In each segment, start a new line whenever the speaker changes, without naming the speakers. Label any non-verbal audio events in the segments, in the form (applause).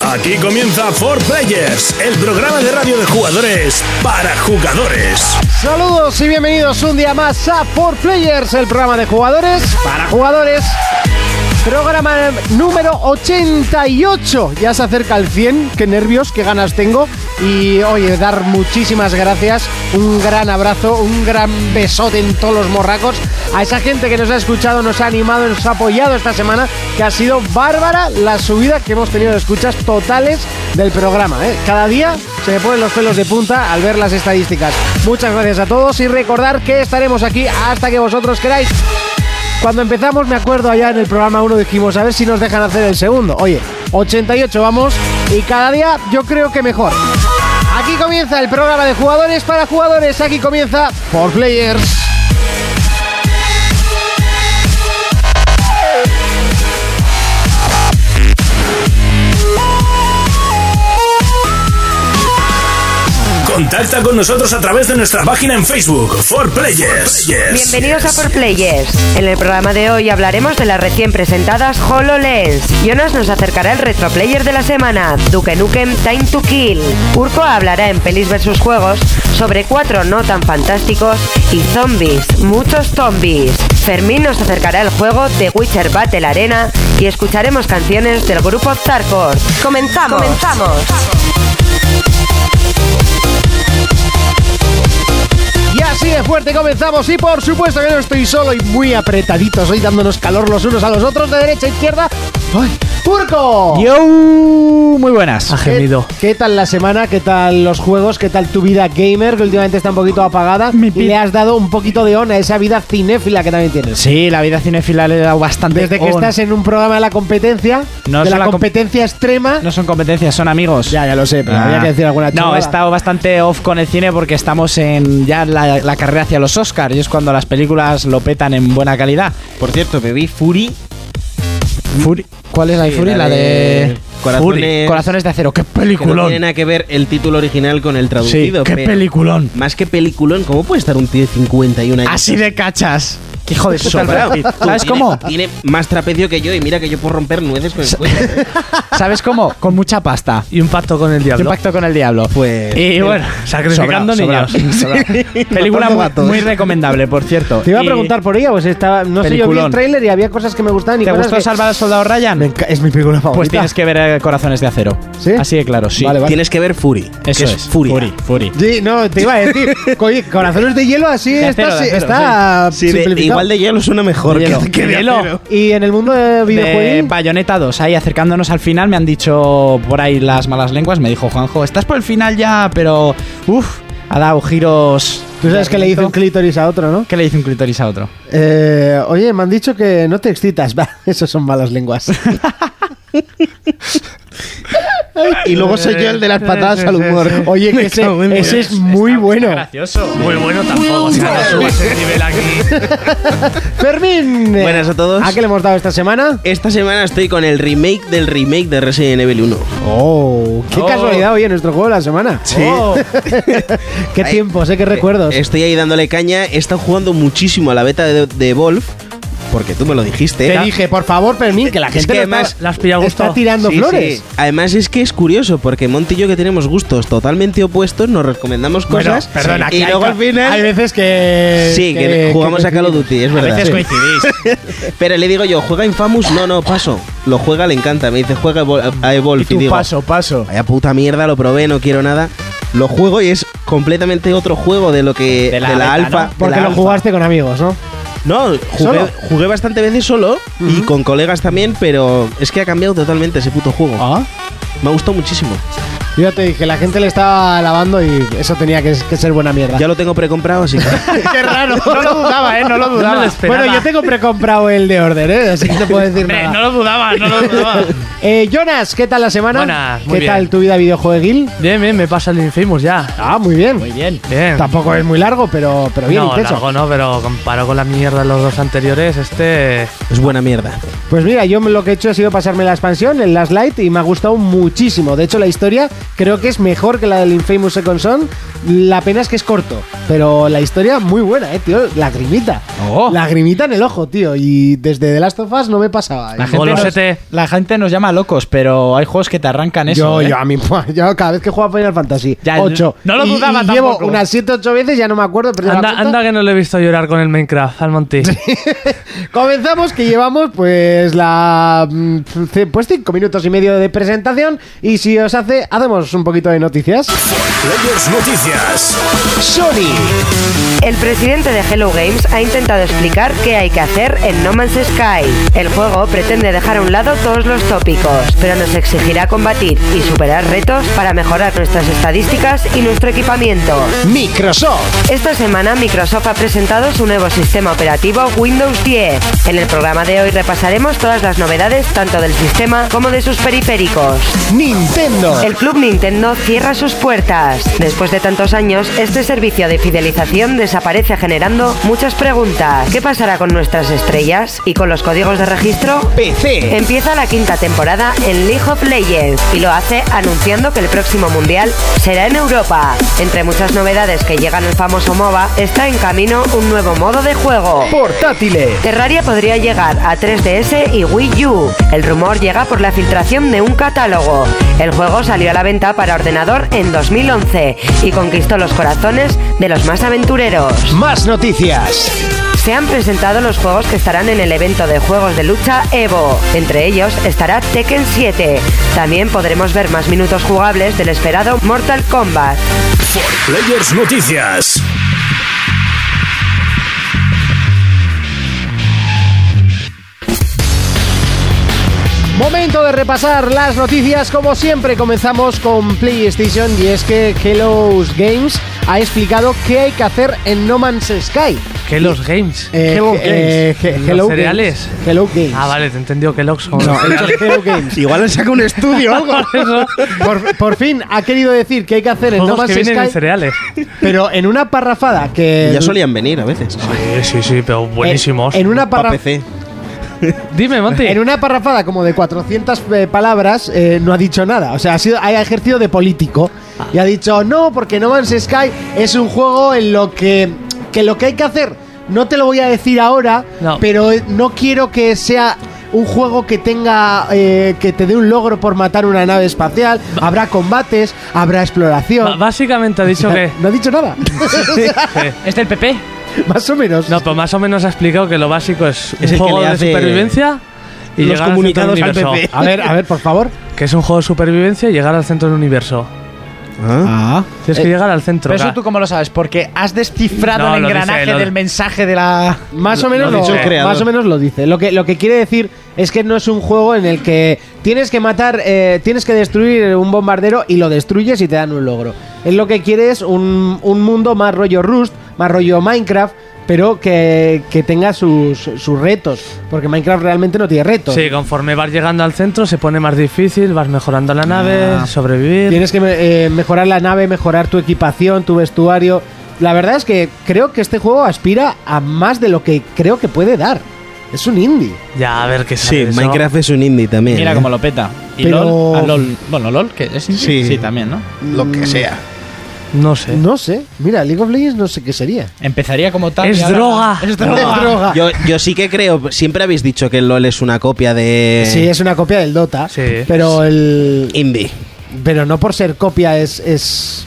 Aquí comienza For Players, el programa de radio de jugadores para jugadores.
Saludos y bienvenidos un día más a For Players, el programa de jugadores para jugadores. Programa número 88. Ya se acerca el 100. Qué nervios, qué ganas tengo. Y oye, dar muchísimas gracias. Un gran abrazo, un gran besote en todos los morracos. A esa gente que nos ha escuchado, nos ha animado, nos ha apoyado esta semana. Que ha sido bárbara la subida que hemos tenido de escuchas totales del programa. ¿eh? Cada día se me ponen los pelos de punta al ver las estadísticas. Muchas gracias a todos y recordar que estaremos aquí hasta que vosotros queráis. Cuando empezamos, me acuerdo allá en el programa 1 dijimos, a ver si nos dejan hacer el segundo. Oye, 88 vamos y cada día yo creo que mejor. Aquí comienza el programa de jugadores para jugadores, aquí comienza por players.
Contacta con nosotros a través de nuestra página en Facebook, For Players.
Bienvenidos a Por Players. En el programa de hoy hablaremos de las recién presentadas HoloLens. Jonas nos acercará el retroplayer de la semana, Duke Nukem Time to Kill. Urko hablará en Pelis vs Juegos sobre cuatro no tan fantásticos y zombies, muchos zombies. Fermín nos acercará el juego The Witcher Battle Arena y escucharemos canciones del grupo Tarkor. ¡Comenzamos! ¡Comenzamos!
Y así de fuerte comenzamos y por supuesto que no estoy solo y muy apretaditos hoy dándonos calor los unos a los otros de derecha a izquierda. ¡Ay! ¡Urco!
Yo, muy buenas.
gemido. ¿Qué, qué tal la semana? ¿Qué tal los juegos? ¿Qué tal tu vida gamer? Que últimamente está un poquito apagada.
Mi
y
pi-
le has dado un poquito de on a esa vida cinéfila que también tienes.
Sí, la vida cinefila le he dado bastante.
Desde que
on.
estás en un programa de la competencia,
No
de
es
la,
la com-
competencia extrema.
No son competencias, son amigos.
Ya, ya lo sé, pero
Ah.
había que decir alguna chorrada.
No, he estado bastante off con el cine porque estamos en ya la, la carrera hacia los Oscars y es cuando las películas lo petan en buena calidad. Por cierto, me vi Fury. Fury. ¿Cuál es la de
Sí,
Fury? La,
la
de.
de Corazones-
Fury, Corazones de acero. ¡Qué
Que no
peliculón!
tiene nada que ver el título original con el
sí,
traducido.
qué
pero
peliculón.
Más que peliculón, ¿cómo puede estar un tío de 51 años?
Así de cachas. Qué Hijo de
Puta,
puta,
bravo.
Brad Pitt.
Tú,
¿Sabes
tiene-
cómo?
Tiene más trapecio que yo y mira que yo puedo romper nueces con el cuello. ¿eh?
¿Sabes cómo? Con mucha pasta.
Y un pacto con el
Y un
diablo.
pacto con el diablo. eh,
Pues,
Y
mira,
bueno,
sacrificando
sobrao,
niños.
sobrao, (laughs) sobrao. Película
Matando
muy,
gatos.
muy recomendable, por cierto.
Te iba a
Y-
preguntar por ella, pues estaba. No sé, yo vi el
Peliculón.
trailer y había cosas que me gustaban y
¿Te
cosas
gustó
que-
Salvar al Soldado Ryan?
Me enca- Es mi película favorita.
Pues tienes que ver eh, Corazones de Acero.
¿Sí?
Así de claro, sí.
Vale, vale.
Tienes que ver Fury. que
Eso es.
Furia.
Fury, Fury.
Sí, no, te iba a
(laughs)
decir. Oye, corazones de hielo así
De acero,
está,
de acero,
está
Sí, de-
simplificado.
igual de hielo suena mejor
De
que,
hielo.
que de
Hielo.
acero.
Y en el mundo de
De
videojuegos.
Bayonetta 2, ahí acercándonos al final, me han dicho por ahí las malas lenguas. Me dijo Juanjo, estás por el final ya, pero. Uff, ha dado giros.
Tú sabes que le hizo un clítoris a otro, ¿no?
¿Qué le hizo un clitoris a otro?
Eh, oye, me han dicho que no te excitas. Va, (laughs) eso son malas lenguas.
Y luego soy yo el de las patadas al humor.
Oye, que ese, ese es muy bueno.
Gracioso.
Muy bueno tampoco.
(laughs)
Fermín. eh,
Buenas a todos.
¿A qué le hemos dado esta semana?
Esta semana estoy con el remake del remake de Resident Evil 1.
Oh, qué
Oh.
casualidad, oye, nuestro juego de la semana. Oh.
(laughs)
qué
Ay,
tiempos, eh, qué recuerdos.
Eh, Estoy ahí dándole caña. He estado jugando muchísimo a la beta de, de Wolf. Porque tú me lo dijiste.
te
Era-
dije, por favor, Fermín, que la
Es
gente
que
no
además-
está,
¿La has pillado
está
gusto?
tirando
Sí,
flores.
sí. Además es que es curioso porque Monty y yo que tenemos gustos totalmente opuestos nos recomendamos
Bueno,
cosas
perdona,
y
que hay
luego
co-
al final
Hay veces que.
sí que, jugamos a Call of Duty es
A
verdad.
veces coincidís.
(laughs) Pero le digo yo juega Infamous no no paso lo juega le encanta me dice juega Evol- a Evolve y, digo
paso.
vaya puta mierda lo probé no quiero nada lo juego y es completamente otro juego de lo que
De
de la,
la beta,
alfa
¿no?
de
Porque
la
lo
alfa.
jugaste con amigos, ¿no?
No, jugué,
¿Solo?
jugué bastante veces solo y con colegas también, pero es que ha cambiado totalmente ese puto juego.
Ah.
Me ha gustado muchísimo.
Yo ya te dije, la gente le estaba lavando y eso tenía que, que ser buena mierda.
Ya lo tengo precomprado, así que.
(laughs) Qué raro, (laughs) no lo dudaba, ¿eh? No lo
dudaba.
bueno, yo tengo precomprado el de Order, ¿eh? Así que no puedo decir
Hombre,
nada.
no lo dudaba, no lo dudaba.
(laughs) Eh, Jonas, ¿qué tal la semana?
Buenas, muy
¿Qué
bien.
tal tu vida videojueguil?
Bien, bien, me pasa el Infamous ya.
Ah, muy bien.
bien.
Bien.
Tampoco es muy largo, pero, pero bien
no,
intenso.
largo no, pero comparo con la mierda de los dos anteriores, este...
es buena mierda.
Pues mira, yo lo que he hecho ha sido pasarme la expansión, el Last Light, y me ha gustado muchísimo. De hecho, la historia creo que es mejor que la del Infamous Second Son. La pena es que es corto. Pero la historia muy buena, eh, tío. Lagrimita.
Oh.
Lagrimita en el ojo, tío. Y desde The Last of Us no me pasaba. eh.
La
Y-
gente, nos, la gente nos llama locos, pero hay juegos que te arrancan eso.
yo,
¿eh?
yo, a mí, yo cada vez que juego a Final Fantasy
Ya,
8.
no lo
y-
dudaba
y Llevo
tampoco.
unas 7, 8 veces, ya no me acuerdo. Pero
Anda, anda que no le he visto llorar con el Minecraft, al Monty.
Comenzamos que llevamos pues la mm, c- pues cinco minutos y medio de presentación y si os hace hacemos un poquito de noticias.
Players Noticias.
Sony.
El presidente de Hello Games ha intentado explicar qué hay que hacer en No Man's Sky. El juego pretende dejar a un lado todos los tópicos, pero nos exigirá combatir y superar retos para mejorar nuestras estadísticas y nuestro equipamiento.
Microsoft.
Esta semana Microsoft ha presentado su nuevo sistema operativo Windows 10. En el programa de hoy repasaremos todas las novedades tanto del sistema como de sus periféricos.
Nintendo.
El Club Nintendo cierra sus puertas. Después de tantos años, este servicio de fidelización desaparece generando muchas preguntas. ¿Qué pasará con nuestras estrellas y con los códigos de registro?
PC.
Empieza la quinta temporada en League of Legends y lo hace anunciando que el próximo mundial será en Europa. Entre muchas novedades que llegan al famoso MOBA, está en camino un nuevo modo de juego.
Portátiles.
Terraria podría llegar a 3DS y Wii U. El rumor llega por la filtración de un catálogo. El juego salió a la venta para ordenador en 2011 y conquistó los corazones de los más aventureros.
Más noticias.
Se han presentado los juegos que estarán en el evento de juegos de lucha Evo. Entre ellos estará Tekken 7. También podremos ver más minutos jugables del esperado Mortal Kombat.
Players Noticias.
Momento de repasar las noticias. Como siempre comenzamos con PlayStation y es que Hello Games ha explicado qué hay que hacer en No Man's Sky.
¿Qué los games?
Eh,
Hello
eh,
Games.
He- Hello
¿Los cereales?
Games. Hello Games.
Ah, vale, te he entendido que Logs son
No,
los (laughs)
he dicho
cereales.
Hello Games.
Igual le saca un estudio
(laughs)
(laughs)
o algo.
Eso,
Por, por fin ha querido decir que hay que hacer en No
juegos
Man's
que vienen en
Sky,
cereales.
pero en una parrafada que...
Ya solían venir a veces.
Sí, sí, sí, pero
eh,
buenísimos.
En una,
Para
parra-
PC.
Dime, Monty.
en una parrafada como de 400 eh, palabras eh, no ha dicho nada. O sea, ha, sido, ha ejercido de político. Y ha dicho, no, porque No Man's Sky es un juego en lo que, que lo que hay que hacer, no te lo voy a decir ahora,
No.
pero eh, no quiero que sea... Un juego que tenga. eh, que te dé un logro por matar una nave espacial. Habrá combates, habrá exploración.
Ba- Básicamente ha dicho que.
No ha dicho nada.
(laughs)
¿Es del PP?
Más o menos.
No, pero más o menos ha explicado que lo básico es un
el que
juego
le
de
hace
supervivencia y
los
llegar al centro
comunicados
del
al
universo.
PP.
A ver, a ver, por favor.
Que es un juego de supervivencia y llegar al centro del universo.
Ah.
Tienes
Eh,
que llegar al centro.
Pero eso
ca-
tú cómo lo sabes, porque has descifrado
No,
el
lo
engranaje
dice, lo-
del mensaje de la...
Más o
Lo
menos
ha
lo,
dicho el
creador.
más o menos lo dice. Lo que, lo que quiere decir es que no es un juego en el que tienes que matar, eh, tienes que destruir un bombardero y lo destruyes y te dan un logro. Es lo que quiere es un, un mundo más rollo Rust, más rollo Minecraft, pero que, que tenga sus, sus retos. Porque Minecraft realmente no tiene retos.
Sí, conforme vas llegando al centro se pone más difícil, vas mejorando la nave,
Ah.
sobrevivir.
Ah. Tienes que eh, mejorar la nave, mejorar tu equipación, tu vestuario. La verdad es que creo que este juego aspira a más de lo que creo que puede dar. Es un indie.
Ya, a ver qué sale
Sí,
eso.
Minecraft es un indie también.
Mira
¿eh?
cómo lo peta. Y
Pero-
LOL, a LOL. Bueno, LOL, que es
Sí.
sí, también, ¿no?
Lo que sea.
No sé.
No sé. Mira, League of Legends no sé qué sería.
Empezaría como tal.
Es
y ahora-
droga.
Es droga.
Es droga.
Yo, yo sí que creo, siempre habéis dicho que el LOL es una copia de
Sí, es una copia del Dota.
Sí.
Pero el.
indie.
Pero no por ser copia es. es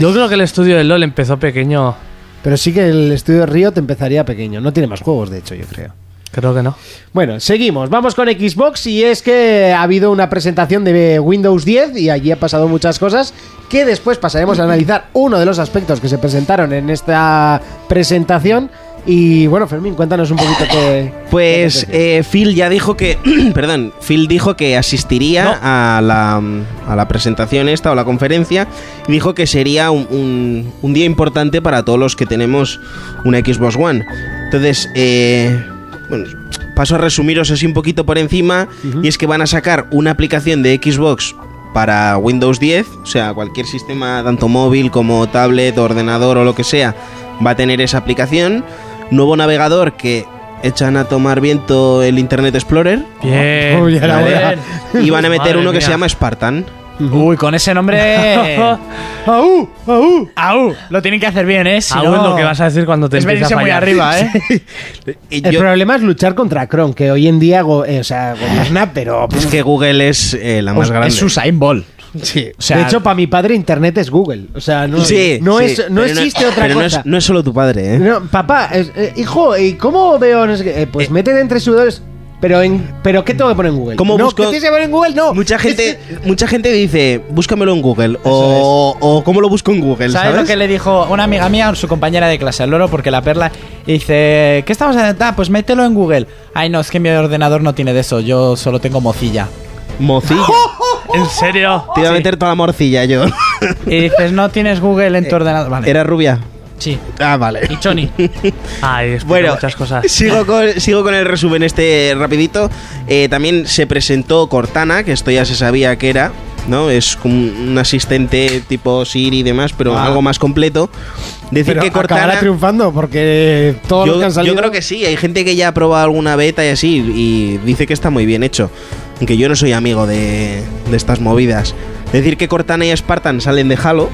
Yo creo que el estudio de LOL empezó pequeño.
pero sí que el estudio Riot empezaría pequeño. No tiene más juegos, de hecho, yo creo.
Creo que no.
Bueno, seguimos. Vamos con Xbox y es que ha habido una presentación de Windows 10 y allí ha pasado muchas cosas que después pasaremos a analizar uno de los aspectos que se presentaron en esta presentación. Y bueno, Fermín, cuéntanos un poquito
(laughs)
qué...
Pues
qué-
eh, Phil ya dijo que, (clears throat) perdón, Phil dijo que asistiría
No.
a, la, a la presentación esta o la conferencia y dijo que sería un, un- un día importante para todos los que tenemos una Xbox One. Entonces, eh, bueno, paso a resumiros así un poquito por encima y es que van a sacar una aplicación de Xbox para Windows 10, o sea, cualquier sistema, tanto móvil como tablet, ordenador o lo que sea, va a tener esa aplicación. Nuevo navegador que echan a tomar viento el Internet Explorer
Bien.
Uy, era
Vale.
hora.
y van a meter
Madre
uno que
mía.
se llama Spartan.
Uy, con ese nombre.
(laughs) ¡Aú! ¡Aú!
¡Au! Lo tienen que hacer bien, ¿eh? Si
Aú
no-
es lo que vas a decir cuando te
es venirse
empieza a
muy
fallar. (laughs)
arriba, ¿eh?
Y
(laughs) El
yo-
problema es luchar contra Kron, que hoy en día go- eh, o sea, gobierna, pero...
(laughs) es que Google es eh, la más grande.
es Usain Bolt.
Sí.
O sea,
de hecho, para mi padre Internet es Google. O sea, no,
Sí,
no,
sí,
es, no
pero
existe otra
pero
cosa.
No es, no es solo tu padre, ¿eh?
No, papá, es- eh, hijo, ¿y cómo veo? no sé qué? Eh, pues métete entre sudores. Pero, en, pero ¿qué tengo que poner en Google?
¿Cómo
no,
busco-
¿qué tienes que poner en Google? No.
Mucha gente, mucha gente dice, búscamelo en Google o, o cómo lo busco en Google,
¿Sabes,
¿sabes?
lo que le dijo una amiga mía a su compañera de clase al loro? Porque la perla dice: ¿Qué estamos haciendo? Ah, pues mételo en Google. Ay, no, es que mi ordenador no tiene de eso. Yo solo tengo mocilla.
(laughs)
Mocilla.
¿En serio?
Te iba a meter toda la morcilla yo.
Y dices: No tienes Google en tu
Eh,
ordenador. Vale.
Era rubia.
Sí.
Ah, vale.
Y
(laughs)
Choni. Ah,
Ay, explica
Bueno,
muchas cosas.
Sigo con, sigo con el resumen este rapidito. Eh, también se presentó Cortana, que esto ya se sabía que era, ¿no? Es como un asistente tipo Siri y demás, pero
Ah.
algo más completo. Decir
Pero
que Cortana...
acabará triunfando porque todos los que
Yo,
han salido...
yo creo que sí, hay gente que ya ha probado alguna beta y así, y dice que está muy bien hecho. Aunque yo no soy amigo de, de estas movidas. Decir que Cortana y Spartan salen de Halo.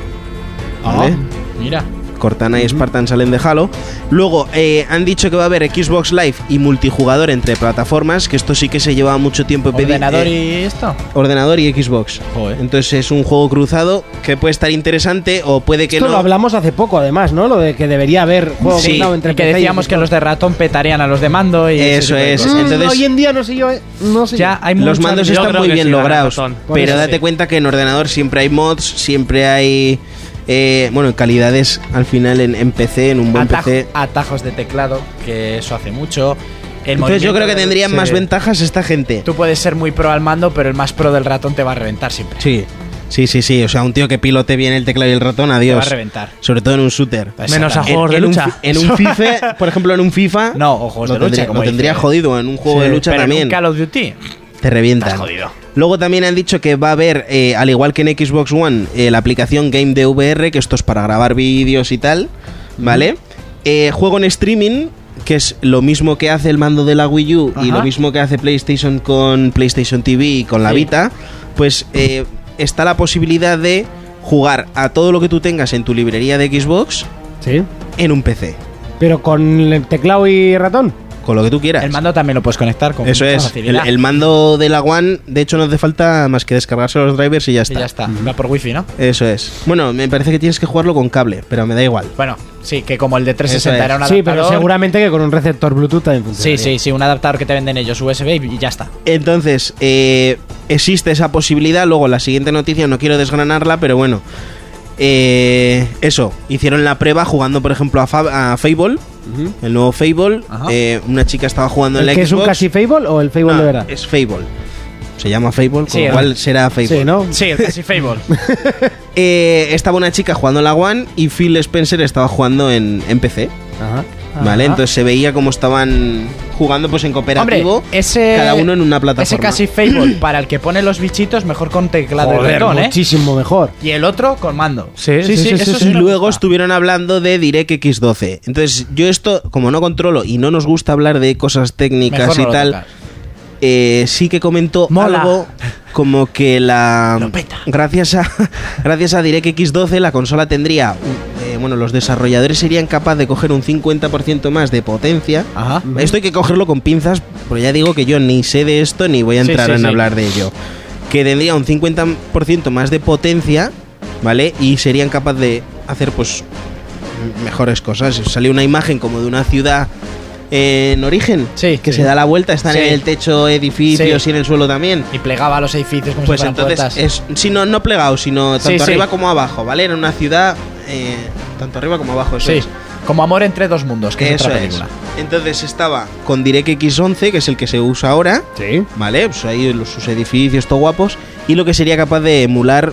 Ah.
¿vale?
Mira.
Cortana y Spartan salen de Halo. Luego eh, han dicho que va a haber Xbox Live y multijugador entre plataformas, que esto sí que se llevaba mucho tiempo pedir.
Ordenador
eh,
y esto.
ordenador y Xbox.
Joder.
Entonces es un juego cruzado que puede estar interesante o puede que
Esto
no.
lo hablamos hace poco, además, ¿no? Lo de que debería haber juego
Sí,
cruzado entre
Y que
PC y
decíamos que los de ratón petarían a los de mando. Y ese
Eso
tipo de
es.
cosas.
Mm,
entonces-
hoy en día no sé yo, eh, no sé
Ya
yo.
hay
Los
mucha-
mandos
yo
están
creo
muy
que
bien
sí, van al
logrados,
botón.
Por
pero
eso
date
sí.
cuenta que en ordenador siempre hay mods, siempre hay, eh, bueno, calidades al final en, en PC, en un buen
Atajo-
PC.
atajos de teclado, que eso hace mucho. El
Entonces yo
movimiento
creo que
del-
tendrían
Sí.
más ventajas esta gente.
Tú puedes ser muy pro al mando, pero el más pro del ratón te va a reventar siempre.
Sí, sí, sí, sí. O sea, un tío que pilote bien el teclado y el ratón,
Te va a
adiós.
reventar. Pues
Sobre todo en un shooter.
Menos a
En-
juegos de
en un
lucha.
fi- en
(laughs)
un FIFA, E, por ejemplo, en un FIFA.
No, o juegos
lo
de lucha,
tendría-
como
lo tendría
dice.
jodido. En un juego de
Sí,
lucha
pero en un
también.
Call of Duty.
Te revientan.
jodido.
Luego también han dicho que va a haber, eh, al igual que en Xbox One, eh, la aplicación Game DVR, que esto es para grabar vídeos y tal, ¿vale? Eh, juego en streaming, que es lo mismo que hace el mando de la Wii U y
Ajá.
lo mismo que hace PlayStation con PlayStation TV y con la
Sí.
Vita, pues eh, está la posibilidad de jugar a todo lo que tú tengas en tu librería de Xbox
Sí.
en un PC,
Pero con el teclado y ratón.
con lo que tú quieras.
El mando también lo puedes conectar con
Eso
mucha
es, el,
facilidad.
el mando de la One, de hecho no hace falta más que descargarse los drivers y
Y
ya está.
ya está. Va por wifi, ¿no?
Eso es. Bueno, me parece que tienes que jugarlo con cable, pero me da igual.
Bueno, sí, que como el de 360
Eso es.
era un
Sí,
adaptador.
pero seguramente que con un receptor Bluetooth también funciona.
Sí, sí, sí, un adaptador que te venden ellos USB y ya está.
Entonces, eh, existe esa posibilidad. Luego, la siguiente noticia, no quiero desgranarla, pero bueno. Eh, eso, hicieron la prueba jugando, por ejemplo, a, Fa- a Fable, el nuevo Fable.
Ajá.
Eh, una chica estaba jugando en
¿El
la
que
Xbox.
es un casi Fable o el Fable
No,
de verdad?
Es Fable. Se llama Fable, con
Sí,
lo
el-
cual será Fable.
Sí, ¿no?
Sí,
(laughs)
el casi Fable.
Eh, estaba una chica jugando en la One y Phil Spencer estaba jugando en, en PC.
Ajá.
¿Vale? Entonces se veía cómo estaban jugando pues en
Hombre,
cooperativo.
ese.
cada uno en una plataforma.
Ese casi Fable, (clears throat) para el que pone los bichitos, mejor con teclado y
Joder,
ratón, ¿eh?
muchísimo mejor.
Y el otro con mando.
Sí, sí, sí, sí,
eso
sí.
me
y luego
gusta.
estuvieron hablando de DirectX 12. Entonces, yo esto, como no controlo y no nos gusta hablar de cosas
Mejor
técnicas
no
y
lo
tal,
tocas.
eh, sí que comentó
Mola.
algo como que la.
Lo peta.
Gracias a, (laughs) gracias a DirectX 12, la consola tendría. un- eh, bueno, los desarrolladores serían capaces de coger un 50% más de potencia.
Ajá.
Esto hay que cogerlo con pinzas, pero ya digo que yo ni sé de esto ni voy a
Sí,
entrar
sí,
en
sí.
hablar de ello. Que tendría un 50% más de potencia, ¿vale? Y serían capaces de hacer, pues, mejores cosas. Salió una imagen como de una ciudad eh, en origen,
Sí,
que
sí.
se da la vuelta, están
Sí.
en el techo edificios
Sí.
y en el suelo también.
Y plegaba los edificios como
Pues
si fueran
entonces,
puertas.
es, sí, no, no plegado, sino tanto
Sí, sí.
arriba como abajo, ¿vale? Era una ciudad, eh, tanto arriba como abajo, eso
Sí,
es.
como Amor entre dos mundos, que es
Eso
otra
es.
película.
Entonces estaba con DirectX 11, que es el que se usa ahora.
Sí.
Vale, pues ahí los, sus edificios, todo guapos. Y lo que sería capaz de emular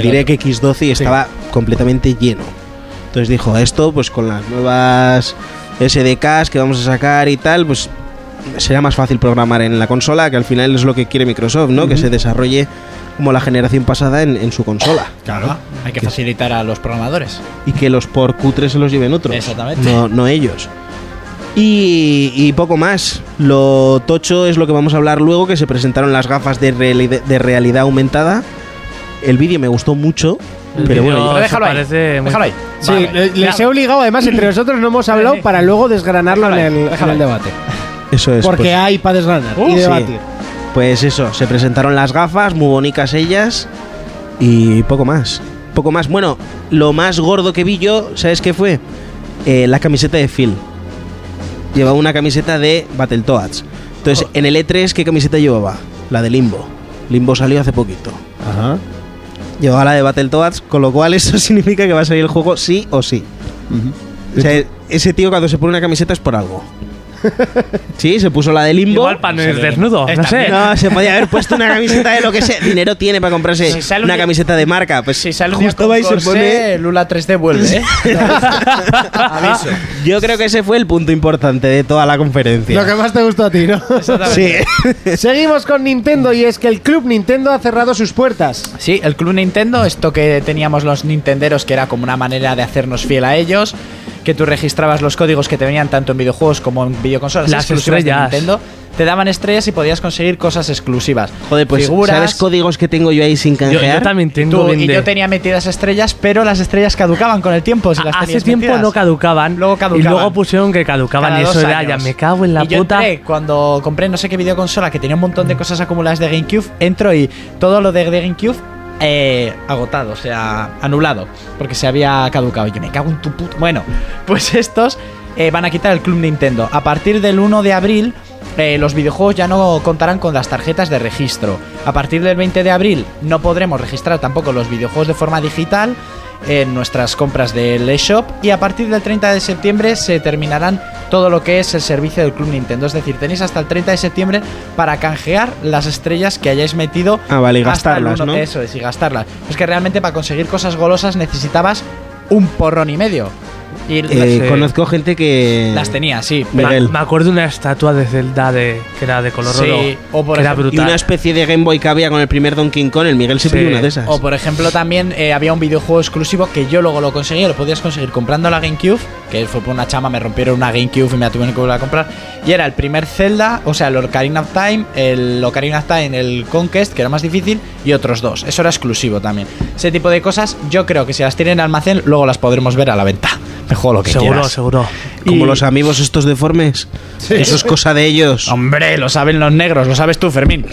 El
DirectX 12 y estaba completamente lleno. Entonces dijo, esto pues con las nuevas SDKs que vamos a sacar y tal, pues será más fácil programar en la consola, que al final es lo que quiere Microsoft, ¿no? Que se desarrolle como la generación pasada en, en su consola.
Claro. Hay que facilitar a los programadores.
Y que los por Q3 se los lleven otros.
Exactamente.
No, no ellos. Y, y poco más. Lo tocho es lo que vamos a hablar luego, que se presentaron las gafas de, reali- de realidad aumentada. el vídeo me gustó mucho, pero bueno,
vídeo-
yo-
Eso
déjalo ahí.
parece muy-
Déjalo ahí.
Sí,
Vale.
le- les he obligado, además, entre nosotros no hemos hablado para luego desgranarlo en
Déjalo ahí,
el, en
déjalo
el
ahí.
debate.
eso es.
Porque
pues,
hay para desgranar
Uh,
y
sí.
debatir.
pues eso, se presentaron las gafas, muy bonitas ellas y poco más. Poco más. Bueno, lo más gordo que vi yo, ¿sabes qué fue? Eh, la camiseta de Phil. Llevaba una camiseta de Battletoads. Entonces, en el E3, ¿qué camiseta llevaba? La de Limbo. Limbo salió hace poquito.
Ajá.
Llevaba la de Battletoads, con lo cual (laughs) eso significa que va a salir el juego sí o sí. O sea, ese tío cuando se pone una camiseta es por algo. sí, se puso la de Limbo.
Igual para no ir desnudo, no sé.
No, se podía haber puesto una camiseta de lo que
(laughs)
sea. Dinero tiene para comprarse
Si sale
una
un-
camiseta de marca. Pues
Si sale un
justo va y se
(laughs)
pone.
Lula 3D vuelve, ¿eh? Aviso.
Yo creo que ese fue el punto importante de toda la
Lo
conferencia.
que más te gustó a ti, ¿no?
Sí. (laughs)
Seguimos con Nintendo y es que el Club Nintendo ha cerrado sus puertas.
Sí, el Club Nintendo, esto que teníamos los Nintenderos, que era como una manera de hacernos fiel a ellos, que tú registrabas los códigos que te venían tanto en videojuegos como en videoconsolas
Las
exclusivas de
estrellas.
Nintendo, te daban estrellas y podías conseguir cosas exclusivas.
Joder, pues
Figuras,
¿sabes códigos que tengo yo ahí sin
Yo, yo
canjear?
también
tú-
tengo bien
y
de-
yo tenía metidas estrellas, pero las estrellas caducaban con el tiempo. si
Ah,
las
Hace
tenías
tiempo
metidas.
no caducaban,
Luego caducaban.
y luego pusieron que caducaban
Cada
y eso
dos
era
años.
ya me cago en la
Y yo
puta.
entré, cuando compré no sé qué videoconsola que tenía un montón de cosas acumuladas de GameCube, entro y todo lo de, de GameCube eh, agotado, o sea, anulado, porque se había caducado. Y yo me cago en tu puta. Bueno, pues (laughs) estos eh, van a quitar el Club Nintendo. A partir del 1 de abril. eh, los videojuegos ya no contarán con las tarjetas de registro. A partir del 20 de abril no podremos registrar tampoco los videojuegos de forma digital en nuestras compras del eShop y a partir del 30 de septiembre se terminarán todo lo que es el servicio del Club Nintendo. Es decir, tenéis hasta el 30 de septiembre para canjear las estrellas que hayáis metido.
Ah, vale, y
hasta el
gastarlas,
uno-
¿no?
Eso es, y gastarlas. Es que realmente para conseguir cosas golosas necesitabas un porrón y medio. Y
Eh,
Sí.
Conozco gente que.
las tenía, sí.
Me-
Me,
Miguel.
me acuerdo de una estatua de Zelda de, que era de color
Sí,
oro.
o por
que era
ejemplo-
Y
brutal.
una especie de Game Boy que había con el primer Donkey Kong, el Miguel se
Sí.
pidió una de esas.
O por ejemplo también eh, había un videojuego exclusivo que yo luego lo conseguí, lo podías conseguir comprando la GameCube, que fue por una chama, me rompieron una GameCube y me la tuvieron que volver a comprar. Y era el primer Zelda, o sea, el Ocarina of Time, el Ocarina of Time, el Conquest, que era más difícil, y otros dos. Eso era exclusivo también. Ese tipo de cosas yo creo que si las tienen en almacén, luego las podremos ver a la venta. (laughs) Me juego lo que
seguro,
quieras.
seguro.
Como
Y-
los amigos estos deformes. Eso es cosa de ellos.
Hombre, lo saben los negros, lo sabes tú, Fermín.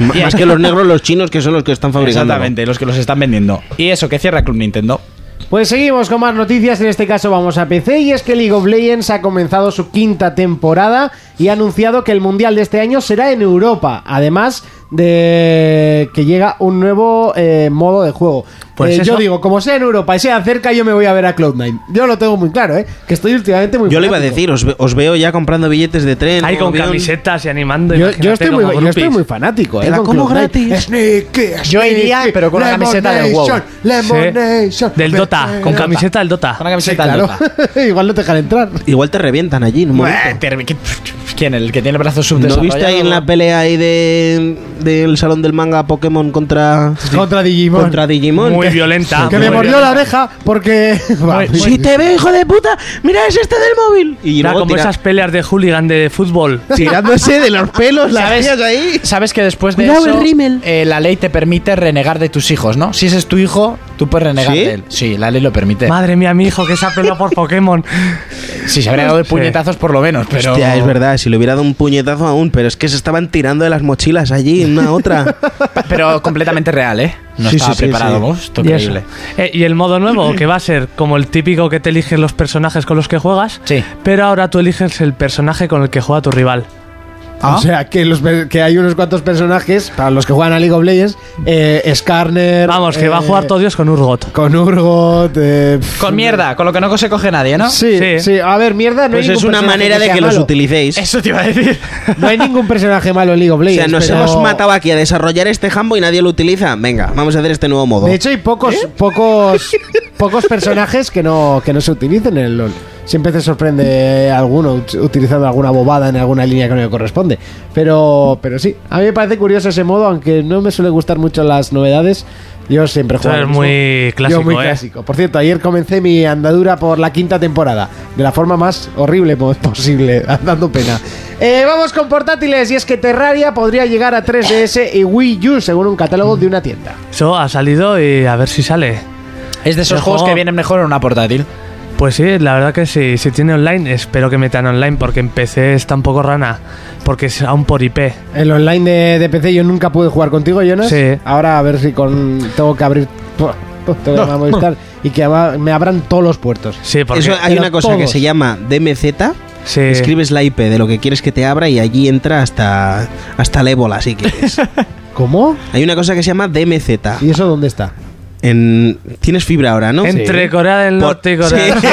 M- Más que los negros, los chinos, que son los que están fabricando.
Exactamente, los que los están vendiendo. Y eso, que cierra Club Nintendo.
Pues seguimos con más noticias, en este caso vamos a PC y es que League of Legends ha comenzado su quinta temporada y ha anunciado que el Mundial de este año será en Europa, además de que llega un nuevo eh, modo de juego.
Pues
Eh, yo
eso.
digo, como sea en Europa y sea cerca, yo me voy a ver a Cloud9. Yo lo tengo muy claro, ¿eh? Que estoy últimamente muy
Yo le iba a
fanático.
decir, os, ve- os veo ya comprando billetes de tren.
Ahí con
avión.
camisetas y animando.
Yo,
imagínate
yo estoy muy,
como
yo estoy
groupies.
muy fanático, ¿eh?
Te la
con
como
Cloud9.
gratis.
Sneaky,
Yo iría,
sneaky,
pero con la
Lemon
camiseta del WoW.
Nation, Lemon
Sí,
Nation.
Del Dota,
Eh,
con
Dota.
camiseta del Dota.
Una
Sí,
camiseta al
claro.
Dota.
(laughs) Igual no te dejan entrar.
Igual te revientan allí en un
Buah,
momento.
termi- ¿qué- ¿Quién? ¿El que tiene el brazo
¿No
subdesarrollado?
viste ahí en la pelea ahí de, del salón del manga Pokémon contra,
Contra Digimon.
contra Digimon?
Muy
Que-
violenta.
que
muy
me mordió la
violenta.
oreja porque. (laughs)
Muy-
¡Sí te veo, hijo de puta! ¡Mira, es este del móvil! Y
Era
luego
como
tira- (laughs)
esas peleas de hooligan de fútbol.
tirándose de los pelos las
¿Sabes?
tías ahí.
Sabes que después de
Cuidado, el
eso
rímel.
eh, la ley te permite renegar de tus hijos, ¿no? Si ese es tu hijo, tú puedes renegar
¿Sí?
de él. Sí, la ley lo permite.
Madre mía, mi hijo, que se ha peleado por Pokémon.
Si se habría dado de
Sí.
puñetazos por lo menos, pero
Hostia, es verdad, si le hubiera dado un puñetazo aún, pero es que se estaban tirando de las mochilas allí, una a
(laughs)
otra.
pero completamente real, ¿eh? No
Sí,
estaba
sí, sí,
preparado,
sí.
vos. Esto
Y
increíble.
eso. Eh, y el modo nuevo, que va a ser como el típico que te eliges los personajes con los que juegas,
Sí.
pero ahora tú eliges el personaje con el que juega tu rival. Ah.
O sea, que, los, que hay unos cuantos personajes, para los que juegan a League of Legends, eh, Skarner.
Vamos, que va a
eh,
jugar todo Dios con Urgot.
Con Urgot. eh, pf,
Con mierda, con lo que no se coge nadie, ¿no?
Sí, sí,
Sí.
A ver, mierda no
Pues
hay
es
ningún
una
personaje
manera de
sea
que los
malo.
utilicéis.
Eso te iba a decir.
No hay ningún personaje malo en League of
O
Legends.
sea, nos
pero-
hemos matado aquí a desarrollar este jambo y nadie lo utiliza. Venga, vamos a hacer este nuevo modo.
De hecho, hay pocos, pocos, pocos personajes que no, que no se utilicen en el LOL. Siempre te sorprende alguno ut- utilizando alguna bobada en alguna línea que no le corresponde. Pero, pero sí, a mí me parece curioso ese modo, aunque no me suele gustar mucho las novedades. Yo siempre
Tú
juego. al
eres
mismo.
muy clásico,
Yo muy
¿eh?
clásico. Por cierto, ayer comencé mi andadura por la quinta temporada, de la forma más horrible po- posible, (laughs) dando pena. Eh, vamos con portátiles. Y es que Terraria podría llegar a 3DS y Wii U, según un catálogo de una tienda.
Eso ha salido y a ver si sale.
Es de esos
Pero
juegos
juego-
que vienen mejor en una portátil.
Pues sí, la verdad que sí. Si tiene online, espero que metan online porque en PC está un poco rana. Porque es aún por IP.
El online de, de PC yo nunca pude jugar contigo, Jonas.
Sí.
Ahora a ver si con tengo que abrir. Buah, Tengo que llamar a Movistar y que ama- me abran todos los puertos.
Sí, porque.
Eso, hay
Pero
una cosa que
todos.
se llama DMZ.
sí.
Escribes la IP de lo que quieres que te abra y allí entra hasta, hasta el ébola, si quieres.
(laughs) ¿Cómo?
hay una cosa que se llama DMZ.
¿Y eso dónde está?
En, tienes fibra ahora, ¿no?
Entre
Sí.
Corea del
Por-
Norte y Corea
Sí.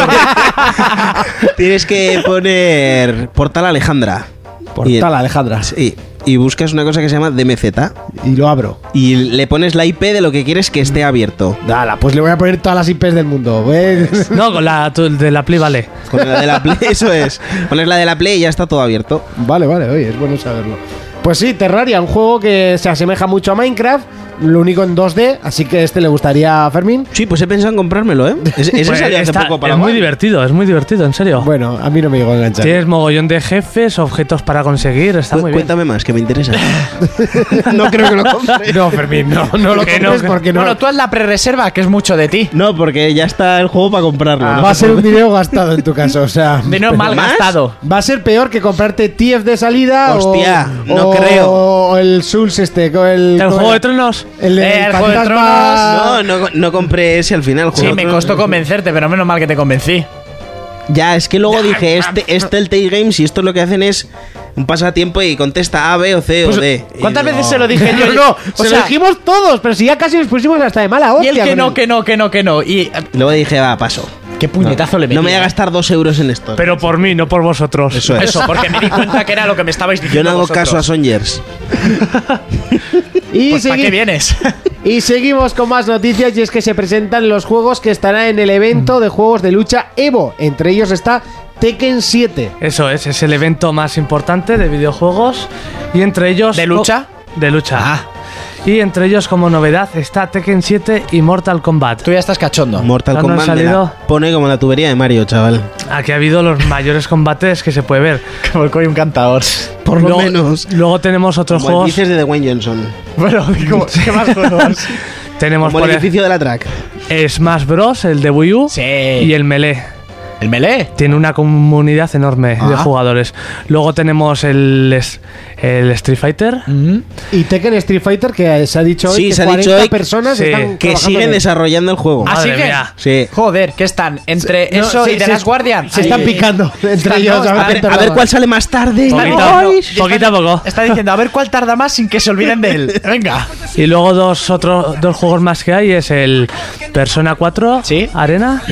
Tienes que poner Portal Alejandra. Y-
Portal Alejandra.
Sí. Y buscas una cosa que se llama DMZ.
Y lo abro.
Y le pones la IP de lo que quieres que esté abierto.
Dala, pues le voy a poner todas las IPs del mundo. ¿eh?
No, con la tu- de la Pli vale.
Con la de la Play, eso es. Pones la de la Play y ya está todo abierto.
Vale, vale, oye, es bueno saberlo. Pues sí, Terraria, un juego que se asemeja mucho a Minecraft, lo único en 2D, así que este le gustaría a Fermín.
Sí, pues he pensado en comprármelo, ¿eh? Es- (laughs) Ese
(laughs) Pues
salió hace
está-
poco para
es muy
One.
divertido, es muy divertido, en serio.
Bueno, a mí no me llegó a
(laughs)
enganchar.
Tienes mogollón de jefes, objetos para conseguir, está
Cu-
muy bien.
Cuéntame más, que me interesa. (laughs) no creo que lo compre.
No, Fermín, no, no lo
Que no,
compres
que-
porque no.
Bueno, tú haz la pre-reserva, que es mucho de ti.
No, porque ya está el juego para comprarlo.
va
(laughs)
a ser un dinero gastado en tu caso, o sea.
Dinero mal
Ah, ¿más?
gastado.
Va a ser peor que comprarte TF de salida o-
Hostia,
o,
no creo.
O el Souls este, con el.
El
con
juego de tronos.
El, del
Eh, el Juego de
No,
fantasma-
no, no compré ese al final.
Sí,
juego.
me costó convencerte, pero menos mal que te convencí.
Ya, es que luego dije, este, este el Tay Games y esto lo que hacen es un pasatiempo y contesta A, B o C o D. Y
Pues, ¿Cuántas
digo,
veces se lo
(laughs)
dije yo?
No, (laughs) no, se
o
lo
sea,
dijimos todos, pero si ya casi nos pusimos hasta de mala hostia.
y el que
con
no, que no, que no, que no. Y eh,
Y luego dije, va, paso.
qué puñetazo le metí.
No me voy a gastar dos euros en esto.
Pero por mí, no por vosotros.
Eso es.
Eso,
(laughs)
porque me di cuenta que era lo que me estabais diciendo.
Yo no hago
vosotros.
caso a Songers.
Y
Pues, ¿Para
segui-
qué vienes?
(laughs) Y seguimos con más noticias y es que se presentan los juegos que estarán en el evento de juegos de lucha Evo. Entre ellos está Tekken 7.
(laughs) Eso es, es el evento más importante de videojuegos y entre ellos...
¿De lucha? Ah.
co- de lucha. Y entre ellos como novedad está Tekken 7 y Mortal Kombat.
Tú ya estás cachondo.
Mortal
Ah, no,
Kombat
ha
me la
salido.
pone como la tubería de Mario, chaval.
Aquí ha habido los mayores combates que se puede ver.
(laughs) Como el coy un cantador.
Por lo
Luego-
menos.
Luego tenemos otros
Como el
juegos.
dices de Dwayne Johnson.
Bueno, ¿cómo- ¿qué más juegos?
Tenemos
Como el
por
edificio de la track.
e- Smash Bros, el de Wii U
Sí.
y el Melee.
¿El melee?
Tiene una comunidad enorme de
Ah.
jugadores. Luego tenemos el, es- el Street Fighter.
Y Tekken Street Fighter que se ha dicho hoy
Sí,
que
se ha dicho
40
hoy
personas
sí,
están
Que
trabajando en
siguen
él.
desarrollando el juego.
Ah,
¿Así
Madre
que?
mía.
Sí.
Joder, ¿qué están? ¿Entre
No,
eso
sí,
y The
sí,
Last Guardian?
Se están
Ahí-
picando entre
Están-
ellos.
no,
a ver
A ver,
quién
a ver
tarda
cuál sale más tarde.
Poquito, poquito a poco.
Está diciendo, a ver cuál tarda más sin que se olviden de él. (laughs) Venga.
Y luego dos otros dos juegos más que hay es el Persona 4
Sí. (clears throat)
Arena,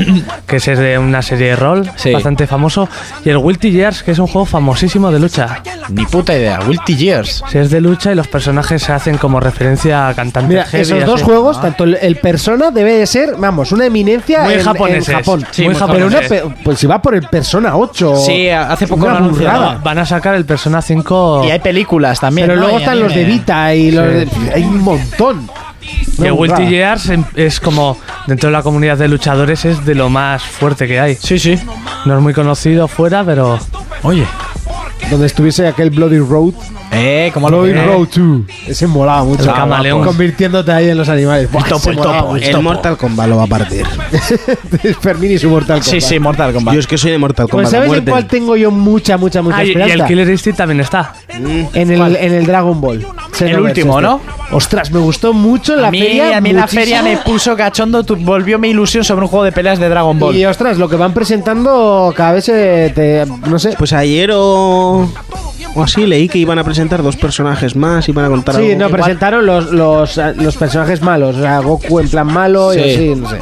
que es de una serie de rol
Sí.
bastante famoso, y el Guilty Gears, que es un juego famosísimo de lucha.
Ni puta idea. Wilty Years.
Si es de lucha y los personajes se hacen como referencia a cantantes
Mira,
heavy,
esos
así.
dos juegos, tanto el, el Persona debe de ser, vamos, una eminencia
Muy
en, en
japoneses.
Japón.
Sí, muy
Pero una
japoneses.
pe- pues si va por el Persona 8.
Sí, hace poco
una
lo anunciaron.
burrada.
Van a sacar el Persona 5
Y hay películas también.
Pero
¿no?
luego
Y
están los de
anime.
Vita y los de- hay un montón.
y el
Una
Guilty
burrada.
Gears en- es como dentro de la comunidad de luchadores es de lo más fuerte que hay.
Sí, sí.
No es muy conocido fuera, pero
Oye.
Donde estuviese aquel Bloody Road.
Eh, como lo
Bloody
eh,
Road 2. Ese molaba mucho.
El camaleón.
Convirtiéndote ahí en los animales. Buah,
topo,
ese
el
molaba
topo,
mucho.
El Mortal Kombat lo va a partir.
(laughs) Fermín y su Mortal Kombat.
Sí, sí, Mortal Kombat.
Yo es que soy de Mortal Kombat.
Pues
a
¿sabes
muerte.
en cuál tengo yo mucha, mucha, mucha
Ah, y, y
esperanza? Mm.
el Killer Instinct también está.
en, el, en el Dragon Ball. Xenoverse
último, ¿no?
este. Ostras, me gustó mucho la
a mí,
feria.
a mí la
muchísimo.
feria me puso cachondo, tu- volvió mi ilusión sobre un juego de peleas de Dragon Ball.
Y ostras, lo que van presentando cada vez eh, te- no sé.
Pues ayer o... o así leí que iban a presentar dos personajes más, iban a contar
Sí,
algo.
no, presentaron los, los, eh, los personajes malos. O sea, Goku en plan malo y
Sí.
así, no sé.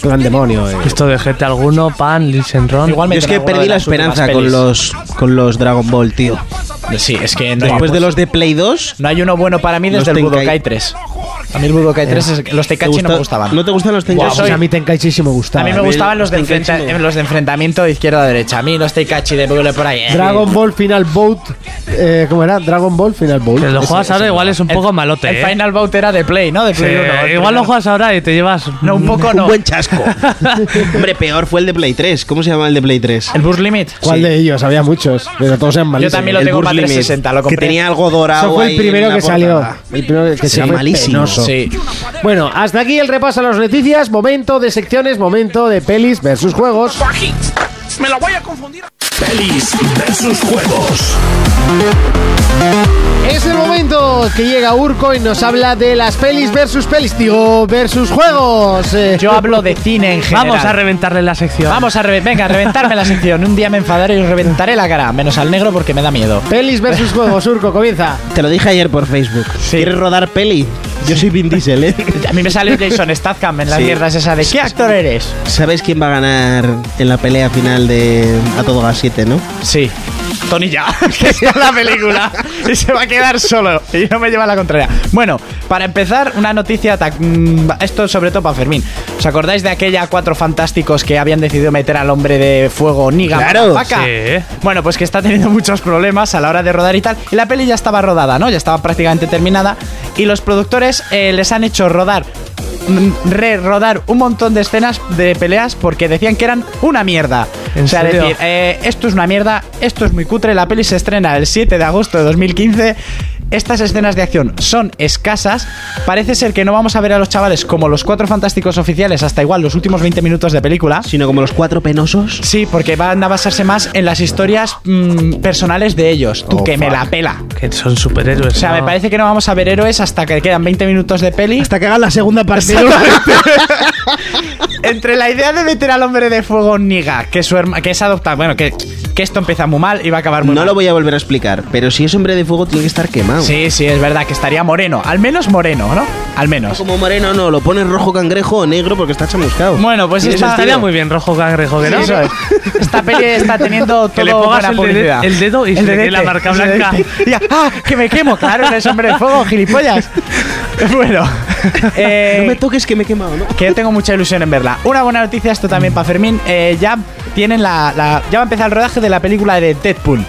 Plan demonio. eh.
Esto de gente alguno, Pan, Lee Shenron.
Yo
Igual
es que perdí la esperanza con los, con los Dragon Ball, tío.
Sí, es que no,
Después
pues,
de los de Play 2,
no hay uno bueno para mí
Los
desde el
Tenkai.
Budokai 3. A mí el Budokai 3 es el que- los
¿Te
Tenkaichi no
gusta-
me gustaban.
¿No te gustan los
Guau,
Tenkaichi?
soy-
Pues a mí Tenkaichi sí me
a
gustaba.
mí me
a mí
gustaban los
los
de,
Tenkaichi
enfrenta-
no.
los de enfrentamiento de izquierda a derecha. A mí los Tenkaichi de Google por ahí. eh.
Dragon Ball Final Boat. Eh, ¿Cómo era? Dragon Ball Final Boat.
Que lo juegas ahora igual es un
El-
poco malote,
El
¿eh?
Final Bout era de Play, ¿no? De
Sí,
Play uno, el
igual
primero.
lo juegas ahora y te llevas...
No, un poco
Un
no. (laughs)
buen chasco. Hombre, peor fue el de Play 3. ¿Cómo se llama el de Play 3?
El Burst Limit.
¿Cuál de ellos? Había muchos, pero todos eran malísimos.
Yo también lo
el
tengo
Burst
para
Limit,
360, lo
que
compré.
tenía algo dorado.
Eso fue
ahí
el
en
primero
la
que salió.
portada.
El primero que
Sí,
se fue
malísimo.
penoso.
Sí.
Bueno, hasta aquí el repaso a las noticias. Momento de secciones, momento de pelis versus juegos.
Pelis versus juegos.
Es el momento que llega Urco y nos habla de las pelis versus pelis, digo, versus juegos. Eh,
Yo hablo de cine en general.
Vamos a reventarle la sección.
Vamos a reventar. Venga, reventarme la sección. Un día me enfadaré y os reventaré la cara. Menos al negro porque me da miedo.
Pelis versus juegos, Urco, comienza.
(laughs) Te lo dije ayer por Facebook. ¿Quieres rodar peli? Yo soy Vin Diesel, ¿eh?
A mí me
(laughs)
sale Jason Statham en las
Sí.
mierdas esa de ¿qué actor eres?
¿Sabes quién va a ganar en la pelea final de A Todo Gas 7, no?
Sí. Tony ya, (laughs) que está la película y se va a quedar solo y no me lleva la contraria. Bueno, para empezar, una noticia, ta- mm, esto sobre todo para Fermín. ¿Os acordáis de aquella cuatro fantásticos que habían decidido meter al hombre de fuego Niga?
Claro,
sí.
Bueno, pues que está teniendo muchos problemas a la hora de rodar y tal. Y la peli ya estaba rodada, ¿no? Ya estaba prácticamente terminada. Y los productores eh, les han hecho rodar, mm, re-rodar un montón de escenas de peleas porque decían que eran una mierda.
¿En
o sea,
serio?
decir, eh, esto es una mierda, esto es muy cutre. La peli se estrena el 7 de agosto de 2015. Estas escenas de acción son escasas. Parece ser que no vamos a ver a los chavales como los cuatro fantásticos oficiales hasta igual los últimos 20 minutos de película.
Sino como los cuatro penosos.
Sí, porque van a basarse más en las historias mm, personales de ellos.
Oh,
Tú que me la pela.
Que son superhéroes.
O sea, me parece que no vamos a ver héroes hasta que quedan 20 minutos de peli.
que hagan la segunda partida.
(laughs) Entre la idea de meter al hombre de fuego Niga, que su herma- que es adoptado, bueno, que, que esto empieza muy mal y va a acabar muy
No
mal.
lo voy a volver a explicar, pero si es hombre de fuego tiene que estar quemado.
Sí, sí, es verdad que estaría moreno, al menos moreno, ¿no? Al menos.
Como moreno no, lo pones rojo cangrejo o negro porque está chamuscado.
Bueno, pues
Tiene
esta-
sentido.
Estaría muy bien, rojo cangrejo, que no.
Eso es. Esta peli está teniendo todo
Que le pongas
buena
el dedo-
publicidad.
el dedo y se le quede
dedete,
la marca
el dedete.
blanca.
Y ya, ¡Ah! ¡Que me quemo! Claro, eres hombre de fuego,
(laughs)
gilipollas. Bueno. (laughs) eh,
No me toques que me he quemado, ¿no?
que yo tengo mucha ilusión en verla. Una buena noticia, esto también para Fermín. eh, ya tienen la, la- Ya va a empezar el rodaje de la película de Deadpool.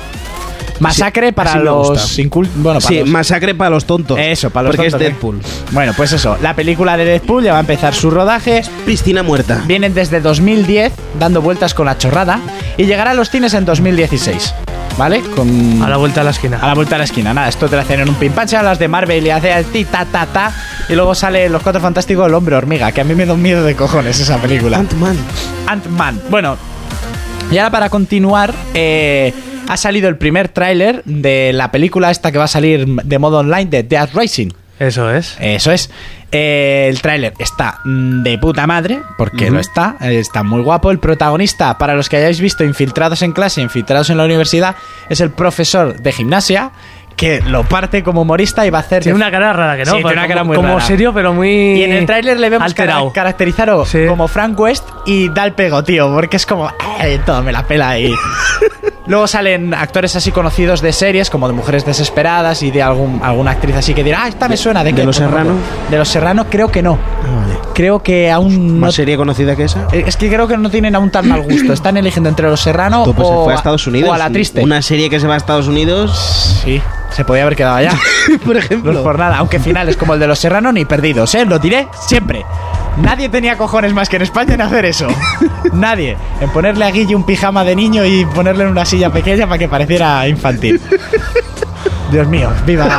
Masacre para
así me
los
gusta.
incul- Bueno, para
Sí,
los-
masacre para los tontos.
Eso, para los
Porque
tontos,
es
¿eh?
Deadpool.
Bueno, pues eso. La película de Deadpool ya va a empezar su rodaje.
Piscina muerta.
Vienen desde 2010 dando vueltas con la chorrada y llegará a los cines en 2016. ¿Vale? Con...
A la vuelta a la esquina.
a la vuelta de la esquina. Nada, esto te lo hacen en un pim pam, se van las de Marvel y hace el ti ta ta ta. Y luego sale Los Cuatro Fantásticos, el hombre hormiga, que a mí me da un miedo de cojones esa película.
Ant-Man.
Ant-Man. Bueno, y ahora para continuar, eh, ha salido el primer tráiler de la película esta que va a salir de modo online de Death Racing.
Eso es.
Eso es. Eh, el tráiler está mm, de puta madre, porque lo está, eh, está muy guapo. El protagonista, para los que hayáis visto Infiltrados en clase, Infiltrados en la universidad, es el profesor de gimnasia, que lo parte como humorista y va a hacer...
Tiene una cara rara que no.
Sí, tiene una
como-
cara muy
Como
rara.
serio, pero muy.
Y en el tráiler le vemos
alterado.
cara- caracterizado
Sí.
como Frank West y da el pego, tío, porque es como, "Eh, todo me la pela
(laughs)
y... Luego salen actores así conocidos de series, como de Mujeres Desesperadas y de algún, alguna actriz así que dirá, ah, esta me suena. ¿De,
¿De
qué?
Los
Pues no me
Serrano?
acuerdo. De Los Serrano creo que no.
Ah, vale.
Creo que aún no... Eh,
¿Más serie conocida que esa?
Es que creo que no tienen aún tan mal gusto. Están eligiendo entre Los Serrano
Tú, pues, se
o,
fue a Estados Unidos.
o a La Triste.
Una serie que se va a Estados Unidos.
Sí, se podía haber quedado
(laughs)
allá.
Por ejemplo.
No por nada, aunque finales como el de los Serrano ni perdidos, ¿eh? Lo diré siempre. Nadie tenía cojones más que en España en hacer
(laughs)
eso. Nadie. En ponerle a Guille un pijama de niño y ponerle en una silla pequeña para que pareciera
(laughs)
infantil. Dios mío, viva.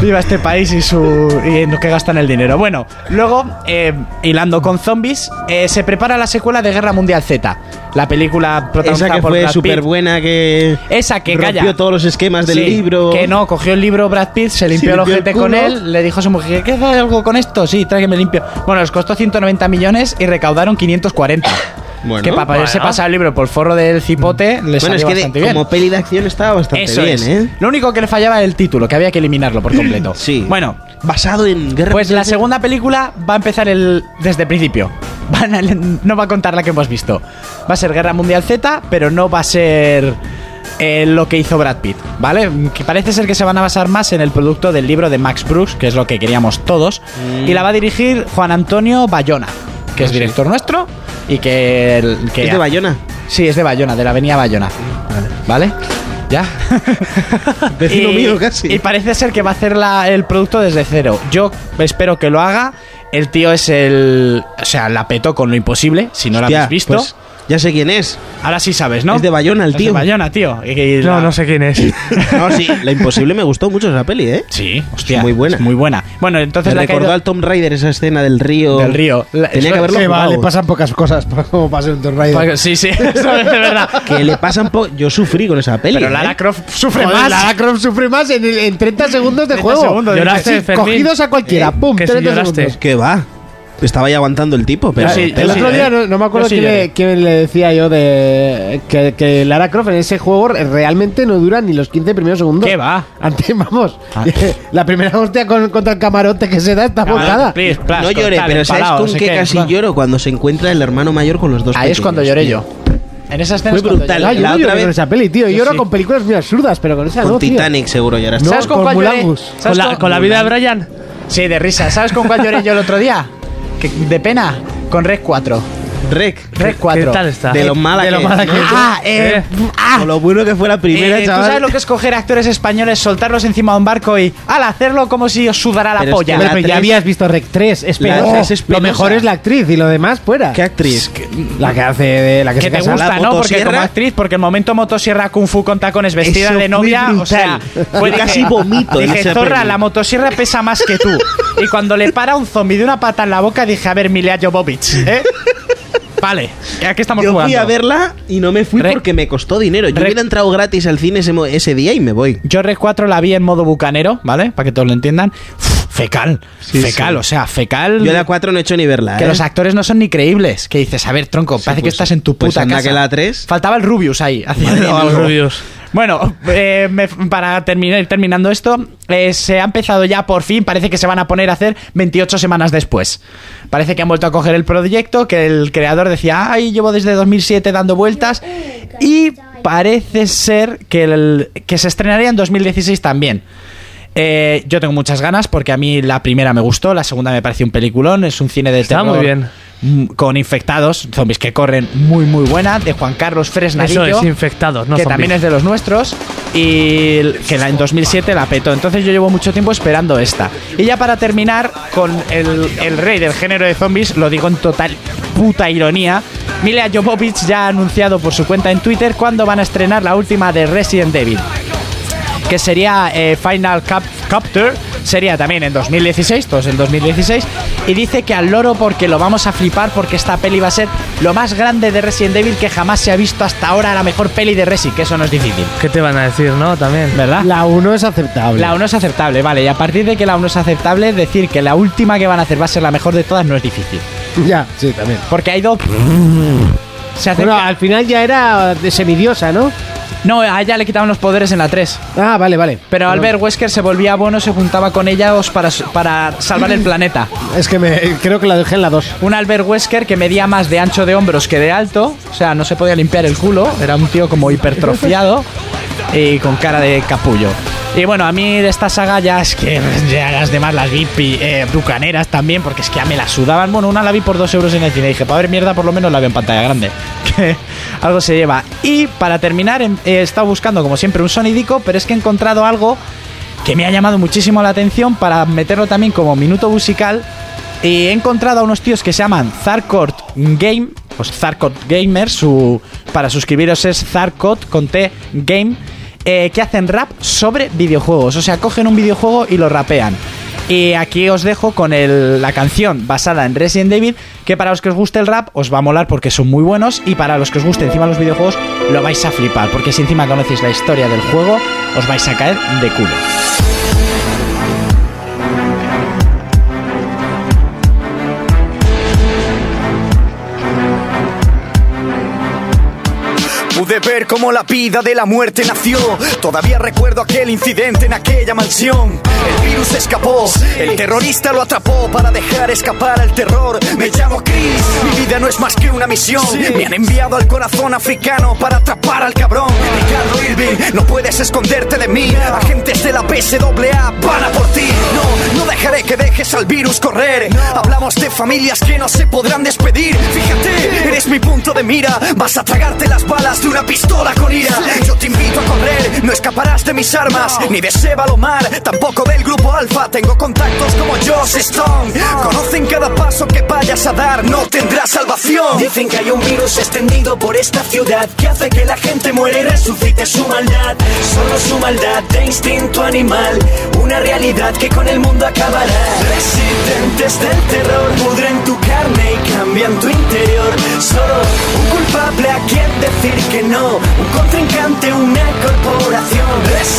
viva este país y su. y en lo que gastan el dinero. Bueno, luego, eh, hilando con zombies, eh, se prepara la secuela de Guerra Mundial Z. La película protagonizada
Esa que
por
fue
Brad Pitt.
súper buena, que.
Esa que
rompió
calla.
todos los esquemas del
Sí,
libro.
Que no, cogió el libro Brad Pitt, se limpió el
limpió el
ojete con
culo.
él, le dijo a su mujer, ¿qué haces algo con esto? Sí, trae que me limpio. Bueno, les costó 190 millones y recaudaron 540.
Bueno.
que para haberse
Bueno.
pasado el libro por forro del cipote, les
Mm. Bueno,
salió
es que de-
bastante bien.
como peli de acción estaba bastante
Eso
bien,
es.
¿eh?
Lo único que le fallaba era el título, que había que eliminarlo por completo.
(clears throat) Sí.
Bueno,
Basado en guerra.
pues la segunda película va a empezar el desde el principio. (laughs) Van a- no va a contar la que hemos visto. Va a ser Guerra Mundial Z, pero no va a ser eh, lo que hizo Brad Pitt, ¿vale? Que parece ser que se van a basar más en el producto del libro de Max Brooks, que es lo que queríamos todos,
Mm.
y la va a dirigir Juan Antonio Bayona, que
Ah,
es director nuestro y que... el- que
¿Es de Bayona?
Sí, es de Bayona, de la avenida Bayona. ¿Vale?
(laughs)
¿Ya?
Vecino mío, casi.
Y parece ser que va a hacer la- el producto desde cero. Yo espero que lo haga. El tío es el... O sea, la petó con lo imposible, si no lo
Hostia,
habéis visto.
pues, ya sé quién es.
Ahora sí sabes, ¿no?
Es de Bayona, el
Es de
tío.
Bayona, tío. Y- y
No,
la-
no sé quién es.
(laughs)
No, sí, La Imposible me gustó mucho esa peli, ¿eh?
Sí, hostia.
muy buena.
es muy buena. Bueno, entonces
Me
le ha
recordó
caído-
al Tomb Raider esa escena del río.
Del río. La-
Tenía
eso-
que haberlo
Sí,
jugado.
vale,
(laughs)
pasan pocas cosas (laughs) pa- como pase un Tomb Raider.
Sí, (laughs) sí, eso es de verdad.
Que le pasan po Yo sufrí con esa peli.
Pero
¿eh?
Lara Croft sufre
Joder,
más. este
Lara Croft sufre más en, en 30 segundos de
30
juego.
segundos,
Lloraste,
Sí,
Fermín.
cogidos a cualquiera,
Eh,
pum,
que si
30
lloraste.
segundos.
Que va. Estaba ya aguantando el tipo, pero.
Yo sí-
El
yo
otro
sí,
día
eh.
no, no me acuerdo
Yo sí
quién, le,
lloré.
quién le decía yo de que, que Lara Croft en ese juego realmente no dura ni los 15 primeros segundos.
¿Qué va?
Antes, vamos,
Ah.
(laughs) la primera hostia con- contra el camarote que se da está
Cabrón,
volcada.
plis, plas,
no lloré,
cortar,
pero ¿sabes
empalado,
con
no sé
qué casi
plan.
lloro? Cuando se encuentra el hermano mayor con los dos
Ahí es
pequeños,
cuando lloré
tío.
yo. En esa escena es
Fue
cuando
brutal.
lloré.
Ah, yo
la
no
otra
lloro
vez-
con esa peli, tío. Yo
Yo
lloro
sí.
con películas muy absurdas, pero con esa
Con
no, tío.
Titanic seguro lloraste.
No.
¿Sabes con
con
cuál lloré?
Mulangus.
¿Sabes
¿Con la, con la vida de Brian?
Sí, de risa. ¿Sabes con cuál lloré yo el otro día? Que- de pena. Con Red 4.
Rec.
Red 4.
¿Qué tal está?
De lo
Eh,
mala
de lo
que es,
mala
¿no?
que es.
Ah, eh. Ah.
Con lo bueno que fue la primera,
Eh, ¿Tú
chaval.
sabes lo que es coger actores españoles, soltarlos encima de un barco y al hacerlo como si os sudara la
Pero es
polla?
que
Hombre,
La
pero ya
tres-
habías visto Rec 3, es
La
peor.
tres es
Lo
penosa.
mejor es la actriz y lo demás fuera.
¿Qué actriz?
La que hace de la que,
que
se
te
casa.
gusta,
la
¿no? Porque
motosierra.
como actriz, porque el momento motosierra Kung Fu con tacones vestida
Eso
de
fue
novia, o
brutal.
sea, fue
Yo
dije-
casi vomito en
Dije,
esa
zorra,
peli".
la motosierra pesa más que tú. Y cuando le para un zombie de una pata en la boca, dije, a ver, Milia Jovovich, ¿eh? Vale, ¿a qué estamos
Yo
jugando?
fui a verla y no me fui
Rec.
porque me costó dinero. Yo
Rec.
hubiera entrado gratis al cine ese, mo- ese día y me voy.
Yo Red 4 la vi en modo bucanero, ¿vale? Para que todos lo entiendan. Uf, fecal, fecal,
sí.
o sea, fecal...
Yo la 4 no he hecho ni verla.
Que
¿eh?
los actores no son ni creíbles. Que dices, a ver, tronco, parece que
pues,
estás en tu
pues
puta
anda
casa.
que
(laughs)
la tres.
Faltaba el Rubius ahí. haciendo
Los
algo.
rubios.
Bueno, eh, me- para terminar ir terminando esto, eh, se ha empezado ya por fin, parece que se van a poner a hacer 28 semanas después. Parece que han vuelto a coger el proyecto, que el creador decía, ay, llevo desde 2007 dando vueltas, y parece ser que, el- que se estrenaría en 2016 también. Eh, yo tengo muchas ganas porque a mí la primera me gustó, la segunda me pareció un peliculón, es un cine de
Está
terror
muy bien.
mm, con infectados, zombies que corren, muy muy buena, de Juan Carlos Fresnadillo
Eso es, infectados, no
que
zombies.
también es de los nuestros y el- que la, en 2007 la petó. Entonces yo llevo mucho tiempo esperando esta. Y ya para terminar con el, el rey del género de zombies, lo digo en total puta ironía, Mila Jovovich ya ha anunciado por su cuenta en Twitter cuándo van a estrenar la última de Resident Evil que sería eh, Final Cap Capture, sería también en 2016, todos en 2016, y dice que al loro porque lo vamos a flipar porque esta peli va a ser lo más grande de Resident Evil que jamás se ha visto hasta ahora, la mejor peli de Resi, que eso no es difícil,
¿Qué te van a decir, no? También.
¿verdad?
La 1 es aceptable.
La 1 es aceptable, vale, y a partir de que la 1 es aceptable, decir que la última que van a hacer va a ser la mejor de todas no es difícil,
Ya, sí, también.
porque ha ido... Se acerca-
Bueno, al final ya era de semidiosa, ¿no?
No, a ella le quitaban los poderes en la 3.
Ah, vale, vale.
Pero Albert Wesker se volvía bueno, se juntaba con ellos para, para salvar
(clears throat)
el planeta.
Es que me, creo que la dejé en la 2.
un Albert Wesker que medía más de ancho de hombros que de alto, o sea, no se podía limpiar el culo, era un tío como
(laughs)
hipertrofiado y con cara de capullo. Y bueno, a mí de esta saga ya es que ya las demás las vi pi- eh, bucaneras también, porque es que ya me las sudaban. Bueno, una la vi por dos euros en el cine y dije, para ver mierda, por lo menos la veo en pantalla grande. (laughs) Que algo se lleva. Y para terminar, em- he estado buscando como siempre un sonidico, pero es que he encontrado algo que me ha llamado muchísimo la atención para meterlo también como minuto musical. Y he encontrado a unos tíos que se llaman Zarkot Game, pues Zarkot Gamer, su, para suscribiros es Zarkot con T Game, eh, que hacen rap sobre videojuegos. O sea, cogen un videojuego y lo rapean. Y aquí os dejo con el- la canción basada en Resident Evil, que para los que os guste el rap os va a molar porque son muy buenos y para los que os guste encima los videojuegos lo vais a flipar, porque si encima conocéis la historia del juego os vais a caer de culo.
Pude ver cómo la vida de la muerte nació. Todavía recuerdo aquel incidente en aquella mansión. El virus escapó, el terrorista lo atrapó para dejar escapar al terror. Me llamo Chris, mi vida no es más que una misión. Me han enviado al corazón africano para atrapar dispara al cabrón. Ricardo Irving, no puedes esconderte de mí. Agentes de la PSAA van a por ti. No, no dejaré que dejes al virus correr. Hablamos de familias que no se podrán despedir. Fíjate, eres mi punto de mira. Vas a tragarte las balas de una pistola con ira. Yo te invito a correr, no escaparás de mis armas, ni de Seba Lomar, tampoco del grupo Alfa. Tengo contactos como Josh Stone. Conocen cada paso que vayas a dar, no tendrás salvación.
Dicen que hay un virus extendido por esta ciudad que hace que la gente muera y resucite su maldad. Solo su maldad de instinto animal. Una realidad que con el mundo acabará. Residentes del terror pudren tu carne y cambian tu interior. Solo un culpable a quien decir que no. Un contrincante, una corporación.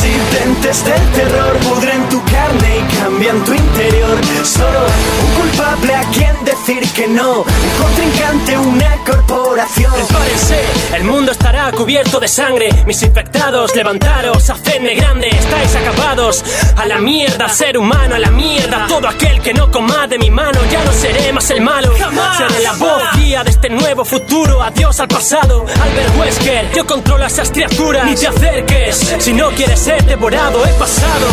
Residentes del terror pudren tu carne y cambian tu interior. Solo un culpable a quien decir que no. Un contrincante, una corporación.
Prepárense, el mundo estará cubierto de sangre. Mis infectados, levantaros, hacedme grande, estáis acabados. A la mierda, ser humano, a la mierda. Todo aquel que no coma de mi mano, ya no seré más el malo.
Jamás.
Seré la voz guía de este nuevo futuro. Adiós al pasado, Albert Wesker. Yo controlo a esas criaturas. Ni te acerques, si no quieres ser devorado, he pasado.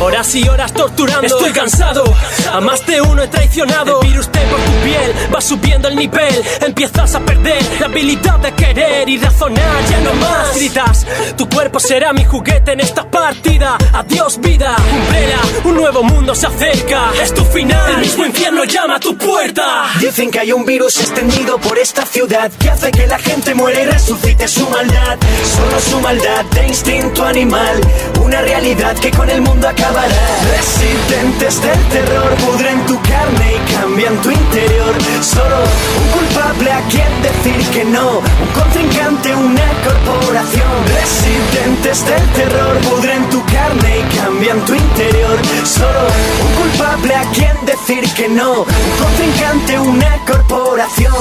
Horas y horas torturando. Estoy cansado, a más de uno he traicionado. El virus te por tu piel, va subiendo el nivel. Empiezas a perder la habilidad de querer y razonar. Ya no más gritas, tu cuerpo será mi juguete en esta partida. Adiós, vida, umbrella, un nuevo mundo se acerca. Es tu final, el mismo infierno llama a tu puerta.
Dicen que hay un virus extendido por esta ciudad que hace que la gente muera y resucite su maldad. Solo su maldad de instinto animal. Una realidad que con el mundo acabará. Residentes del terror pudren tu carne y cambian tu interior. Solo un culpable a quien decir que no. Un contrincante, una corporación. Residentes del terror pudren tu carne y cambian tu interior. Solo un culpable a quien decir que no. Un contrincante, una corporación.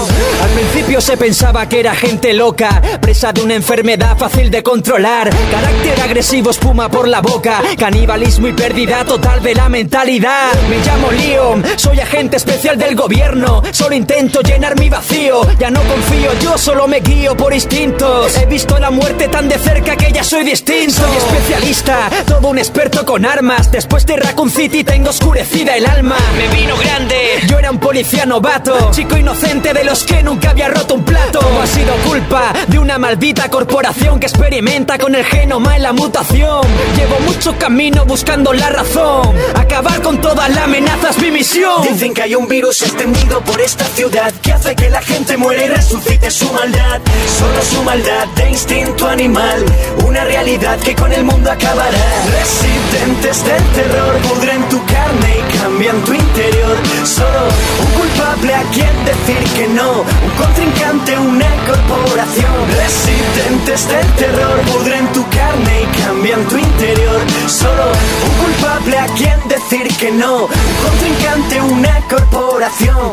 Al principio se pensaba que era gente loca, presa de una enfermedad fácil de controlar. Carácter agresivo espuma por la boca, canibalismo y pérdida total de la mentalidad. Me llamo Liam, soy agente especial del gobierno. Solo intento llenar mi vacío, ya no confío, yo solo me guío por instintos. He visto la muerte tan de cerca que ya soy distinto. Soy especialista, todo un experto con armas. Después de Raccoon City tengo oscurecida el alma. Me vino grande, yo era un policía novato, chico inocente de los que nunca había roto un plato. Todo ha sido culpa de una maldita corporación que experimenta con el genoma en la mutación. Llevo mucho camino buscando la razón. Acabar con todas las amenazas, mi misión.
Dicen que hay un virus extendido por esta ciudad que hace que la gente muera y resucite su maldad. Solo su maldad de instinto animal. Una realidad que con el mundo acabará. Residentes del terror pudren tu carne y cambian tu interior. Solo un culpable a quien decir que no. Un contrincante, una corporación. Residentes del terror pudren tu carne y cambian tu interior. Solo un culpable a quien decir que no. Un contrincante, una corporación.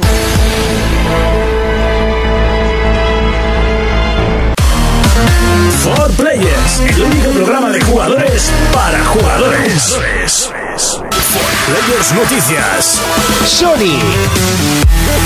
For Players, el único programa de jugadores para jugadores. For Players Noticias.
Sony.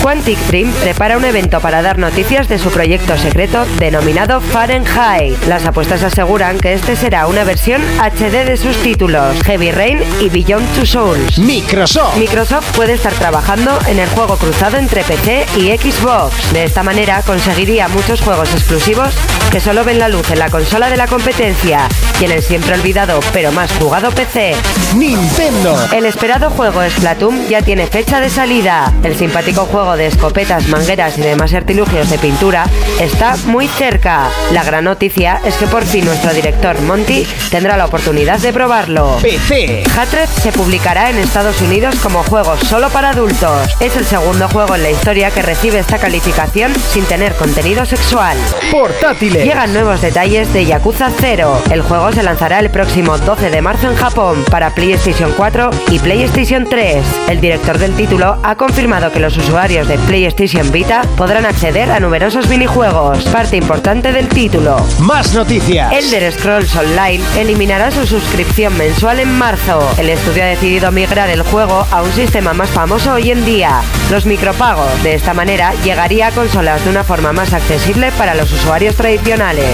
Quantic Dream prepara un evento para dar noticias de su proyecto secreto denominado Fahrenheit. Las apuestas aseguran que este será una versión HD de sus títulos, Heavy Rain y Beyond Two Souls.
Microsoft.
Microsoft puede estar trabajando en el juego cruzado entre PC y Xbox. De esta manera conseguiría muchos juegos exclusivos que solo ven la luz en la consola de la competencia y en el siempre olvidado pero más jugado PC.
Nintendo.
El esperado juego Splatoon ya tiene fecha de salida. El simpático juego de escopetas, mangueras y demás artilugios de pintura está muy cerca. La gran noticia es que por fin nuestro director Monty tendrá la oportunidad de probarlo.
PC.
Hatred se publicará en Estados Unidos como juego solo para adultos. Es el segundo juego en la historia que recibe esta calificación sin tener contenido sexual.
Portátiles.
Llegan nuevos detalles de Yakuza 0. El juego se lanzará el próximo 12 de marzo en Japón para PlayStation 4 y PlayStation 3. El director del título ha confirmado que los usuarios de PlayStation Vita podrán acceder a numerosos minijuegos, parte importante del título.
Más noticias.
Elder Scrolls Online eliminará su suscripción mensual en marzo. El estudio ha decidido migrar el juego a un sistema más famoso hoy en día, los micropagos. De esta manera llegaría a consolas de una forma más accesible para los usuarios tradicionales.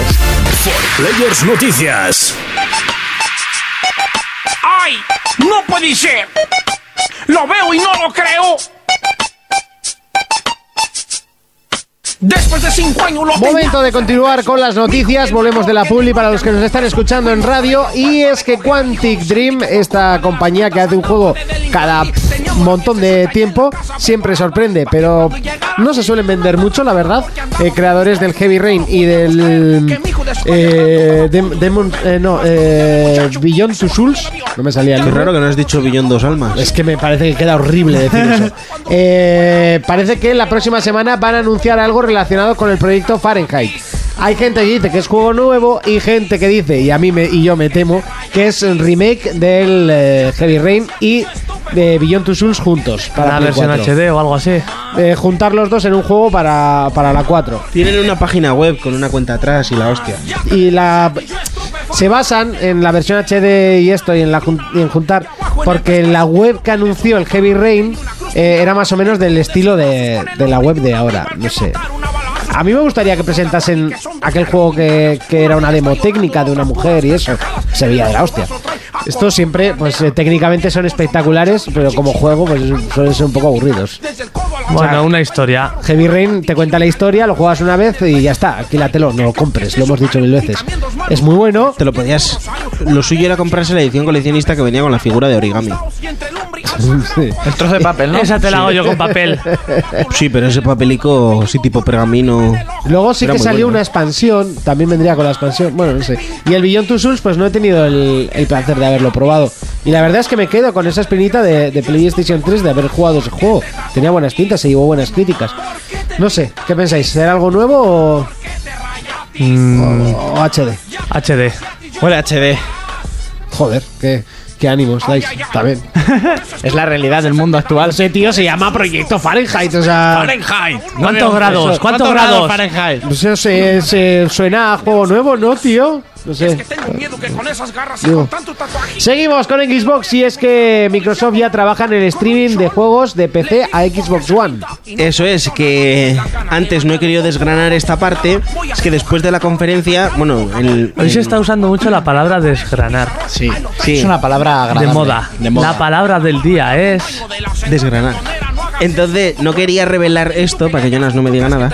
Players Noticias.
¡Ay! ¡No puede ser! ¡Lo veo y no lo creo! Después de cinco años lo
Momento de continuar con las noticias. Volvemos de la publi para los que nos están escuchando en radio. Y es que Quantic Dream, esta compañía que hace un juego cada montón de tiempo, siempre sorprende, pero no se suelen vender mucho, la verdad. Eh, creadores del Heavy Rain y del. Eh, Dem- Demon- eh, no, eh, Beyond Two Souls. No me salía el
Qué
nombre.
raro que no has dicho Billón Dos Almas.
Es que me parece que queda horrible decir eso. Eh, parece que la próxima semana van a anunciar algo relacionado con el proyecto Fahrenheit. Hay gente que dice que es juego nuevo y gente que dice, y a mí me, y yo me temo, que es el remake del eh, Heavy Rain y de Beyond Two Souls juntos. Para
Una
Play
versión
4.
HD o algo así.
Eh, juntar los dos en un juego para, para la 4.
(laughs) Tienen una página web con una cuenta atrás y la hostia.
y la se basan en la versión HD y esto y en la jun- y en juntar porque la web que anunció el Heavy Rain eh, era más o menos del estilo de, de la web de ahora no sé a mí me gustaría que presentasen aquel juego que, que era una demo técnica de una mujer y eso se veía de la hostia esto siempre pues eh, técnicamente son espectaculares pero como juego pues suelen ser un poco aburridos
Bueno, una historia.
Heavy Rain te cuenta la historia, lo juegas una vez y ya está, alquílatelo, no lo compres, lo hemos dicho mil veces. Es muy bueno,
Te lo podías. Lo suyo era comprarse la edición coleccionista que venía con la figura de origami.
El trozo de papel, ¿no?
Esa te la hago yo con papel.
(laughs) Sí, pero ese papelico, sí, tipo pergamino.
Luego sí
Era
que
muy
salió
bueno.
una expansión, también vendría con la expansión, bueno, no sé. Y el Beyond Two Souls, pues no he tenido el, el placer de haberlo probado. Y la verdad es que me quedo con esa espinita de, de PlayStation 3 de haber jugado ese juego. Tenía buenas pintas, se llevó buenas críticas. No sé, ¿qué pensáis? ¿Será algo nuevo o,
Mm,
o HD?
HD.
Bueno, HD.
Joder, qué, qué ánimos dais, también.
(laughs) Es la realidad del mundo actual.
Ese tío se llama Proyecto Fahrenheit, o sea...
Fahrenheit.
¿Cuántos grados? ¿Cuántos grados?
Fahrenheit?
No sé, se, se- suena a juego nuevo, ¿no, tío? No
Es
sé.
que tengo miedo que con esas garras y
Digo.
con tanto tatuaje.
Seguimos con Xbox y es que Microsoft ya trabaja en el streaming de juegos de PC a Xbox One.
Eso es, que antes no he querido desgranar esta parte. Es que después de la conferencia, bueno, el,
Hoy se
el-
está usando mucho la palabra desgranar.
Sí.
Sí.
Es una palabra agradable.
De moda.
De moda.
La palabra del día es.
desgranar. Entonces, no quería revelar esto para que Jonas no me diga nada.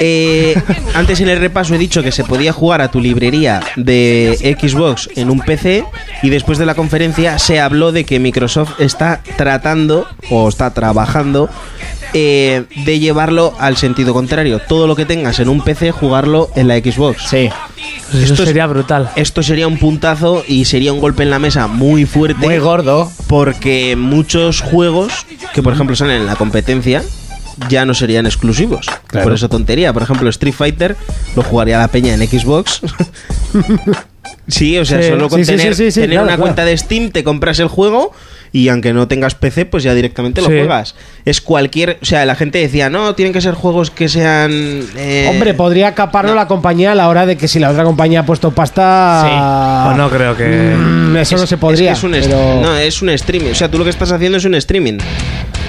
Eh, antes en el repaso he dicho que se podía jugar a tu librería de Xbox en un PC y después de la conferencia se habló de que Microsoft está tratando o está trabajando eh, de llevarlo al sentido contrario. Todo lo que tengas en un PC, jugarlo en la Xbox.
Sí.
Pues
Esto
eso
es-
sería brutal.
Esto sería un puntazo y sería un golpe en la mesa muy fuerte
Muy gordo.
porque muchos juegos que por ejemplo salen en la competencia ya no serían exclusivos. Por eso tontería. Por ejemplo, Street Fighter lo jugaría la peña en Xbox. (laughs) sí, o sea,
Sí,
solo con
sí, sí,
tener,
sí, sí,
tener
claro,
una
claro.
cuenta de Steam te compras el juego y aunque no tengas PC, pues ya directamente lo
Sí.
juegas. Es cualquier... O sea, la gente decía, no, tienen que ser juegos que sean... eh,
Hombre, podría acaparlo la compañía a la hora de que si la otra compañía ha puesto pasta...
Pues no creo que.
Mm, eso no se podría.
Es, que es un est-
pero-
No, es un streaming. O sea, tú lo que estás haciendo es un streaming.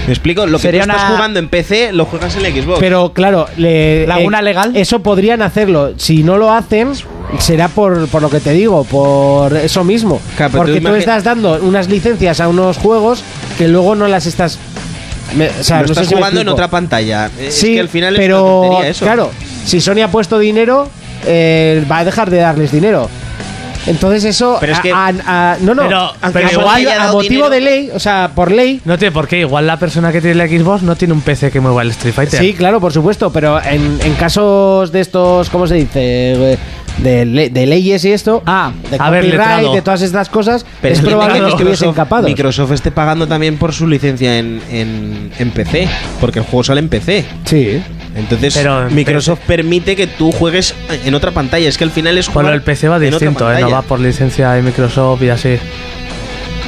¿Me explico? Lo que
Sería
tú estás
una-
jugando en PC lo juegas en la Xbox.
Pero claro, le, eh,
¿Laguna legal?
Eso podrían hacerlo. Si no lo hacen, será por, por lo que te digo, por eso mismo.
Claro, pero tú
Porque tú,
imagi-
estás dando unas licencias a unos juegos que luego no las estás. me- o sea,
lo
no sé
estás
si me
jugando en
explico.
otra pantalla. Es
Sí,
que al final
pero
es una tontería eso.
claro, si Sony ha puesto dinero, eh, va a dejar de darles dinero. Entonces eso,
Pero es
a-
que-
a- a- no no,
Pero-
a
pero
motivo-
igual-
a motivo de ley, o sea, por ley,
No tiene por qué. Igual la persona que tiene la Xbox no tiene un PC que mueva el Street
Este
Fighter.
Sí, claro, por supuesto, pero en, en casos de estos, ¿cómo se dice? Eh, De, le- de leyes y esto,
Ah,
de
a ver, letrado.
de todas estas cosas,
Pero
es
que
probable que
Microsoft-
estuviesen capados.
Microsoft esté pagando también por su licencia en, en, en PC. Porque el juego sale en PC.
Sí.
Entonces,
Pero-
Microsoft permite que tú juegues en otra pantalla. Es que al final es jugar
Bueno, el PC va
en otra
distinto, ¿eh? No
pantalla.
va por licencia de Microsoft y así.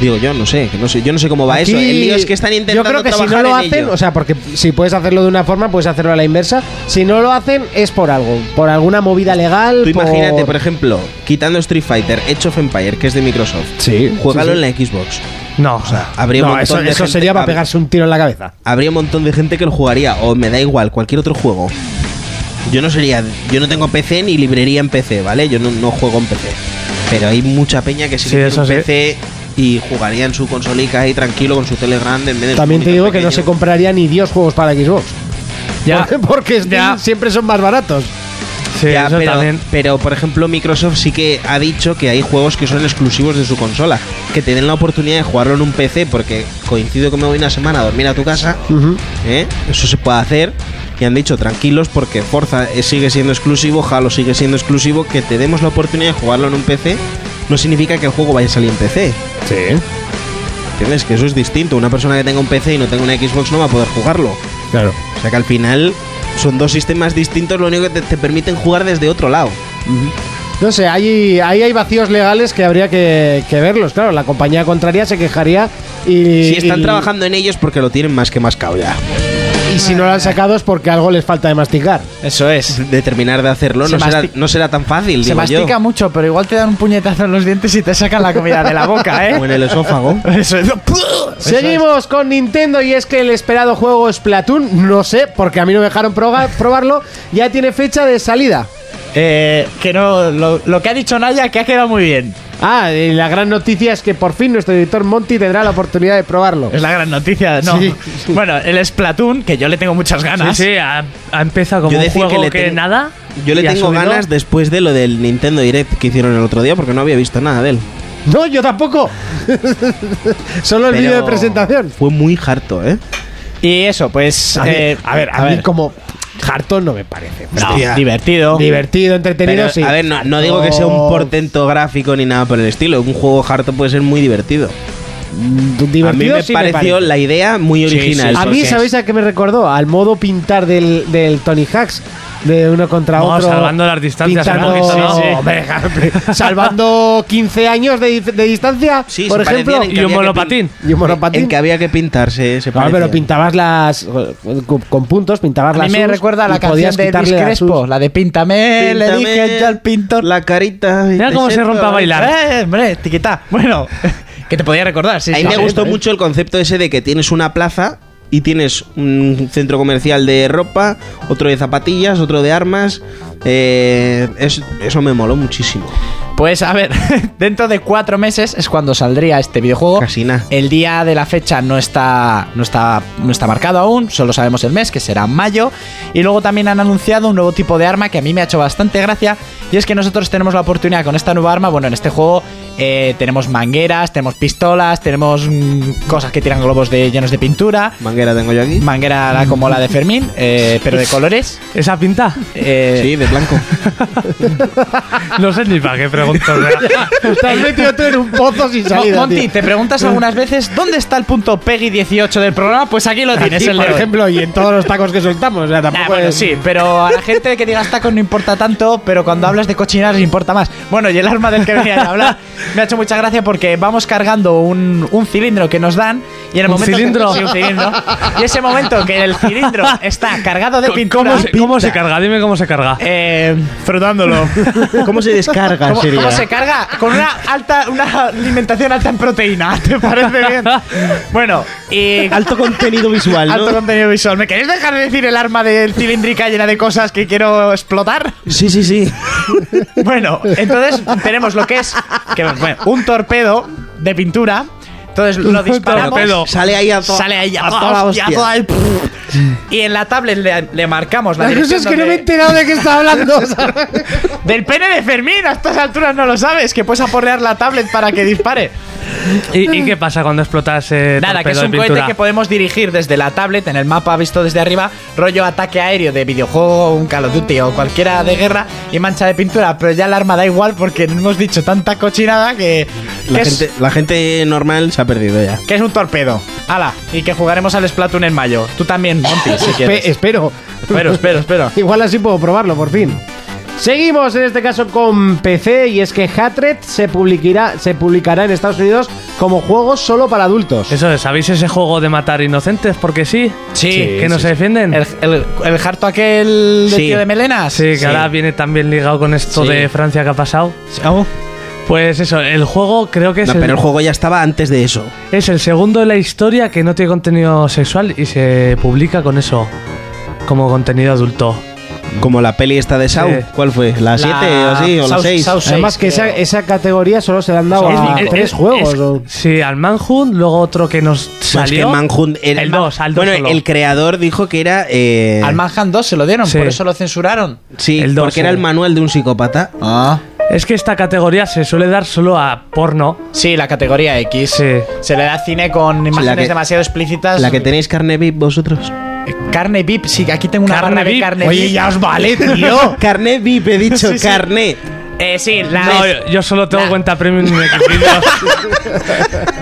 Digo yo, no sé. que No sé yo no sé cómo va eso.
Aquí,
El lío es que están intentando
Yo creo que si
trabajar
no lo
en
hacen,
ello.
o sea, porque si puedes hacerlo de una forma, puedes hacerlo a la inversa. Si no lo hacen, es por algo, por alguna movida legal.
Tú imagínate, por
por
ejemplo, quitando Street Fighter, Edge of Empire, que es de Microsoft.
Sí,
Juégalo
sí, sí.
en la Xbox.
No,
O sea, habría un
No,
montón
eso,
de
eso
gente-
sería para
hab-
pegarse un tiro en la cabeza.
Habría un montón de gente que lo jugaría, o me da igual, cualquier otro juego. Yo no sería. Yo no tengo PC ni librería en PC, ¿vale? Yo no, no juego en PC. Pero hay mucha peña que sí,
Sí,
que
eso
tiene un
sí.
PC y jugaría en su consolica ahí tranquilo con su tele grande en vez de.
También
su
te digo
monitor
que no se
pequeño.
compraría ni Dios juegos para Xbox.
Ya,
(laughs) Porque Steam
Ya.
siempre son más baratos.
sí,
Ya,
eso
pero,
también.
pero, por ejemplo Microsoft sí que ha dicho que hay juegos que son exclusivos de su consola, que te den la oportunidad de jugarlo en un PC porque coincido que me voy una semana a dormir a tu casa, ¿eh? eso se puede hacer y han dicho tranquilos porque Forza eh, sigue siendo exclusivo, Halo sigue siendo exclusivo, que te demos la oportunidad de jugarlo en un PC no significa que el juego vaya a salir en PC.
Sí.
¿Entiendes? Que eso es distinto. Una persona que tenga un PC y no tenga una Xbox no va a poder jugarlo.
Claro.
O sea que al final son dos sistemas distintos, lo único que te- te permiten jugar desde otro lado.
No sé, ahí, ahí hay vacíos legales que habría que, que verlos. Claro, la compañía contraria se quejaría y.
Si están
y-
trabajando en ellos porque lo tienen más que más cabra.
Y si no lo han sacado es porque algo les falta de masticar.
Eso es.
De terminar de hacerlo
Se
no será,
mastic-
no será tan fácil,
Se
digo
mastica
yo.
mucho, pero igual te dan un puñetazo en los dientes y te sacan la comida de la boca,
(laughs)
¿eh?
O en el esófago.
(laughs) Eso es.
Seguimos con Nintendo y es que el esperado juego Splatoon, no sé, porque a mí no me dejaron proga- probarlo, ya tiene fecha de salida.
Eh, que no, lo, lo que ha dicho Naya, que ha quedado muy bien.
Ah, y la gran noticia es que por fin nuestro editor Monty tendrá la oportunidad de probarlo.
Es la gran noticia, ¿no?
Sí.
Bueno, el Splatoon, que yo le tengo muchas
Sí,
ganas.
sí, ha, ha empezado como
Yo
un
decir que
juego que,
le tengo-
nada.
Yo le
y ha
tengo
subido.
ganas después de lo del Nintendo Direct que hicieron el otro día porque no había visto nada de él.
No,
(laughs)
yo tampoco. (laughs) Solo el
Pero
vídeo de presentación.
Fue muy harto, ¿eh?
Y eso, pues.
A,
eh,
mí, a ver, a, mí como Harton no me parece.
No,
Hostia.
divertido.
Divertido, entretenido,
Pero,
sí.
a ver, no, no digo que sea un portento gráfico ni nada por el estilo. Un juego harto puede ser muy divertido.
Mm, Divertido,
a mí me
sí me
pareció
parece.
la idea muy
Sí,
original.
sí,
A
porque
mí,
es-
¿sabéis a qué me recordó? Al modo pintar del, del Tony Hacks. De uno contra
No,
otro.
salvando las distancias,
pintando-
¿no? Que sí, sí.
hombre, hombre, salvando 15 años de, dif- de distancia,
Sí, se
por
parecían
ejemplo.
en
Y un
había que
monopatín.
Y un monopatín.
En que había que pintarse. Se
No, pero
parecía.
pintabas las. Con, con puntos, pintabas
A
las.
mí me
sus
recuerda a la
y
canción
podías
de Elvis
quitarle las
Crespo,
sus.
la de Píntame, le dije
Píntame
yo al pintor.
La carita. y
Mira
te
cómo se
siento-
rompe a bailar.
Eh, hombre, tiquita. Bueno, que te podía recordar, sí.
A mí
sí,
me
sí.
gustó mucho el concepto ese de que tienes una plaza y tienes un centro comercial de ropa, otro de zapatillas, otro de armas. Eh, es- eso me moló muchísimo.
Pues a ver, (laughs) dentro de cuatro meses es cuando saldría este videojuego.
Casi nada.
El día de la fecha no está, no está, no está marcado aún, solo sabemos el mes, que será mayo. Y luego también han anunciado un nuevo tipo de arma que a mí me ha hecho bastante gracia. Y es que nosotros tenemos la oportunidad con esta nueva arma. Bueno, en este juego eh, tenemos mangueras, tenemos pistolas, tenemos mm, cosas que tiran globos de, llenos de pintura.
Manguera tengo yo aquí.
Manguera la- como la de Fermín, eh,
(laughs)
pero de colores.
¿Esa pinta?
Eh,
Sí, de
(laughs)
blanco.
(laughs) No sé ni para qué pregunto. o (laughs) sea.
Te has metido tú en un pozo sin
Mo-
salida.
Monty,
tío.
te preguntas algunas veces dónde está el punto Peggy 18 del programa, pues aquí lo tienes,
Sí,
el
por
de hoy.
ejemplo, y en todos los tacos que soltamos. O sea, tampoco
Ah, bueno,
es-
sí, pero a la gente que digas tacos no importa tanto, pero cuando hablas de cochinadas importa más. Bueno, y el arma del que venía a hablar me ha hecho mucha gracia porque vamos cargando un, un cilindro que nos dan y en el
¿Un
momento que-
cilindro?
sí, un cilindro. Y ese momento que el cilindro está cargado de pintura,
¿Cómo se, cómo se carga? Dime cómo se carga.
eh, frotándolo.
¿Cómo se descarga?
¿Cómo, cómo se carga? Con una alta, una alimentación alta en proteína, ¿te parece bien? Bueno, y
Alto contenido visual. ¿no?
alto contenido visual. ¿Me queréis dejar de decir el arma del cilíndrica llena de cosas que quiero explotar?
Sí, sí, sí.
Bueno, entonces tenemos lo que es que, bueno, un torpedo de pintura. Entonces lo disparamos.
torpedo.
Sale ahí a todo.
Sale ahí a,
a
toda
toda la
hostia, a
hostia.
toda el- Y en la tablet le, le marcamos la
La cosa
dirección
es que no me he
donde-
enterado de qué está hablando. ¿sabes?
del pene de Fermín. A estas alturas no lo sabes, que puedes aporrear la tablet para que dispare.
¿Y, y qué pasa cuando explotas eh,
(laughs) Nada, que es
torpedo de
un cohete
pintura?
que podemos dirigir desde la tablet, en el mapa visto desde arriba, rollo ataque aéreo de videojuego, un Call of Duty o cualquiera de guerra y mancha de pintura, pero ya el arma da igual porque hemos dicho tanta cochinada que,
La
que es,
gente, la gente normal se ha perdido ya.
que es un torpedo. Ala, y que jugaremos al Splatoon en mayo. Tú también, Monty, si
Espe-
quieres.
espero.
Espero, espero, espero.
Igual así puedo probarlo, por fin. Seguimos en este caso con PC y es que Hatred se publicará, se publicará en Estados Unidos como juego solo para adultos.
Eso es, ¿sabéis ese juego de matar inocentes? Porque sí.
Sí,
Que
sí,
no se defienden.
El, el, el harto aquel de
Sí.
tío de melenas.
Sí, que ahora viene también ligado con esto
Sí.
de Francia que ha pasado.
Oh.
Pues eso, el juego creo que es,
No,
el,
pero el juego ya estaba antes de eso.
es el segundo de la historia que no tiene contenido sexual y se publica con eso, como contenido adulto.
Como la peli esta de Saw.
Sí.
¿Cuál fue? ¿La 7 o así? ¿O la
South-
6?
South
Además
Seis,
que esa,
creo.
esa categoría solo se le han dado
Son
a
cinco.
tres juegos.
Es-
o-
sí, al Manhunt, luego otro que nos
Pues que
salió.
Manhunt era-
el 2, al 2
Bueno, el creador dijo que era. eh,
Al Manhunt 2 se lo dieron,
Sí.
por eso lo censuraron.
sí,
el 2,
porque era
sí.
el manual de un psicópata.
Ah.
Es que esta categoría se suele dar solo a porno.
Sí, la categoría X.
Sí.
Se le da cine con imágenes
que-
demasiado explícitas.
La que tenéis carne VIP vosotros.
Carne VIP, sí, aquí tengo una
Carne
barra de
VIP.
carne
Oye,
VIP. ya os vale, tío.
Carne VIP, he dicho,
Sí, sí.
carne.
eh, sí, la,
No,
X-
yo, yo solo tengo
Nah.
cuenta premium
(laughs)
en Xvideos.
(laughs)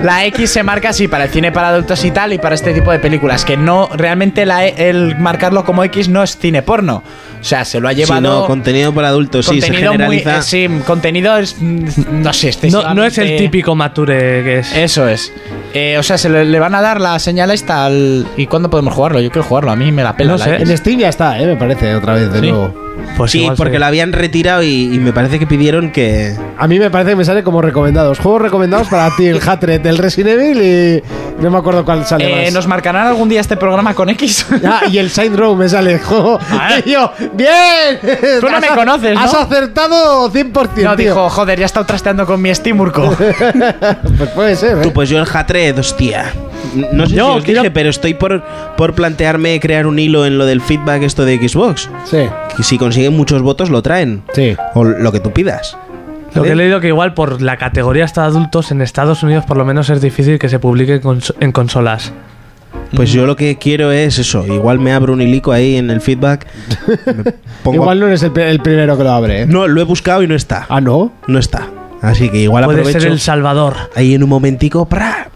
la X se marca así para el cine para adultos y tal y para este tipo de películas. Que no, realmente la E- el marcarlo como X no es cine porno. O sea, se lo ha llevado.
Sí, no, contenido para adultos, sí, se
contenido muy-
generaliza.
eh, sí, contenido es. mm, No sé,
No, no es el
excesivamente-
típico mature que es.
Eso es. Eh, o sea, se le, le van a dar la señal esta al. ¿Y cuándo podemos jugarlo? Yo quiero jugarlo, a mí me la pela.
No
la
sé.
X.
En Steam ya está, ¿eh? me parece, otra vez, de
Sí.
nuevo.
Pues
Sí,
igual
porque
sí.
lo habían retirado y, y me parece que pidieron que.
A mí me parece que me sale como recomendados. Juegos recomendados para ti, el Hatred, el Resident Evil y... No me acuerdo cuál sale
Eh,
más.
¿Nos marcarán algún día este programa con (laughs) X?
Ah, y el Saint Row me sale el juego.
Ah.
(laughs) Y yo, ¡bien!
Tú no me
Has-
conoces, ¿no?
Has acertado 100%,
no,
tío.
dijo, joder, ya he estado trasteando con mi Steam (laughs) Urco.
Pues puede ser, ¿eh?
Tú, pues yo el Hatred, hostia. No sé
Yo
si os
quiero-
dije, pero estoy por, por plantearme crear un hilo en lo del feedback esto de Xbox.
Sí,
Que si consiguen muchos votos, lo traen.
sí.
O lo que tú pidas.
Lo que he leído que igual por la categoría hasta adultos en Estados Unidos por lo menos es difícil que se publique cons- en consolas.
Pues yo lo que quiero es eso. Igual me abro un hilico ahí en el
(laughs)
feedback. me pongo-
Igual no eres el, pri- el primero que lo abre, ¿eh?
No, lo he buscado y no está.
Ah, ¿no?
No está. Así que igual
Puede
aprovecho
ser El Salvador.
ahí en un momentico. ¡pra!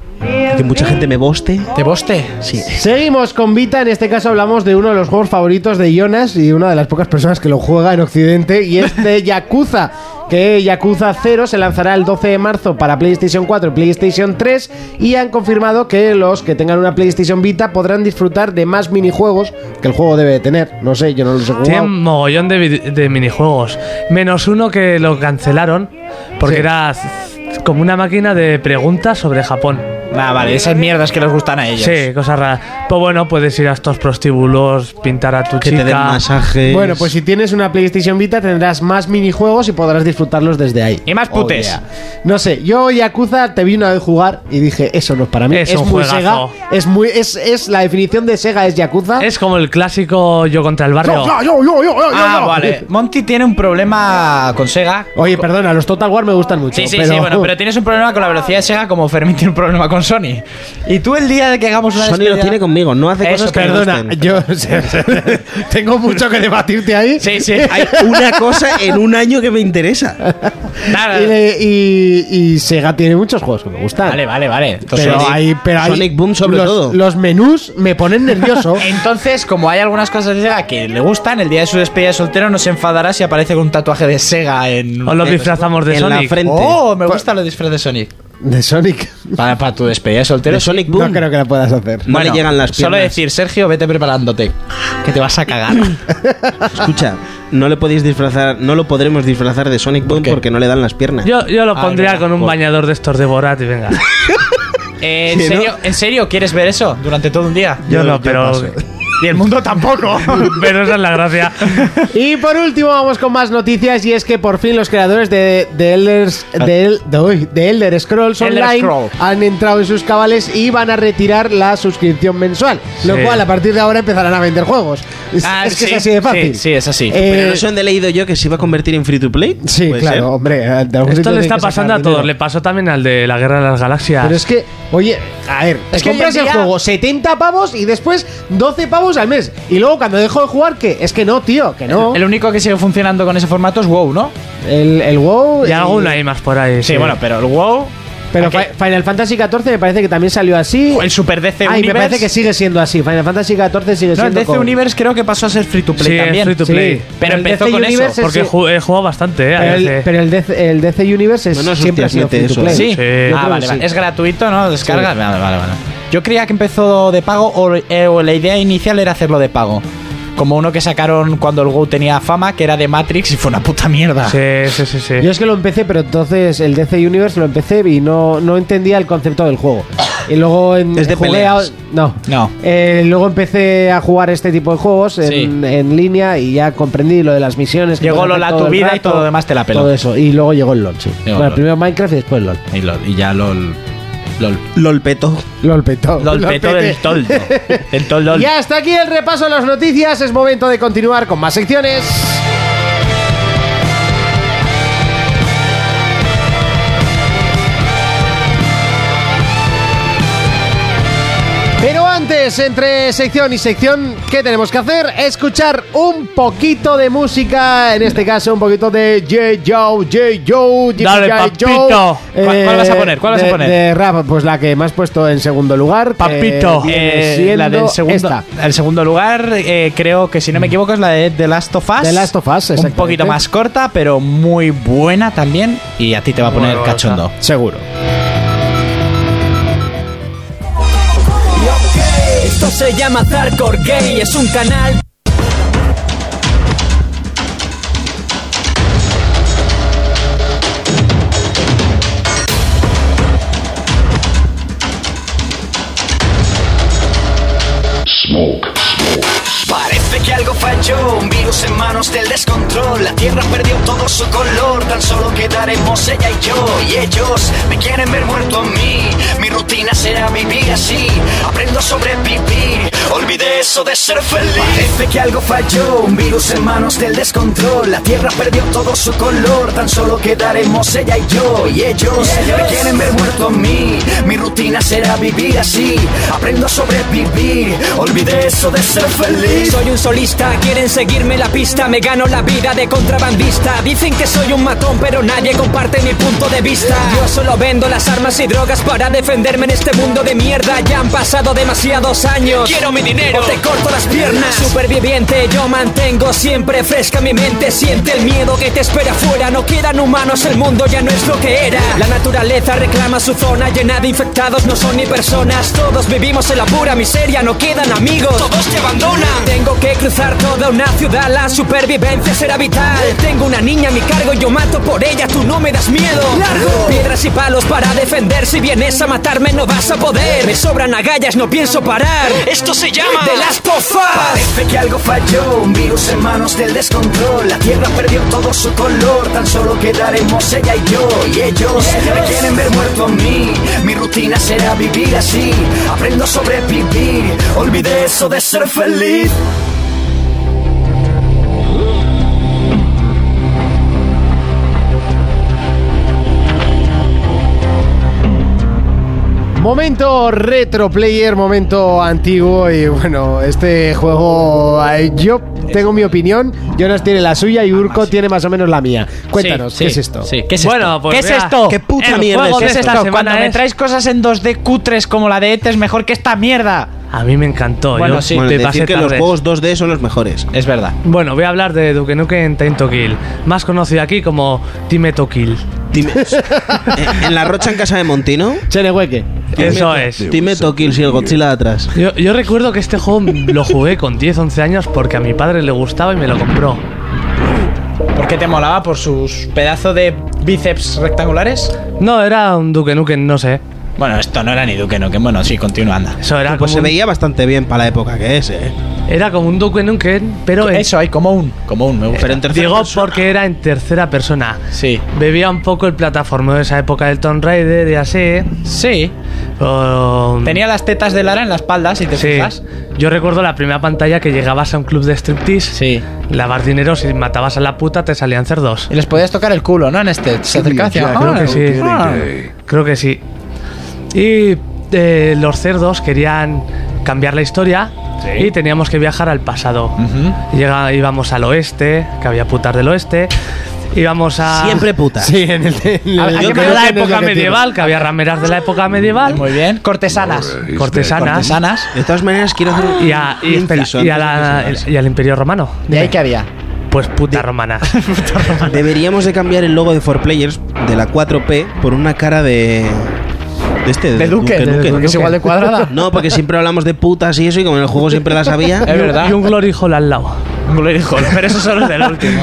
Que mucha gente me boste.
¿Te boste?
Sí.
Seguimos con Vita, en este caso hablamos de uno de los juegos favoritos de Jonas y una de las pocas personas que lo juega en Occidente y es de Yakuza, que Yakuza 0 se lanzará el 12 de marzo para PlayStation 4 y PlayStation 3 y han confirmado que los que tengan una PlayStation Vita podrán disfrutar de más minijuegos que el juego debe de tener, no sé, yo no los he
Tiene
jugado.
mogollón de, vid- de minijuegos. Menos uno que lo cancelaron porque
Sí.
era c- como una máquina de preguntas sobre Japón.
Nah, vale, esas mierdas que les gustan a ellos.
Sí, cosas raras. Pues bueno, puedes ir a estos prostíbulos, pintar a tu
Que
chica.
te den masajes.
Bueno, pues si tienes una PlayStation Vita tendrás más minijuegos y podrás disfrutarlos desde ahí. Oh,
Y más putes.
No sé, yo Yakuza te vi una vez jugar y dije, eso no es para mí.
Es
Es,
un
muy
juegazo.
Sega. Es muy es, es la definición de Sega es Yakuza.
Es como el clásico yo contra el barrio.
Ah, vale. Monty tiene un problema con Sega.
Oye, perdona, los Total War me gustan mucho.
Sí, sí,
pero...
sí, bueno, pero tienes un problema con la velocidad de Sega como Fermín tiene un problema con Sony. Y tú el día de que hagamos una
Sony lo
despedida-
tiene conmigo. No hace
Eso,
cosas que me
Perdona,
gusten.
yo (laughs) tengo mucho que debatirte ahí.
Sí, sí.
Hay una cosa en un año que me interesa.
Nada.
Y, le- y- y Sega tiene muchos juegos que me gustan.
Vale, vale, vale. Entonces,
Pero
Sonic-
hay, pero hay-
Sonic Boom sobre
los-
todo.
Los menús me ponen (laughs) nervioso.
Entonces, como hay algunas cosas de Sega que le gustan, el día de su despedida de soltero no se enfadará si aparece con un tatuaje de Sega en.
O
Eh,
los disfrazamos de
en la
Sonic.
frente.
Oh, me gusta lo disfraz de Sonic.
De Sonic.
Para, para tu despedida de soltero.
De Sonic Boom.
No creo que la puedas hacer.
No le llegan las
Solo (laughs)
piernas.
decir, Sergio, vete preparándote. Que te vas a cagar.
(laughs) Escucha, no le podéis disfrazar, no lo podremos disfrazar de Sonic Boom
qué?
porque no le dan las piernas.
Yo, yo lo
Ah,
pondría
venga,
con un
por-
bañador de estos de Borat y venga.
Eh, ¿en,
Sí, ¿no?
serio, ¿En serio quieres ver eso durante todo un día?
Yo no, pero.
Y el mundo
(laughs)
tampoco.
Pero esa es la gracia.
Y por último vamos con más noticias y es que por fin los creadores de, de, Elders- de El- de- uy, de Elder Scrolls
Elder
Online
Scroll.
han entrado en sus cabales y van a retirar la suscripción mensual. Lo
Sí.
cual a partir de ahora empezarán a vender juegos. Es,
Ah,
(laughs) es que
sí,
es así de fácil.
sí, sí, es así.
Eh,
Pero eso he leído yo que se iba a convertir en free to play.
sí,
Puede
claro,
ser.
hombre. eh, de algún sitio
Esto le
tienen
está
que sacar
pasando a
dinero.
todos. Le pasó también al de la Guerra de las Galaxias.
Pero es que, oye, a ver,
Es que
compras
hoy en
el
día-
juego 70 pavos y después 12 pavos al mes. Y luego cuando dejo de jugar, ¿qué? Es que no, tío, que no.
El único que sigue funcionando con ese formato es WoW, ¿no?
El, el WoW.
y
el-
alguno hay más por ahí.
Sí, bueno, pero el WoW.
Pero
Aquel-
Fi- Final Fantasy XIV me parece que también salió así.
el Super DC
Ay, me
Universe.
parece que sigue siendo así. Final Fantasy XIV sigue
No,
siendo
el DC
con-
Universe creo que pasó a ser free to play
Sí, es
también.
free to
Sí,
play.
Pero
el
empezó
DC
con eso,
Universe es-
Porque ju- he jugado bastante, ¿eh? a
Pero, el,
veces.
pero el DC, el DC Universe es,
No nos
siempre ha sido
hostias, mete
free to
eso,
play.
Sí.
¿eh?
Sí.
Yo
Ah,
creo
vale,
que
vale.
sí.
Es gratuito, ¿no? Descargas. Vale, vale, vale. Yo creía que empezó de pago o, eh, o la idea inicial era hacerlo de pago. Como uno que sacaron cuando el Go tenía fama, que era de Matrix y fue una puta mierda.
Sí, sí, sí. sí.
Yo es que lo empecé, pero entonces el DC Universe lo empecé y no, no entendía el concepto del juego. Y luego en,
Es de
jugué a-
peleas.
no.
No.
Eh, luego empecé a jugar este tipo de juegos en,
Sí.
en línea y ya comprendí lo de las misiones. que
Llegó
puedes
LOL
hacer
a tu
todo el
vida y
rato,
todo lo demás te la peló.
Todo eso. Y luego llegó el LOL, sí.
Llegó
Bueno,
LOL.
primero Minecraft y después LOL.
Y, lo- y ya LOL. LOL.
LOL peto.
LOL petó.
LOL peto
peté.
del
(laughs)
toldo. Del toldo.
Y hasta aquí el repaso de las noticias. Es momento de continuar con más secciones. Pero antes, entre sección y sección, ¿qué tenemos que hacer? Escuchar un poquito de música, en este caso un poquito de J. Joe, J. Joe, J.
Dale, papito.
¿Cuál- cuál vas a poner? ¿Cuál vas a
de-
poner?
De rap, pues la que me has puesto en segundo lugar. que
Papito.
viene
Eh, la
siendo
del segundo,
esta.
el segundo lugar, eh, creo que si no me equivoco es la de The Last of Us.
The Last of Us,
Un
exactamente.
poquito más corta, pero muy buena también. Y a ti te va a poner
Muy buena.
cachondo.
Seguro.
Esto se llama Hardcore Gay, es un canal.
Parece que algo falló, un virus en manos del descontrol. La tierra perdió todo su color, tan solo quedaremos ella y yo. Y ellos me quieren ver muerto a mí. Mi rutina será vivir así, aprendo a sobrevivir. Olvidé eso de ser feliz. Parece que algo falló, un virus en manos del descontrol. La tierra perdió todo su color, tan solo quedaremos ella y yo. Y ellos me quieren ver muerto a mí. Mi rutina será vivir así, aprendo a sobrevivir. Olvidé eso de ser feliz.
Soy un solista, quieren seguirme la pista, me gano la vida de contrabandista. Dicen que soy un matón, pero nadie comparte mi punto de vista. Yo solo vendo las armas y drogas para defenderme en este mundo de mierda. Ya han pasado demasiados años. Quiero mi dinero. O te corto las piernas. Superviviente, yo mantengo siempre fresca mi mente. Siente el miedo que te espera afuera. No quedan humanos, el mundo ya no es lo que era. La naturaleza reclama su zona llena de infectados, no son ni personas. Todos vivimos en la pura miseria, no quedan amigos. Todos te abandonan. Tengo que cruzar toda una ciudad, la supervivencia será vital. Tengo una niña a mi cargo, yo mato por ella, tú no me das miedo. ¡Largo! Piedras y palos para defender, si vienes a matarme no vas a poder. Me sobran agallas, no pienso parar. Esto se llama The Last of Us.
Parece que algo falló, un virus en manos del descontrol. La tierra perdió todo su color, tan solo quedaremos ella y yo. Y ellos me quieren ver muerto a mí. Mi rutina será vivir así, aprendo a sobrevivir. Olvidé eso de ser feliz.
Momento retro player, momento antiguo y bueno, este juego eh, yo tengo mi opinión, Jonas tiene la suya y Urco tiene más o menos la mía. Cuéntanos,
Sí,
¿qué
sí,
es esto?
sí. ¿Qué es
Bueno,
esto?
pues
¿Qué es
vea,
esto?
qué puta
El
mierda
juego
es
de
esta
esto?
semana
Cuando me
es-
traes cosas en 2D cutres como la de ET es mejor que esta mierda.
A mí me encantó.
Bueno,
yo
sí.
bueno,
te
decir
pasé
que los
tardes.
juegos 2D son los mejores.
Es verdad.
Bueno, voy a hablar de Duke Nukem Tinto Kill, más conocido aquí como Timeto Kill.
Dime- Eh, (laughs) en la rocha en casa de Montino.
Chenehueque.
Eso es.
Dime Tokil y el Godzilla de atrás.
Yo, yo recuerdo que este juego lo jugué con 10, 11 años porque a mi padre le gustaba y me lo compró.
¿Por qué te molaba? ¿Por sus pedazo de bíceps rectangulares?
No, era un Duke Nukem, no sé.
Bueno, esto no era ni Duque Nukem. Bueno, sí, continúa, anda.
Eso era
Pues
como
se
un,
veía bastante bien para la época que es, eh.
era como un Duke Nukem, pero en-
Eso, hay como un. Como un, me gusta.
Pero en tercera
digo
persona.
porque era en tercera persona.
Sí.
Bebía un poco el plataforma de esa época del Tomb Raider y así.
Sí.
o-
Tenía las tetas de Lara en la espalda, si te
Sí.
fijas.
Yo recuerdo la primera pantalla que llegabas a un club de striptease.
Sí.
Lavas dinero, si matabas a la puta te salían cerdos.
Y les podías tocar el culo, ¿no? En este. Se acercaba hacia.
Creo
Ah,
que sí.
ah.
Creo que sí. Y eh, los cerdos querían cambiar la historia y teníamos que viajar al pasado. Llega- íbamos al oeste, que había putas del oeste. Íbamos a.
Siempre putas.
Sí, en el, en
a,
el-
a
yo
que
creo
era la
que no es lo
época
que tiene.
medieval, que había rameras de la época medieval,
Muy bien. Cortesanas.
cortesanas.
Cortesanas.
De todas maneras, quiero hacer un
Y, a- y
un
espera,
inciso
y a
antes de
la-
que se me
y al Imperio Romano.
¿De ahí que había?
Pues puta
(laughs)
romana.
olvide. Deberíamos de cambiar el logo de 4Players de la 4P por una cara de... De este, de,
Duque, de Duque. Es igual de cuadrada.
No, porque siempre hablamos de putas y eso, y como en el juego siempre las había...
Es verdad.
Y un Glory Hall al lado.
(laughs)
Un glory hole, pero eso solo es del último.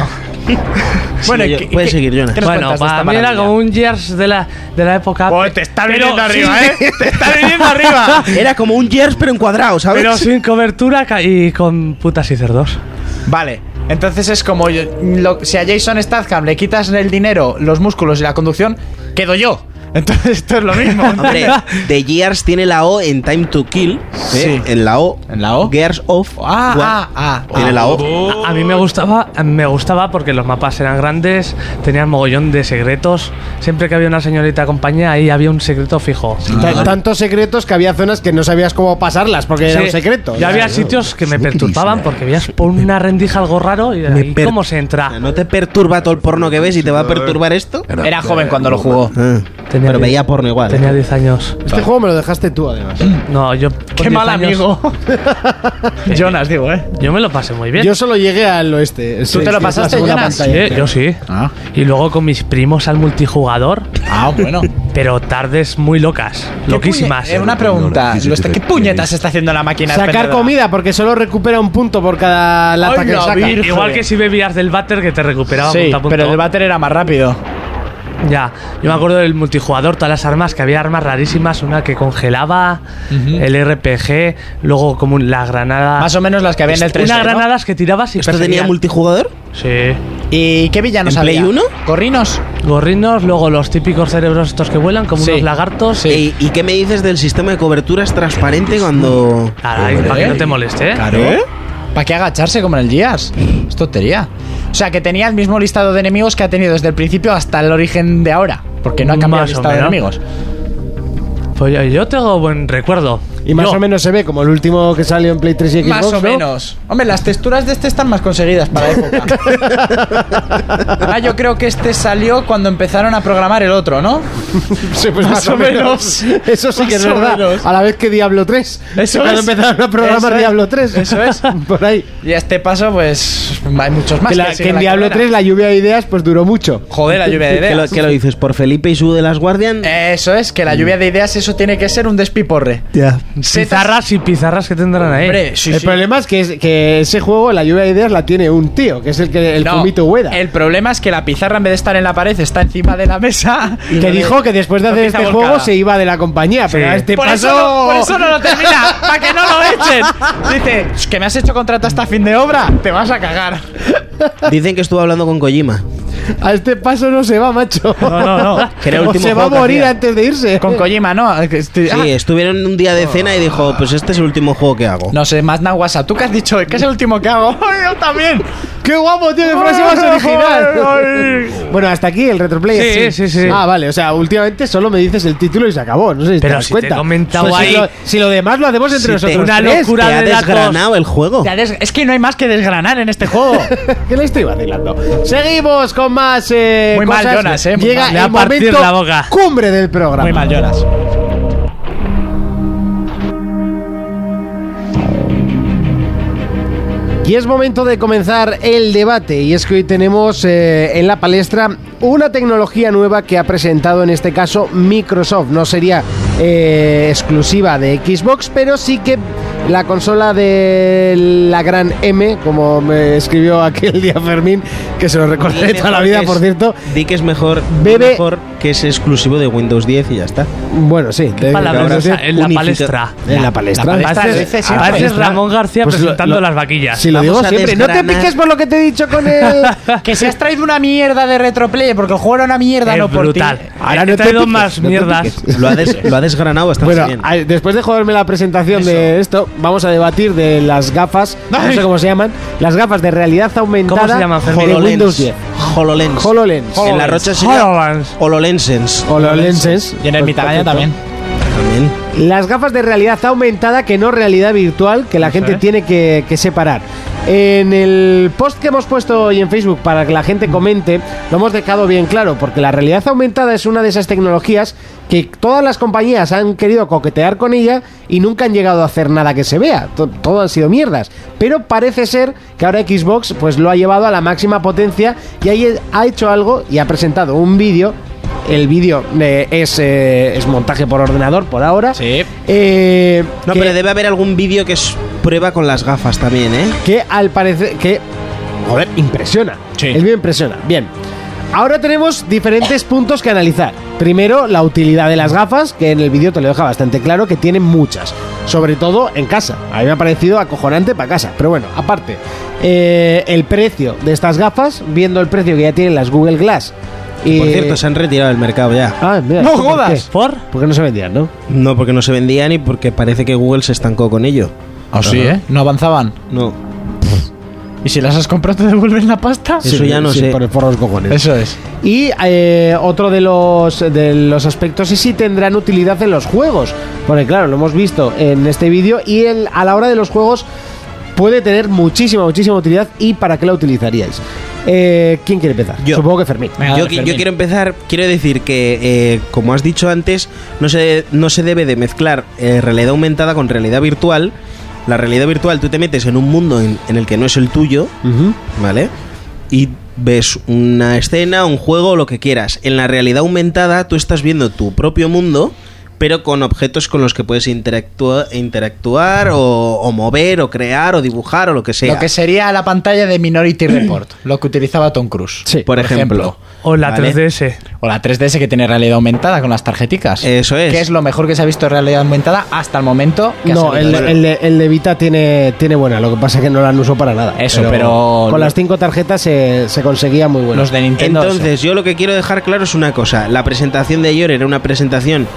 Bueno,
Sí,
¿qué-
puedes
qué-
seguir, Jonas.
qué nos
Bueno,
cuentas de esta
para mí era
maravilla?
como un Gears de la, de la época.
Pues te está
pero
viniendo
sin-
arriba, ¿eh? Te está
(laughs)
viniendo arriba.
Era como un Gears pero encuadrado, ¿sabes?
Pero sin cobertura ca- y con putas y cerdos.
Vale. Entonces es como yo- lo- si a Jason Statham le quitas el dinero, los músculos y la conducción, quedo yo. Entonces esto es lo mismo.
(laughs) Hombre, The Gears tiene la O en Time to Kill. ¿eh?
Sí.
En la O.
¿En la O?
Gears of.
Ah,
War.
ah, ah,
Tiene
ah.
la O.
A, a mí me gustaba, me gustaba porque los mapas eran grandes, tenían mogollón de secretos. Siempre que había una señorita compañía, ahí había un secreto fijo.
Tan- Tantos secretos que había zonas que no sabías cómo pasarlas porque era
Sí.
un secreto.
Y había sitios que me perturbaban porque veías por una rendija algo raro y ahí,
per-
cómo se entra.
¿No te perturba todo el porno que ves y te va a perturbar esto?
Era joven cuando lo jugó.
Ah,
Tenía
pero
diez-
veía porno igual.
Tenía 10 años.
Este juego me lo dejaste tú, además.
No, yo. con
Qué
10
mal
años, (laughs)
amigo. Jonas, digo, ¿eh?
Yo me lo pasé muy bien.
Yo solo llegué al oeste.
¿Tú te lo pasaste, Jonas?
Sí, yo sí.
Ah,
Y luego con mis primos al multijugador,
ah bueno.
(laughs) pero tardes muy locas, loquísimas.
Eh, una pregunta. ¿Lo está- ¿Qué puñetas está haciendo la máquina?
Sacar
expendedora?
comida porque solo recupera un punto por cada lata
Ay,
que
la
saca. Pues
virgen.
Igual que si bebías del váter que te recuperaba
Sí,
punto a punto.
pero el váter era más rápido.
Ya, yo me acuerdo del multijugador, todas las armas, que había armas rarísimas, una que congelaba, el RPG, luego como la granada.
Más o menos las que había en el 3
Unas granadas que tirabas y
¿Esto tenía
perseguían.
multijugador?
Sí.
¿Y qué villanos
¿En
había?
Play uno?
¿Corrinos?
Gorrinos, luego los típicos cerebros estos que vuelan, como
Sí.
unos lagartos.
Ey, ¿Y qué me dices del sistema de coberturas transparente cuando.?
Ahora, ahí, para que no te moleste, ¿eh?
Claro. ¿Para qué agacharse como en el Gears? Es tontería. O sea, que tenía el mismo listado de enemigos que ha tenido desde el principio hasta el origen de ahora. Porque no ha cambiado el
Más o
listado de
menos.
enemigos.
Pues yo, yo tengo buen recuerdo.
Y más
Yo-
o menos se ve como el último que salió en Play 3 y Xbox.
Más o
¿no?
menos. Hombre, las texturas de este están más conseguidas para la
(laughs)
época. Ahora yo creo que este salió cuando empezaron a programar el otro, ¿no?
Sí, pues más, o menos. Eso sí que es
Más o
verdad.
menos.
A la vez que Diablo 3.
Eso
Cuando
es.
empezaron a programar
Eso es.
Diablo 3.
Eso es.
(laughs) Por ahí.
Y a este paso, pues hay muchos Pues más.
Que, la-
siguen
que en
la
Diablo
carrera.
3 la lluvia de ideas pues duró mucho.
Joder, la
(laughs)
lluvia de
¿Qué lo,
ideas.
qué lo dices? ¿Por Felipe y su de las Guardian?
Eso es, que la lluvia de ideas, eso tiene que ser un despiporre.
Ya.
Pizarras y pizarras que tendrán ahí.
Hombre, sí,
el
sí.
problema es que, es que ese juego, la lluvia de ideas, la tiene un tío, que es el que el
No,
Fumito Ueda.
El problema es que la pizarra, en vez de estar en la pared, está encima de la
(laughs)
mesa.
que dijo que después de hacer
empieza
este juego
volcada.
se iba de la compañía, pero
Sí.
a este
Por
paso.
eso, no, por eso no lo (laughs) termina, para que no lo echen. Dice, "Es que me has hecho contrato hasta fin de obra, te vas a cagar.
Dicen que estuvo hablando con Kojima.
A este paso no se va, macho.
No, no,
(laughs)
no.
Que era el
O
último
se va a
juego que
morir
hacía.
antes de irse.
Con Kojima, ¿no? Ah, que estoy-
Sí,
ah,
estuvieron un día de cena y dijo: Pues este es el último juego que hago.
no sé, más Nahuasa, ¿tú qué has dicho? ¿Qué es el último que hago? (laughs) Yo también.
¡Qué guapo, tío! ¡Qué frase
Ah,
más original! bueno, hasta aquí el retroplay.
Sí, sí, sí.
Ah, vale. O sea, últimamente solo me dices el título y se acabó. No sé si te
Pero
das
si te
cuenta.
he comentado
Pues si
ahí-
lo- (laughs) si lo demás lo hacemos entre
Si
nosotros.
te-
una
tres.
locura.
Te ha
de datos.
desgranado el juego.
Ya des- Es que no hay más que desgranar en este
(laughs)
juego.
que le estoy vacilando. Seguimos con más eh,
Muy mal,
cosas.
Jonas, eh, muy
Llega
mal.
Le va
el
a partir
momento
la boca.
cumbre del programa.
Muy mal, Jonas.
Y es momento de comenzar el debate. Y es que hoy tenemos eh, en la palestra una tecnología nueva que ha presentado en este caso Microsoft. No sería eh, exclusiva de Xbox, pero sí que la consola de la gran M, como me escribió aquel día Fermín, que se lo recordaré
Dime
toda la
por
vida,
qué
por
es-
cierto.
Di que es mejor,
Bebe-
mejor que es exclusivo de Windows 10 y ya está.
Bueno, sí. te-
palabra
ahora
es
sí.
esa? En la
Unifica-
palestra.
En la palestra.
La palestra
Pareces-
lo dice siempre.
pareces Ramón García
Pues lo-
presentando
lo-
las vaquillas.
Si lo
Vamos
digo
a
siempre, no te
desgranar-
piques por lo que te he dicho con el...
(laughs) Que se has traído una mierda de retroplay, porque el juego era una mierda,
Es
no por ti.
brutal.
Ahora
He
no te
traído
piques,
más
no te
mierdas.
(laughs)
piques.
Lo ha, des- lo ha desgranado bastante
Bueno,
bien.
a- después de joderme la presentación de esto, vamos a debatir de las gafas, no sé cómo se llaman, las gafas de realidad aumentada
¿Cómo se llaman,
de
Fermín?
Windows 10.
HoloLens.
HoloLens.
En la rocha sería
HoloLens.
HoloLensens.
O los lenses.
Y en el
Pues,
Mitagaña
perfecto.
también.
También.
Las gafas de realidad aumentada, que no realidad virtual, que la gente tiene que, que separar. En el post que hemos puesto hoy en Facebook para que la gente comente, lo hemos dejado bien claro, porque la realidad aumentada es una de esas tecnologías que todas las compañías han querido coquetear con ella y nunca han llegado a hacer nada que se vea. To- Todo han sido mierdas. Pero parece ser que ahora Xbox pues lo ha llevado a la máxima potencia y ahí ha hecho algo y ha presentado un vídeo. El vídeo eh, es, eh, es montaje por ordenador por ahora.
Sí.
Eh,
No,
que,
pero debe haber algún vídeo que es prueba con las gafas también, ¿eh?
que al parecer que joder, impresiona.
Sí.
El mío impresiona. Bien. Ahora tenemos diferentes puntos que analizar. Primero, la utilidad de las gafas, que en el vídeo te lo deja bastante claro que tienen muchas. Sobre todo en casa. A mí me ha parecido acojonante para casa. Pero bueno, aparte, eh, el precio de estas gafas, viendo el precio que ya tienen las Google Glass. eh, Y...
Por cierto, se han retirado del mercado ya.
Ah, mira,
¡No
¿por qué?
jodas!
¿Por?
Porque no se vendían, ¿no?
No porque no se vendían y porque parece que Google se estancó con ello.
Ah, sí, ¿eh? No avanzaban.
No.
¿Y si las has comprado te devuelven la pasta?
Eso ya no sé.
Por el forro de los cojones.
Eso es.
Y eh, otro de los, de los aspectos es si tendrán utilidad en los juegos. Porque claro, lo hemos visto en este vídeo y en- a la hora de los juegos puede tener muchísima, muchísima utilidad y para qué la utilizaríais. Eh, ¿Quién quiere empezar?
Yo.
Supongo que Fermín.
Venga,
Yo,
dale,
qui- yo
Fermín.
quiero empezar, quiero decir que, eh, como has dicho antes, no se, no se debe de mezclar eh, realidad aumentada con realidad virtual. La realidad virtual, tú te metes en un mundo en, en el que no es el tuyo, ¿vale? Y ves una escena, un juego, lo que quieras. En la realidad aumentada, tú estás viendo tu propio mundo, pero con objetos con los que puedes interactua- interactuar o, o mover o crear o dibujar o lo que sea.
Lo que sería la pantalla de Minority Report, lo que utilizaba Tom Cruise.
Sí.
por, ejemplo.
O la
¿Vale?
3DS.
O la 3DS que tiene realidad aumentada con las tarjeticas.
Eso es.
Que es lo mejor que se ha visto de realidad aumentada hasta el momento. que ha
No,
salido.
el, el de- el de Vita tiene, tiene buena, lo que pasa es que no la han usado para nada.
Eso, pero-
Con las cinco tarjetas se, se conseguía muy bueno.
los de Nintendo.
Entonces, yo lo que quiero dejar claro es una cosa. La presentación de ayer era una presentación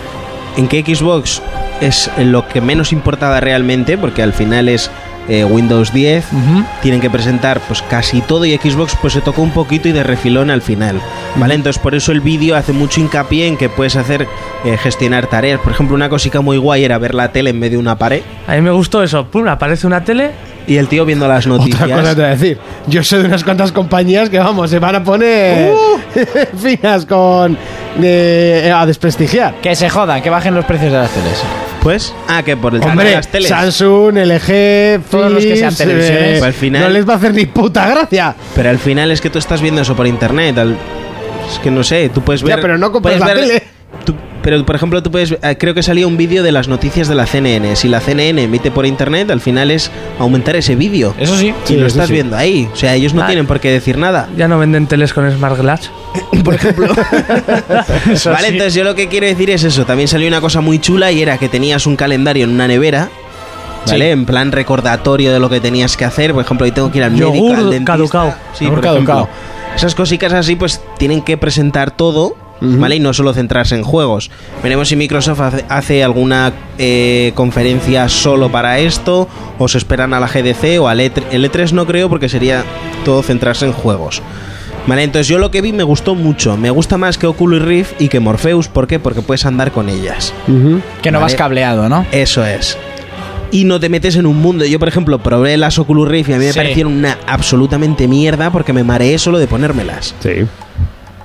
en que Xbox es lo que menos importaba realmente, porque al final es eh, Windows 10,
Ujú.
tienen que presentar pues casi todo y Xbox pues se tocó un poquito y de refilón al final, ¿vale? Entonces, por eso el vídeo hace mucho hincapié en que puedes hacer eh, gestionar tareas. Por ejemplo, una cosica muy guay era ver la tele en medio de una pared
A mí me gustó eso. Pum, aparece una tele.
y el tío viendo las noticias.
Otra cosa te voy a decir. Yo sé de unas cuantas compañías que, vamos, se van a poner
Uh.
(laughs) finas con. eh, a desprestigiar.
Que se jodan, que bajen los precios de las teles.
Pues, ah, que por el tema de
Hombre,
las teles.
Samsung, LG,
Todos los que sean
Philips, eh,
televisiones.
Pues al final-
No les va a hacer ni puta gracia.
Pero al final es que tú estás viendo eso por internet. al- Es que no sé, tú puedes
Ya,
ver.
pero no compras
puedes
la tele.
tú- pero por ejemplo, tú puedes. eh, Creo que salía un vídeo de las noticias de la CNN. Si la CNN emite por internet, al final es aumentar ese vídeo.
Eso sí.
y lo
eso
estás
sí.
viendo ahí. O sea, ellos no
Ah.
tienen por qué decir nada.
Ya no venden teles con Smart Glass.
(laughs) Por ejemplo.
(laughs) Eso
vale,
sí.
entonces yo lo que quiero decir es eso. También salió una cosa muy chula y era que tenías un calendario en una nevera. ¿Vale? En plan recordatorio de lo que tenías que hacer. Por ejemplo, hoy tengo que ir al médico,
Yogur
al dentista.
caducao.
Sí,
Yogur
por ejemplo.
caducao.
Esas cositas así, pues tienen que presentar todo, ¿vale? Y no solo centrarse en juegos. Veremos si Microsoft hace, hace alguna eh, conferencia solo para esto, o se esperan a la GDC o al E3. El E3 no creo porque sería todo centrarse en juegos. Vale, entonces yo lo que vi me gustó mucho. Me gusta más que Oculus Rift y que Morpheus. ¿Por qué? Porque puedes andar con ellas.
Que no
Vale.
vas cableado, ¿no?
Eso es. Y no te metes en un mundo. Yo, por ejemplo, probé las Oculus Rift y a mí me
Sí.
parecieron una absolutamente mierda porque me mareé solo de ponérmelas.
Sí.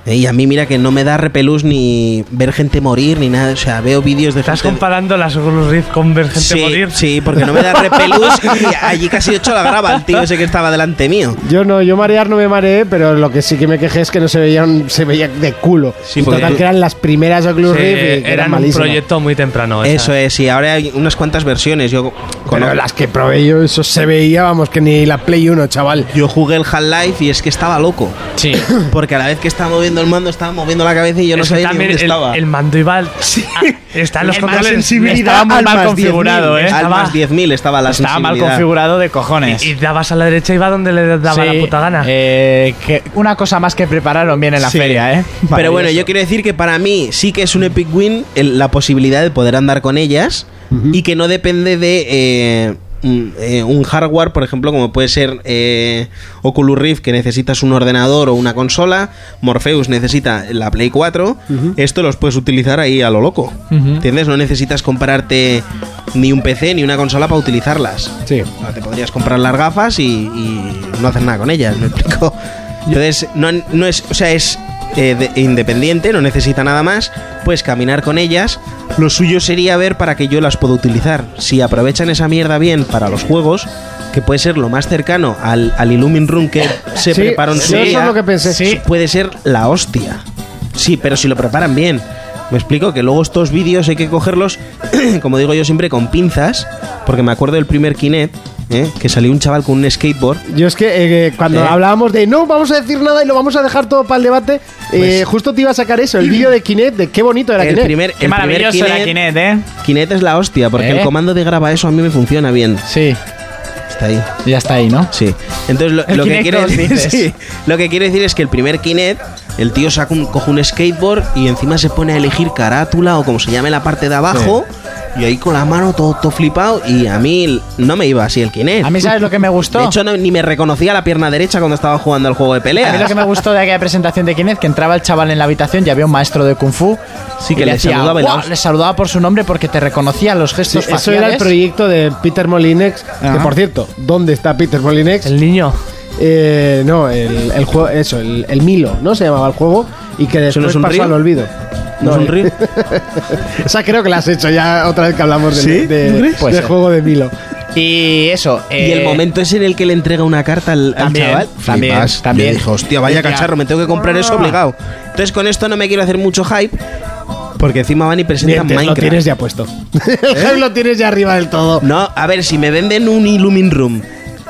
Eh, Y a mí, mira, que no me da repelús ni ver gente morir ni nada. O sea, veo vídeos de
Estás
gente.
comparando las Oculus Rift con ver gente
sí,
morir.
sí, porque no
(laughs)
me da repelús y allí casi he hecho la grava el tío ese que estaba delante mío.
Yo no, yo marear no me mareé, pero lo que sí que me quejé es que no se veían, se veía de culo.
Sí,
Y
porque
total
tú-
que eran las primeras Oculus
Sí,
Rift y que eran
eran un
malísimas.
proyecto muy temprano. esas.
Eso es, y ahora hay unas cuantas versiones. Yo
Pero
conozco-
las que probé yo, eso se veía, vamos, que ni la Play 1, chaval.
Yo jugué el Half-Life y es que estaba loco.
Sí.
(coughs) Porque a la vez que estaba moviendo el mando, estaba moviendo la cabeza y yo no
Es que
sabía ni
también
dónde
el,
estaba.
el mando iba al- ah, está en los
La
controles
sensibilidad
estaba muy
al
mal
más
configurado
10.000,
eh
Al
Estaba-
más 10.000 estaba la
Estaba mal
sensibilidad.
configurado de cojones.
y dabas a la derecha iba donde le daba
Sí,
la puta gana
eh, que una cosa más que prepararon bien en la
Sí.
feria, (laughs) ¿eh?
Pero bueno,
Maravilloso.
yo quiero decir que para mí sí que es un epic win el- la posibilidad de poder andar con ellas y que no depende de eh, mm, eh, un hardware, por ejemplo, como puede ser eh, Oculus Rift, que necesitas un ordenador o una consola, Morpheus necesita la Play 4, esto los puedes utilizar ahí a lo loco. ¿Entiendes? No necesitas comprarte ni un PC ni una consola para utilizarlas.
Sí.
O sea, te podrías comprar las gafas y, y no hacer nada con ellas, ¿me explico? Entonces, no, no es, o sea, es eh, de- independiente, no necesita nada más, puedes caminar con ellas. Lo suyo sería ver para que yo las pueda utilizar. Si aprovechan esa mierda bien para los juegos, que puede ser lo más cercano al, al Illumin Room que se
Sí,
preparó en
sí,
su
eso
día,
es lo que pensé.
sí, puede ser la hostia. Sí, pero si lo preparan bien. Me explico que luego estos (clears throat) vídeos hay que cogerlos, como digo yo siempre, con pinzas, porque me acuerdo del primer Kinect, ¿eh? que salió un chaval con un skateboard.
Yo es que eh, eh, cuando
¿Eh?
hablábamos de no vamos a decir nada y lo vamos a dejar todo para el debate, eh, justo te iba a sacar eso, el vídeo de Kinect, de qué bonito era
Pues El
Kinect.
primer, el
Qué
primer
maravilloso era Kinect, ¿eh?
Kinect es la hostia, porque
¿Eh?
el comando de graba eso a mí me funciona bien.
Sí,
Está ahí.
ya está ahí, ¿no?
Sí. Entonces lo,
El
lo que
Kinect
quiere
dos,
decir,
dices.
sí. lo que quiere decir es que el primer Kinect, el tío saca un, coge un skateboard y encima se pone a elegir carátula o como se llame la parte de abajo. Y ahí con la mano todo, todo flipado y a mí no me iba así el Kinect.
A mí, ¿sabes lo que me gustó?
De hecho, no- ni me reconocía la pierna derecha cuando estaba jugando al juego de
A mí lo
peleas.
que me gustó de aquella presentación de Kinect que entraba el chaval en la habitación y había un maestro de Kung Fu.
Sí, que
y
le
hacía,
saludaba el
"Guau",
host.
le saludaba por su nombre porque te reconocía los
Sí,
gestos
eso
faciales.
era el proyecto de Peter Molinex. Que
Ajá.
por cierto, ¿dónde está Peter Molinex?
El niño.
Eh, no, el, el juego, eso, el, el Milo, ¿no? Se llamaba el juego y que
¿Eso no
después
es un
pasó
río?
al olvido.
¿No es un río?
(laughs) O sea, creo que la has hecho ya otra vez que hablamos del,
¿Sí? Pues,
de-
¿Tú crees?
del
Puede ser.
juego de Milo.
Y eso.
Y el
eh,
momento es en el que le entrega una carta al, al
También,
chaval.
también,
Flipas.
también.
Yo dije, hostia, vaya
Decía,
cacharro, me tengo que comprar eso obligado. Entonces con esto no me quiero hacer mucho hype. Porque encima van y presentan
Mientes, lo
Minecraft.
tienes ya puesto. (laughs) El hype lo tienes ya arriba del todo.
¿Eh? No, a ver, si me venden un Illumin Room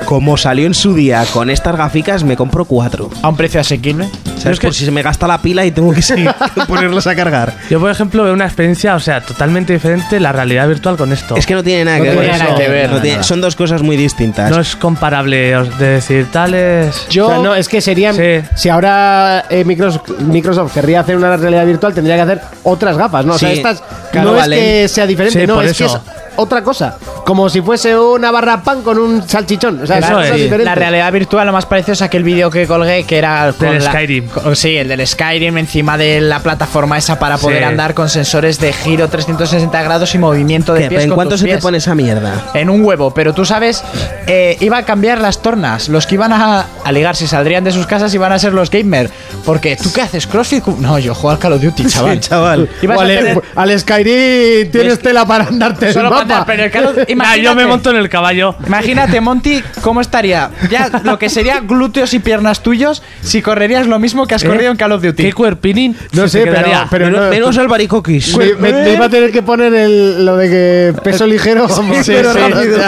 como salió en su día con estas gráficas, me compro cuatro.
A un precio asequible.
¿Sabes? Por si se me gasta la pila y tengo que seguir ponerlos a cargar.
(laughs) Yo, por ejemplo, veo una experiencia, o sea, totalmente diferente la realidad virtual con esto.
Es que no tiene nada
(laughs) No
que
tiene
ver.
nada
eso.
que ver,
No
nada,
tiene-
nada.
son dos cosas muy distintas.
no es comparable os- de decir tales.
O sea, no, es que serían.
Sí.
Si ahora eh, Micros- Microsoft, querría hacer una realidad virtual, tendría que hacer otras gafas, ¿no? O sea,
Sí,
estas
claro,
no
valen.
es que sea diferente,
Sí,
no,
por
es que
eso.
es otra cosa. Como si fuese una barra pan con un salchichón. O sea,
Eso
son cosas
es.
diferentes.
La realidad virtual lo más parecido es aquel vídeo que colgué que era con
Del
la-
Skyrim.
con- sí, el del Skyrim encima de la plataforma esa para poder
Sí.
andar con sensores de giro 360 grados y movimiento de
¿Qué?
pies
¿En
con
cuánto
tus
se te
pies.
pone esa mierda?
En un huevo, pero tú sabes, eh, iba a cambiar las tornas. Los que iban a, a ligar, si saldrían de sus casas, iban a ser los gamer. Porque, ¿tú qué haces? ¿Crossfit? No, yo juego al Call of
(laughs)
Duty, chaval.
chaval.
Ibas
O
a
al,
hacer-
al Skyrim tienes
Es que-
tela para andarte del
Solo para
mapa.
andar, pero el Call of-
(laughs) Nah, yo me
imagínate.
monto en el caballo.
Imagínate, Monty, cómo estaría ya lo que sería glúteos y piernas tuyos si correrías lo mismo que has corrido en Call of Duty.
¿Eh? ¿Qué cuerpinin?
No
se
sé,
te
pero,
quedaría?
pero
menos,
no-
menos albaricoquis.
me, me- me iba a tener que poner el- lo de que peso ligero. vamos,
sí,
pero
sí.
rápido.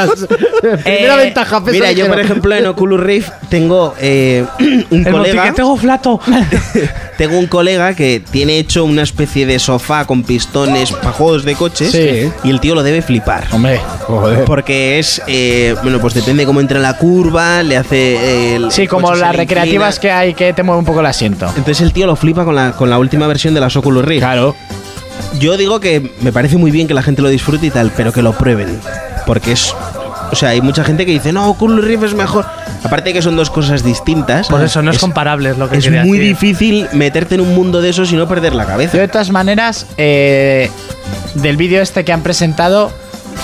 Primera
Eh,
ventaja, peso
Mira, yo
ligero.
por ejemplo en Oculus Rift tengo eh, (clears throat) un
El monti que
colega.
tengo flato.
Tengo un colega que tiene hecho una especie de sofá con pistones para juegos de coches
Sí.
y el tío lo debe flipar.
Hombre,
Porque es, eh, bueno, pues depende cómo entra la curva, le hace... eh, El,
sí,
el
como
coche se
las
le inclina.
recreativas que hay que te mueve un poco el asiento.
Entonces el tío lo flipa con la, con la última versión de las Oculus Rift.
Claro.
Yo digo que me parece muy bien que la gente lo disfrute y tal, pero que lo prueben. Porque es... O sea, hay mucha gente que dice, no, Oculus Rift es mejor. Aparte que son dos cosas distintas.
Por eso no es, comparable, es lo que
Es
quería
muy
decir.
difícil meterte en un mundo de esos y no perder la
Yo
cabeza.
de todas maneras, eh, del vídeo este que han presentado,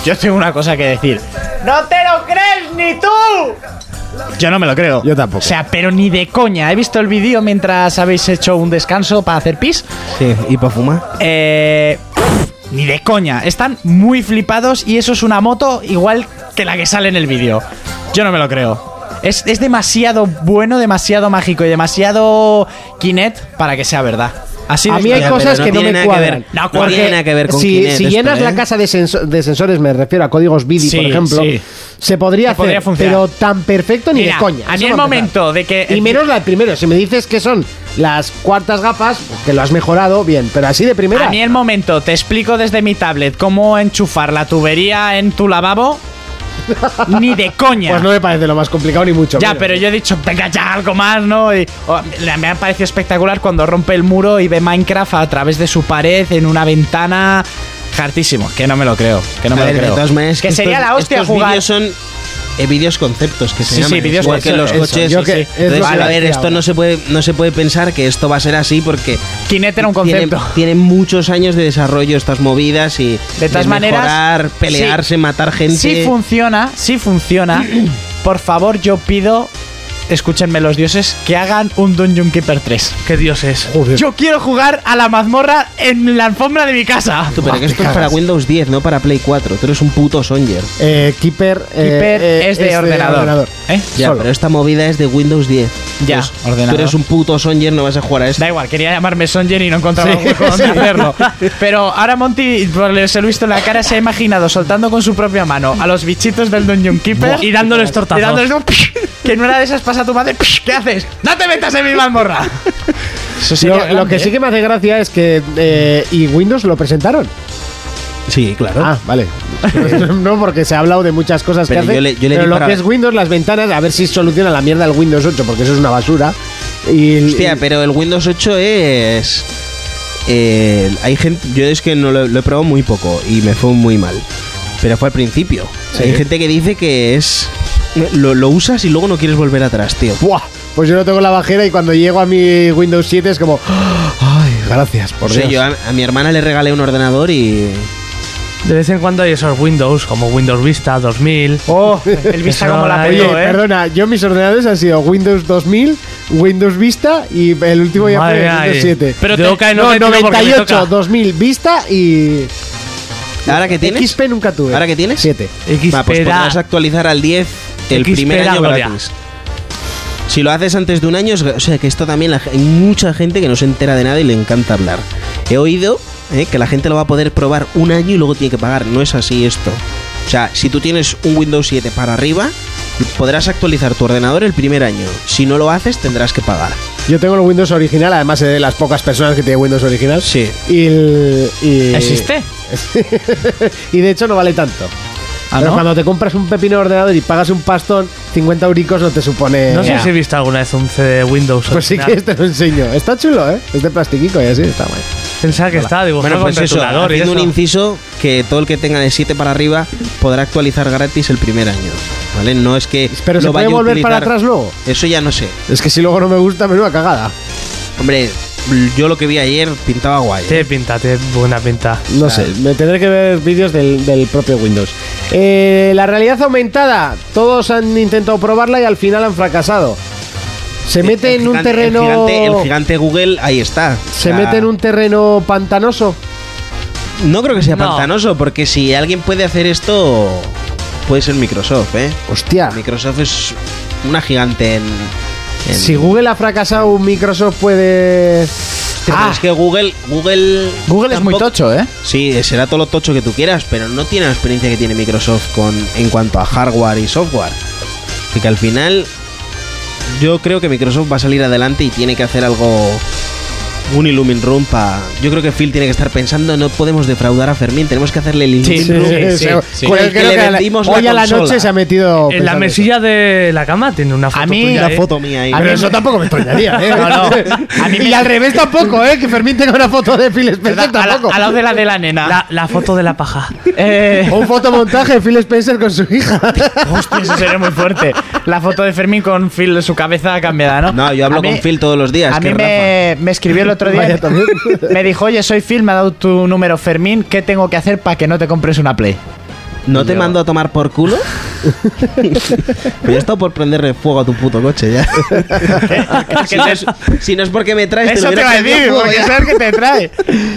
yo tengo una cosa que decir. ¡No te lo crees ni tú! Yo no me lo creo.
Yo tampoco.
O sea, pero ni de coña. He visto el vídeo mientras habéis hecho un descanso para hacer pis.
Sí, y para fumar.
Eh, ni de coña. Están muy flipados y eso es una moto igual que la que sale en el vídeo. Yo no me lo creo. Es, es demasiado bueno, demasiado mágico y demasiado Kinect para que sea verdad. Así de
a mí hay
Ya,
claro.
pero
cosas
no
que no
tiene
me
nada que ver.
cuadran.
No
Porque
tiene nada que ver con
si,
Kinect
si
esto,
llenas
¿eh?
la casa de, senso- de sensores, me refiero a códigos BIDI,
Sí,
por ejemplo,
sí.
se podría
Se
hacer,
podría funcionar.
pero tan perfecto ni
Mira,
de coña.
a mí
Eso
el
para
momento
empezar.
de que-
Y menos la primero. Si me dices que son las cuartas gafas, pues, que lo has mejorado, bien. Pero así de primera.
A mí el momento, te explico desde mi tablet cómo enchufar la tubería en tu
(laughs)
lavabo. ni de coña.
Pues no me parece lo más complicado ni mucho.
Ya,
menos.
pero yo he dicho, venga, ya algo más, ¿no? Y, oh, me- me ha parecido espectacular cuando rompe el muro y ve Minecraft a través de su pared en una ventana. Hartísimo, que no me lo creo. Que no me
A ver,
lo
de
creo.
todas maneras,
que
estos-
sería la hostia
estos
jugar.
vídeos son eh, vídeos conceptos que se
Sí, sí,
llaman,
vídeos
igual que en los
conceptos,
coches.
eso, yo que-
Sí,
es
sí. Entonces,
lo que
a ver,
decía
esto no
ahora.
se puede no se puede pensar que esto va a ser así porque
Kinect era un
tienen,
concepto.
tienen muchos años de desarrollo estas movidas y
De todas maneras,
mejorar, pelearse, matar gente.
Si funciona, si funciona, por favor, yo pido, escúchenme los dioses, que hagan un Dungeon Keeper 3.
¿Qué dios es?
Yo quiero jugar a la mazmorra en la alfombra de mi casa.
Ah, Tú, pero que
Buah,
esto
te
es para
cagas.
Windows 10, no para Play 4. Tú eres un puto songer.
Eh, Keeper, eh,
Keeper
eh,
es de ordenador. ¿Eh?
Ya,
Solo.
pero esta movida es de Windows 10.
Ya,
Pues,
ordenado.
Tú eres un puto Songer, no vas a jugar a esto.
Da igual, quería llamarme Sonjen y no encontraba
Sí.
un
(laughs)
hueco donde hacerlo. (laughs) Pero ahora Monty, por lo que se lo he visto en la cara, se ha imaginado soltando con su propia mano a los bichitos del Dungeon Keeper
Y dándoles tortazos.
Y dándoles un (laughs) que en una de esas pasa tu madre. ¿Qué haces? ¡No te metas en mi mazmorra! Eso sería
Lo, lo
grande,
que sí
¿eh?
que me hace gracia es que. eh, y Windows
(laughs)
lo presentaron.
Sí, claro.
Ah, vale. no, porque se ha hablado de muchas cosas
Pero
que hace.
yo le- yo le
pero
di
lo
para-
que es Windows, las ventanas, a ver si soluciona la mierda el Windows 8, porque eso es una basura. Y,
Hostia,
y-
pero el Windows 8 es. eh, hay gente. Yo es que no lo, lo he probado muy poco y me fue muy mal. Pero fue al principio. Hay gente que dice que es. Lo, lo usas y luego no quieres volver atrás, tío.
¡buah! Pues yo no tengo la bajera y cuando llego a mi Windows 7 es como. (gasps) ¡Ay, gracias! Por
O sea,
Dios".
yo a, a mi hermana le regalé un (laughs) ordenador y.
De vez en cuando hay esos Windows, como Windows Vista 2000.
Oh, el vista
Eso
como la
ahí,
Oye,
pegó, ¿eh?
perdona, yo mis ordenadores han sido Windows 2000, Windows Vista y el último ya
Madre
fue
mía,
Windows
eh.
7.
Pero
Yo-
te cae
no,
91 porque me
98,
toca.
2000 Vista y
¿Ahora qué tienes?
XP nunca tuve.
¿Ahora qué tienes?
7.
Xpera.
Va, pues podrás actualizar al 10 el
Xpera
primer año
Gloria.
gratis. Si lo haces antes de un año, es gra- o sea que esto también la ge- hay mucha gente que no se entera de nada y le encanta hablar. He oído eh, que la gente lo va a poder probar un año y luego tiene que pagar. No es así esto. O sea, si tú tienes un Windows 7 para arriba, podrás actualizar tu ordenador el primer año. Si no lo haces, tendrás que pagar.
Yo tengo el Windows original, además de las pocas personas que tienen Windows original.
Sí.
Y, el- y-
¿Existe?
(laughs) y de hecho no vale tanto.
Ah,
Pero
¿no?
cuando te compras un pepino de ordenador y pagas un pastón, 50 euricos no te supone.
No
Ya.
sé si he visto alguna vez un CD de Windows.
Pues sí
original.
que te lo enseño. Está chulo, ¿eh? Es de plastiquico y así está mal.
Pensaba que estaba dibujado
Bueno, pues
con
eso,
rotulador y
haciendo un
eso.
inciso que todo el que tenga de 7 para arriba podrá actualizar gratis el primer año. ¿Vale? No es que.
Pero se
lo
puede
vaya a
volver para
utilizar-
atrás luego.
Eso ya no sé.
Es que si luego no me gusta, menuda cagada.
Hombre, yo lo que vi ayer pintaba guay. ¿eh?
Tiene pinta, tiene buena pinta.
No sé, me tendré que ver vídeos del, del propio Windows. Eh, la realidad aumentada. Todos han intentado probarla y al final han fracasado. Se
El-
mete
el
en un
gigante-
terreno.
El gigante, el gigante Google, ahí está.
Se
O sea,
mete en un terreno pantanoso.
No creo que sea
No.
pantanoso, porque si alguien puede hacer esto, puede ser Microsoft, ¿eh?
Hostia.
Microsoft es una gigante en. en-
Si Google ha fracasado, Microsoft puede.
Pero
Ah,
es que Google. Google,
Google es muy
tampoco-
tocho, ¿eh?
Sí, será todo lo tocho que tú quieras, pero no tiene la experiencia que tiene Microsoft con en cuanto a hardware y software. Así que al final yo creo que Microsoft va a salir adelante y tiene que hacer algo un Illumin Room para... Yo creo que Phil tiene que estar pensando, no podemos defraudar a Fermín, tenemos que hacerle el Illumin
sí,
Room.
sí,
sí,
sí.
sí.
Con el
El que
creo
le
que a la-
vendimos la
hoy a la
consola.
noche se ha metido.
En la
pensando
mesilla de la cama tiene una foto
A mí,
tuya,
Una
¿eh?
foto mía ahí.
eso. Pero eso tampoco me extrañaría, ¿eh?
No,
(laughs)
no. A mí me-
Y al revés tampoco, ¿eh? Que Fermín tenga una foto de Phil Spencer
A la-
tampoco.
Al lado de la de la nena.
La, la foto de la
(laughs)
paja.
Eh,
O un fotomontaje de Phil Spencer con (laughs) su (laughs) hija.
hostia, eso sería muy fuerte. La foto de Fermín con Phil, su cabeza cambiada, ¿no?
No, yo hablo
A mí-
con Phil todos los días.
A
que
mí
es
me, me escribió el
(laughs)
otro día.
Vaya, también.
me dijo, oye, soy Phil, me ha dado tu número Fermín. ¿Qué tengo que hacer para que no te compres una Play?
Rafa. ¿No te
yo-
mando a tomar por culo? Pero yo he estado por prenderle fuego a tu puto
(laughs)
coche ya. si, no es, si no es porque me traes...
Eso te
hubiera
va a
prendido
decir,
fuego
porque
ya.
sabes que te trae.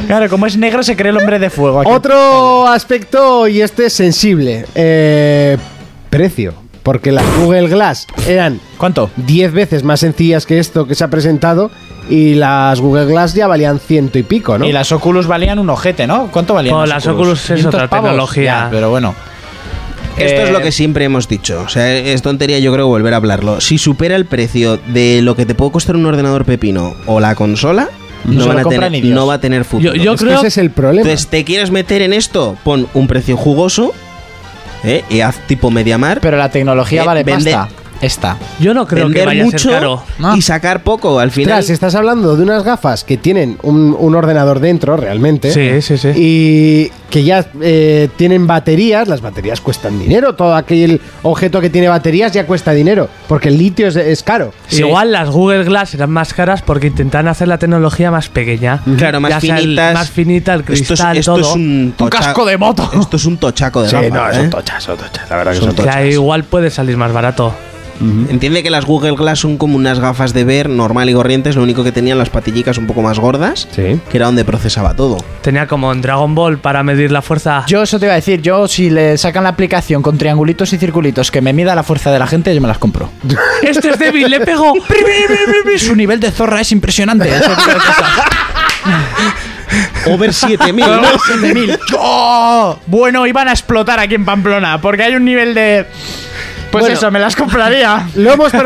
Claro, como es negro, se cree el hombre de fuego. aquí.
Otro aspecto, y este es sensible: eh, precio. Porque las Google Glass eran
¿Cuánto?
10 veces más sencillas que esto que se ha presentado y las Google Glass ya valían ciento y pico, ¿no?
Y las Oculus valían un ojete, ¿no? ¿Cuánto valían?
Oh,
Pues las
las Oculus es
500
otra
pavos.
tecnología.
Ya, pero bueno.
Esto es
Eh,
lo que siempre hemos dicho. O sea, es tontería yo creo volver a hablarlo. Si supera el precio de lo que te puede costar un ordenador pepino o la consola,
se
no,
lo
van a
compra
tener,
ni Dios.
no va a tener
Yo,
futuro.
yo
Es que
creo
ese es el problema.
Entonces, ¿te quieres meter en esto? Pon un precio jugoso ¿eh? y haz tipo Mediamar.
Pero la tecnología
Eh,
vale
vende-
pasta. Esta.
Yo no creo
vender
que vaya a
mucho
ser caro.
y sacar poco al final.
Ostras, si estás hablando de unas gafas que tienen un, un ordenador dentro realmente
Sí, sí, sí.
y que ya eh, tienen baterías, las baterías cuestan dinero, todo aquel objeto que tiene baterías ya cuesta dinero, porque el litio es, es caro.
Sí.
Igual las Google Glass eran más caras porque intentan hacer la tecnología más pequeña.
Claro, más
Ya sea el-
finitas.
más finita, el
Esto es-
cristal,
esto
todo.
es un, tocha-
de moto!
Esto es un tochaco de
Sí,
gafa,
no, es
¿eh?
un tochas, son tochas, la verdad que
Son
son
O
tochas.
sea, igual puede salir más barato.
Entiende que las Google Glass son como unas gafas de ver normal y corrientes, lo único que tenían las patillicas un poco más gordas,
Sí.
que era donde procesaba todo.
Tenía como en Dragon Ball para medir la fuerza.
Yo eso te iba a decir, yo si le sacan la aplicación con triangulitos y circulitos que me mida la fuerza de la gente, yo me las compro.
(laughs) Este es débil, le
(laughs)
pego.
Su nivel de zorra es impresionante. Eso te iba a decir.
(laughs) Over 7000. ¿no?
7000. ¡Oh! Bueno, iban a explotar aquí en Pamplona, porque hay un nivel de... Pues
Bueno.
eso, me las (laughs) compraría.
Lo
(laughs)
hemos, pre-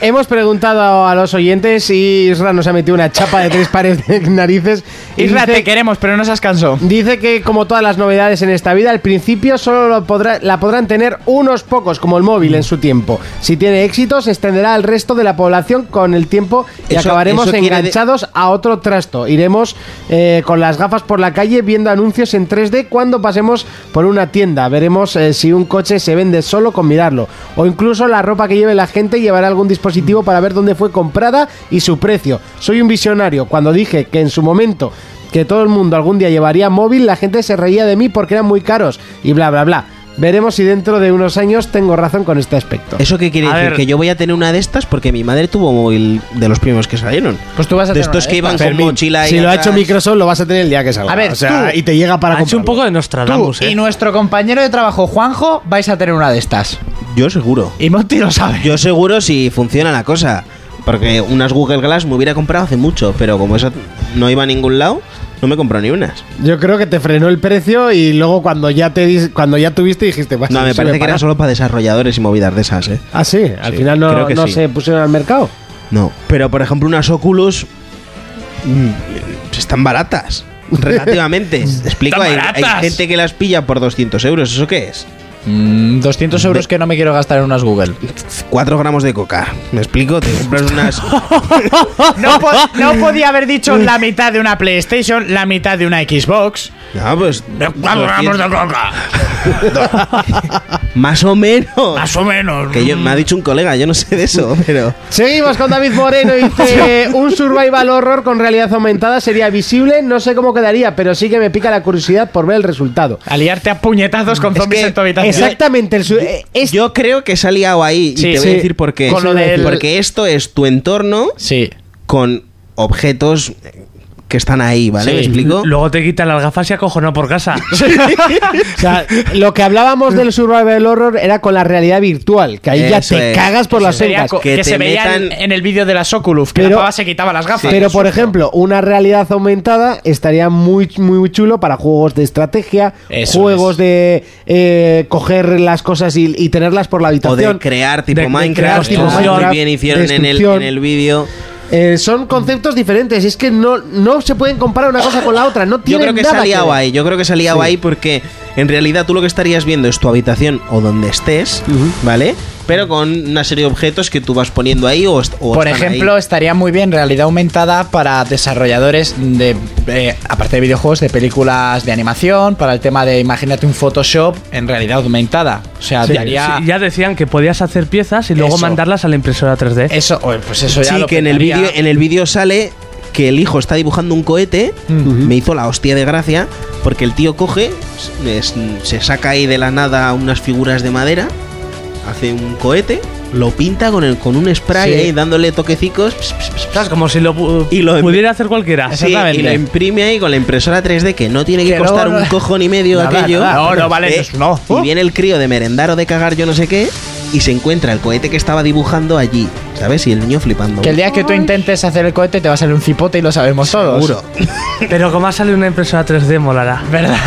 hemos preguntado a los oyentes y Isra nos ha metido una chapa de tres pares de narices. y
Isra,
dice-
te queremos, pero no seas cansado.
Dice que como todas las novedades en esta vida, al principio solo lo podrá- la podrán tener unos pocos, como el móvil en su tiempo. Si tiene éxito, se extenderá al resto de la población con el tiempo y
Eso-
acabaremos
eso quiere de-
enganchados a otro trasto. Iremos eh, con las gafas por la calle viendo anuncios en 3D cuando pasemos por una tienda. Veremos eh, si un coche se vende solo con mirarlo. O incluso la ropa que lleve la gente llevará algún dispositivo para ver dónde fue comprada y su precio. Soy un visionario. Cuando dije que en su momento que todo el mundo algún día llevaría móvil, la gente se reía de mí porque eran muy caros y bla bla bla. Veremos si dentro de unos años tengo razón con este aspecto.
¿Eso qué quiere
A
decir?
ver.
Que yo voy a tener una de estas porque mi madre tuvo móvil de los primeros que salieron.
Pues tú vas a
de
tener
estos
una
que
de
iban con
Fermín,
mochila y
si lo ha
atrás.
hecho Microsoft, lo vas a tener el día que salga.
A ver,
o sea,
tú-
y te llega para
Ha hecho un
comprarlo.
poco de
Tú
Nostradamus,
y
eh.
nuestro compañero de trabajo, Juanjo, vais a tener una de estas.
Yo seguro.
Y Monty lo sabe.
Yo seguro si funciona la cosa. Porque unas Google Glass me hubiera comprado hace mucho, pero como esa no iba a ningún lado, no me compró ni unas.
Yo creo que te frenó el precio y luego cuando ya te dis- cuando ya tuviste dijiste, "Vas,
No, me
se
parece que
Pues para".
era solo para desarrolladores y movidas de esas, ¿eh?
Ah, sí, al
Sí,
final no,
creo que
no
sí.
se pusieron al mercado. (laughs)
No. Pero, por ejemplo, unas Oculus mm, están
(laughs)
baratas. Relativamente. Explico, hay, hay
baratas.
gente que las pilla por 200 euros. ¿Eso qué es?
Mm, 200 euros que no me quiero gastar en unas Google.
4 gramos de coca. ¿Me explico? Te compras
(laughs)
unas...
(laughs) No, po- no podía haber dicho la mitad de una PlayStation, la mitad de una Xbox.
No, pues...
Vamos de coca.
(laughs) Más o menos.
Más o menos.
Que yo, me ha dicho un colega, yo no sé de eso, (laughs) pero...
Seguimos con
(laughs)
David Moreno. Dice: Un survival horror con realidad aumentada sería visible. No sé cómo quedaría, pero sí que me pica la curiosidad por ver el resultado.
Aliarte a puñetazos con zombies
que-
en tu habitación.
Exactamente. El su- eh, es-
Yo creo que se ha liado ahí y
Sí,
te voy a
sí.
decir por qué.
Con lo del-
Porque esto es tu entorno
Sí.
con objetos que están ahí, ¿vale? ¿Me explico?
Luego te quitan las gafas y acojonado por casa. (laughs)
o sea, lo que hablábamos del survival horror era con la realidad virtual, que ahí ya
Eso
te
es.
cagas por las
Sería
ondas.
co-
que
que,
te
se veía en-
metan-
en el vídeo de las Oculus, que
Pero-
la pava se quitaba las gafas.
Pero, por ejemplo, una realidad aumentada estaría muy, muy chulo para juegos de estrategia,
Eso
juegos
es.
de eh, coger las cosas y, y tenerlas por la
O de
habitación.
crear tipo
De- de
Minecraft,
crear tipo
como
Minecraft,
muy bien hicieron en el,
destrucción.
en el vídeo.
Eh, son conceptos diferentes. Es que no, no se pueden comparar una cosa con la otra. No
Yo
tienen
creo que se
nada
ha liado
ver.
ahí, yo creo que se ha liado ahí porque en realidad tú lo que estarías viendo es tu habitación o donde estés, ¿vale? Pero con una serie de objetos que tú vas poniendo ahí o, est- o
Por
están
ejemplo,
ahí.
estaría muy bien realidad aumentada para desarrolladores de, eh, aparte de videojuegos, de películas de animación, para el tema de, imagínate un Photoshop en realidad aumentada. O sea, te haría
Sí, ya decían que podías hacer piezas y luego
Eso.
mandarlas a la impresora 3D.
eso, oye, pues eso ya
Sí,
lo
que en el
petaría.
vídeo en el vídeo sale que el hijo está dibujando un cohete, me hizo la hostia de gracia porque el tío coge es- se saca ahí de la nada unas figuras de madera, hace un cohete, lo pinta con el con un spray
Sí.
ahí dándole toquecicos pss, pss, pss,
¿Sabes? Como si lo, pu-
Y lo- em-
pudiera hacer cualquiera.
Sí, y lo imprime ahí con la em- impresora 3D que no tiene que,
Que no,
costar
no-
un cojón y medio
Nada,
aquello.
nada. No, no vale eso, no.
Y viene el crío de merendar o de cagar yo no sé qué y se encuentra el cohete que estaba dibujando allí, ¿sabes? Y el niño flipando.
Que el día que tú intentes hacer el cohete te va a salir un cipote y lo sabemos todos.
Seguro.
Pero como ha salido una impresora 3D, Pues molará.
¿Verdad?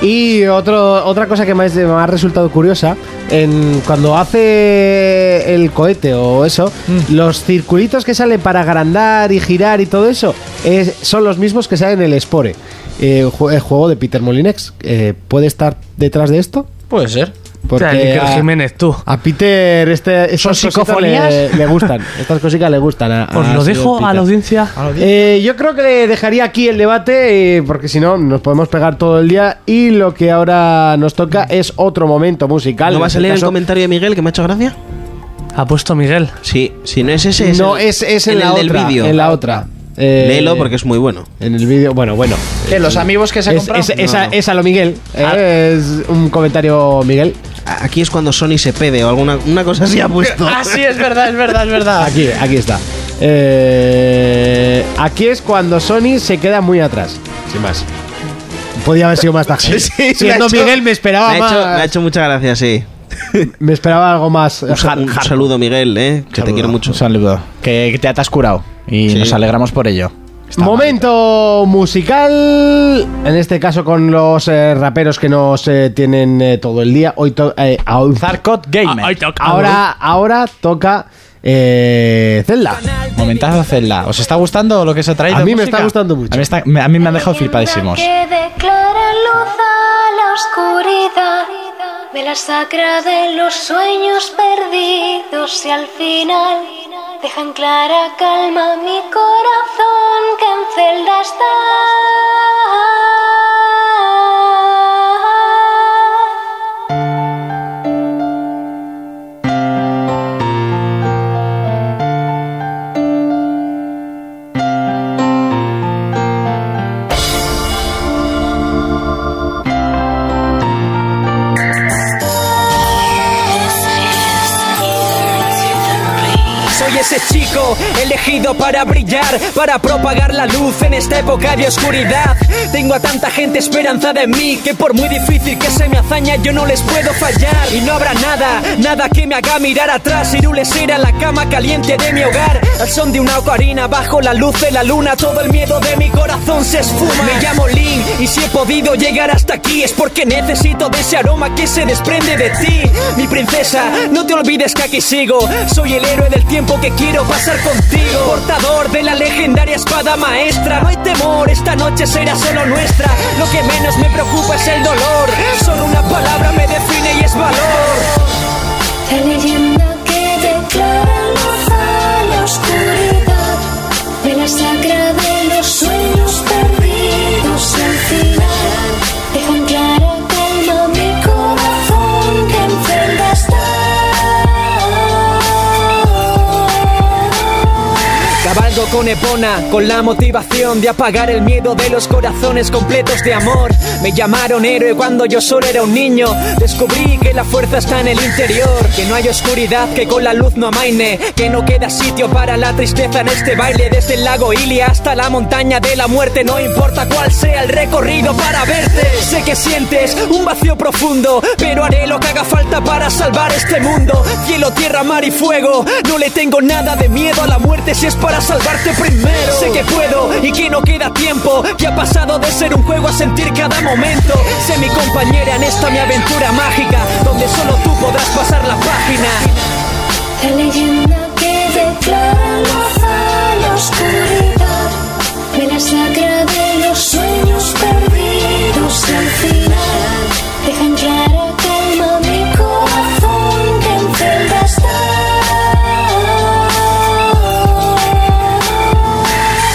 Y otro, otra cosa que me ha- me ha resultado curiosa, en, cuando hace el cohete o eso,
Mm.
los circulitos que salen para agrandar y girar y todo eso es- son los mismos que salen en el Spore, eh, ju- el juego de Peter Molinex. Eh, ¿Puede estar detrás de esto?
Puede ser.
O sea,
Porque
Iker
a-
Jiménez, tú.
A Peter este, estas
¿Son
cositas
psicofonías?
Le, le gustan. Estas cositas le gustan. A,
(laughs) Os
a
lo
señor
dejo a
Peter.
la audiencia.
Eh, yo creo que le dejaría aquí el debate eh, porque si no nos podemos pegar todo el día y lo que ahora nos toca es otro momento musical.
¿No
En
vas a
este
leer el
caso,
comentario de Miguel que me ha hecho gracia?
Ha puesto Miguel.
Sí, si no es ese, es
No,
el-
es, es en,
el
la
del
otra,
vídeo.
En la otra. Eh,
Léelo porque es muy bueno.
En el vídeo, bueno, bueno. Eh, (laughs)
¿Qué, los amigos que se ha
Es,
comprado?
es- esa,
no. Ah.
esa lo Miguel. eh, Es un comentario Miguel.
Aquí es cuando Sony se pede o alguna una cosa así ha puesto.
(laughs) Ah, sí, es verdad, es verdad, es verdad.
(laughs) Aquí, aquí está. Eh, aquí es cuando Sony se queda muy atrás. Sin más. Podía haber sido más tajante.
(laughs) Sí,
Siendo
me ha hecho-
Miguel me
me,
esperaba
ha
más.
hecho, me ha hecho mucha gracia,
(laughs)
sí.
Me esperaba algo más.
Un, sa- un saludo, Miguel, ¿eh? que te quiero mucho.
Un saludo. Que, que te has curado. Y
Sí.
nos alegramos por ello. Está
Momento musical, en este caso con los eh, raperos que nos eh, tienen eh, todo el día. Hoy to- eh, au-
mal. Zarkot
Ah, ahí
Gamer.
toca.
ahora, ahora toca eh, Zelda.
Momentazo Zelda. ¿Os está gustando lo que se ha traído?
A mí me
música?
está gustando mucho.
A mí, está- me- a mí me han dejado flipadísimos.
Que declara luz a la oscuridad, me la sacra de los sueños perdidos y al final deja en clara calma mi corazón que en celda está.
Soy ese chico elegido para brillar, para propagar la luz en esta época de oscuridad. Tengo a tanta gente esperanzada en mí que por muy difícil que se me hazaña yo no les puedo fallar. Y no habrá nada, nada que me haga mirar atrás y dulecer a la cama caliente de mi hogar. Al son de una ocarina bajo la luz de la luna todo el miedo de mi corazón se esfuma. Me llamo Link y si he podido llegar hasta aquí es porque necesito de ese aroma que se desprende de ti. Mi princesa, no te olvides que aquí sigo. Soy el héroe del tiempo que quiero pasar contigo. Portador de la legendaria espada maestra. No hay temor, esta noche será solo nuestra. Lo que menos me preocupa es el dolor. Solo una palabra me define y es valor.
La leyenda que declara luz a la oscuridad, me la sacra de los sueños perdidos y al final deja en clara calma mi corazón que en celda está.
Cabalgo con Epona, con la motivación de apagar el miedo de los corazones completos de amor. Me llamaron héroe cuando yo solo era un niño. Descubrí que la fuerza está en el interior, que no hay oscuridad que con la luz no amaine, que no queda sitio para la tristeza en este baile. Desde el lago Ilia hasta la montaña de la muerte, no importa cuál sea el recorrido para verte. Sé que sientes un vacío profundo, pero haré lo que haga falta para salvar este mundo. Cielo, tierra, mar y fuego, no le tengo nada de miedo a la muerte si es para salvarte primero. Sé que puedo y que no queda tiempo, que ha pasado de ser un juego a sentir cada momento. Sé mi compañera en esta mi aventura mágica, donde solo tú podrás pasar la página.
La leyenda que declara luz a la oscuridad, me la sacra de los sueños perdidos y al final deja en clara calma mi corazón que en celda está.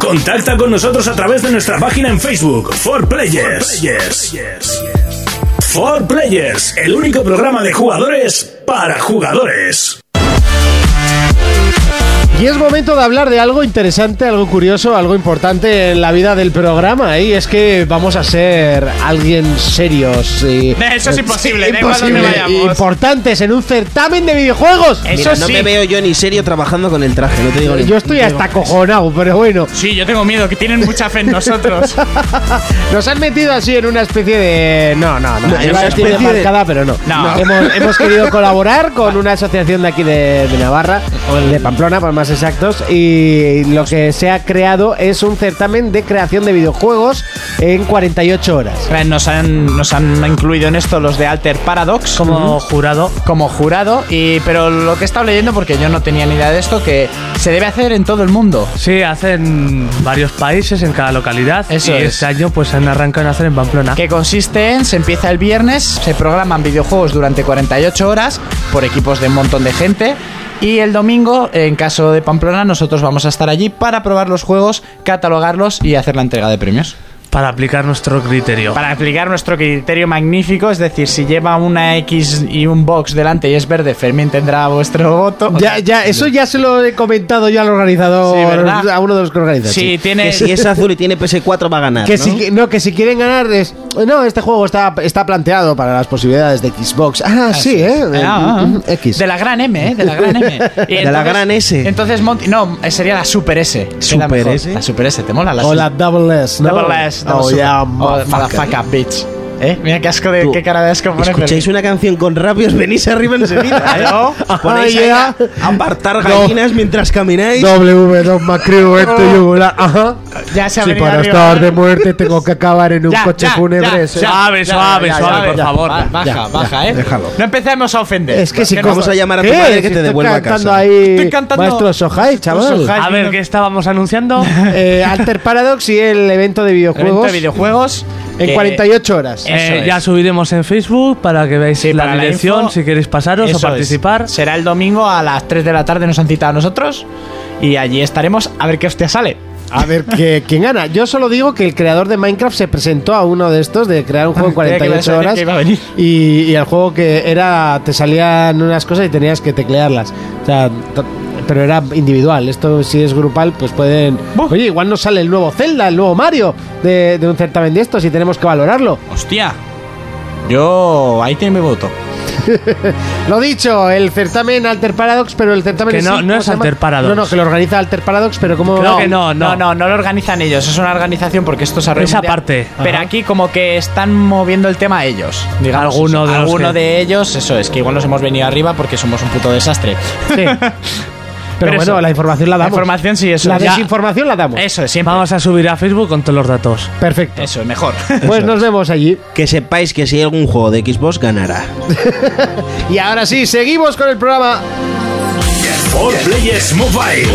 Contacta con nosotros a través de nuestra página en Facebook, For Players. For Players, el único programa de jugadores para jugadores.
Y es momento de hablar de algo interesante, algo curioso, algo importante en la vida del programa. Y es que vamos a ser alguien serios. Y,
Eso es imposible, da igual
Imposible,
dónde vayamos.
Importantes en un certamen de videojuegos.
Eso
Mira, no
sí.
me veo yo ni serio trabajando con el traje, no te digo ni-
Yo estoy hasta cojonado, pero bueno.
Sí, yo tengo miedo, que tienen mucha fe en nosotros.
(laughs)
(laughs)
Nos han metido así en una especie de. No, no, no.
No, en
iba a
una
decir de
especie de-
marcada, pero no.
No.
(laughs)
Hemos, hemos querido colaborar con una asociación de aquí de, de Navarra, de Pamplona, para más más exactos y lo que se ha creado es un certamen de creación de videojuegos en 48 horas.
Eh, Nos han, nos han incluido en esto los de Alter Paradox. Como
jurado.
Como jurado. Y, pero lo que he estado leyendo, porque yo no tenía ni idea de esto, que se debe hacer en todo el mundo.
Sí, hacen varios países en cada localidad.
Eso
y
es.
este año pues han arrancado a hacer en Pamplona.
Que consiste en, se empieza el viernes, se programan videojuegos durante 48 horas por equipos de un montón de gente. Y el domingo, en caso de Pamplona, nosotros vamos a estar allí para probar los juegos, catalogarlos y hacer la entrega de premios.
Para aplicar nuestro criterio.
Para aplicar nuestro criterio magnífico, es decir, si lleva una X y un box delante y es verde, Fermín tendrá vuestro voto.
Ya, ya, eso ya se lo he comentado yo al organizador,
Sí, ¿verdad?
a uno de los que organiza.
Sí,
sí.
tiene-
Que
(laughs)
si es azul y tiene PS4 va a ganar.
Que
¿no?
si que- no, que si quieren ganar es no, este juego está, está planteado para las posibilidades de Xbox. Ah, sí, eh.
Eh, ah, ah.
Mm, X.
De la gran M, ¿eh? De la gran
(laughs)
(laughs)
M. Y
De la gran S.
Entonces, Monty. No, eh, sería la Super S. Queda
Super
mejor.
S.
La Super S, ¿te mola? La
O la Double S, ¿no?
Double S. double
Oh,
super.
yeah,
Oh,
motherfucker.
motherfucker, bitch. ¿Eh? Mira qué asco de.
Tú,
Qué cara de asco pone
Escucháis
Fermín.
una canción con rabios, venís arriba (laughs) enseguida. ¿eh?
Claro.
Os Ponéis
Ah,
ahí
ya.
a apartar gallinas mientras camináis.
W, no más creo en tu yugular. Ajá.
Ah. Ya se ha
Si
venido
para
arriba. ¿eh?
estar de muerte tengo que acabar en
(laughs)
un
Ya,
coche
ya, ya,
fúnebre. ¿eh? ese.
ya,
Suave,
ya,
suave,
ya,
suave,
ya,
por
ya.
favor.
Ba- Baja,
Ya,
baja,
ya,
¿eh?
déjalo.
No empecemos a ofender.
Es que si
no-
Vamos a llamar a tu
¿Qué?
madre que
Si
te
estoy
devuelva a
cantando
casa.
ahí
Estoy cantando-
Maestro Sohai, chaval.
Sohai.
A ver, ¿qué estábamos anunciando?
Eh, Alter Paradox y el evento de
Evento
videojuegos
de videojuegos.
en
que-
48 horas.
Eso
Eh,
es.
ya subiremos en Facebook para que veáis
Sí,
la
para la
dirección,
info.
si queréis pasaros
Eso
o
es.
participar.
Será el domingo a las 3 de la tarde, nos han citado a nosotros. Y allí estaremos a ver qué hostia sale.
A ver, que, ¿quién gana? Yo solo digo que el creador de Minecraft se presentó a uno de estos de
(laughs)
crear un juego en
Creía que ibas a decir
48 horas.
que iba a venir.
Y, y el juego que era. Te salían unas cosas y tenías que teclearlas. O sea, t- pero era individual. Esto, si es grupal, pues pueden.
Buh.
Oye, igual nos sale el nuevo Zelda, el nuevo Mario de, de un certamen de estos y tenemos que valorarlo. (laughs)
Hostia. Yo. Ahí tiene mi voto.
Lo dicho, el certamen Alter Paradox, pero el certamen
Que
en
no- no
¿cómo
es
se llama?
Alter Paradox.
No, no, que lo organiza Alter Paradox, pero como.
Creo que no, no.
no, lo organizan ellos. Es una organización porque esto se
Esa parte.
Pero
Ajá.
aquí, como que están moviendo el tema ellos. Digamos
Alguno
eso.
de los
Alguno
que-
de ellos, eso es, que igual nos hemos venido arriba porque somos un puto desastre. (laughs)
Pero,
Pero
bueno,
eso,
la información la
la
damos.
información sí, eso
La
es. Ya-
desinformación la damos.
Eso es, siempre.
Vamos a subir a Facebook con todos los datos.
Perfecto.
Eso es mejor.
(laughs) Pues nos vemos allí.
Que sepáis que si hay algún juego de Xbox ganará.
Y ahora sí, seguimos con el programa.
For Players Mobile.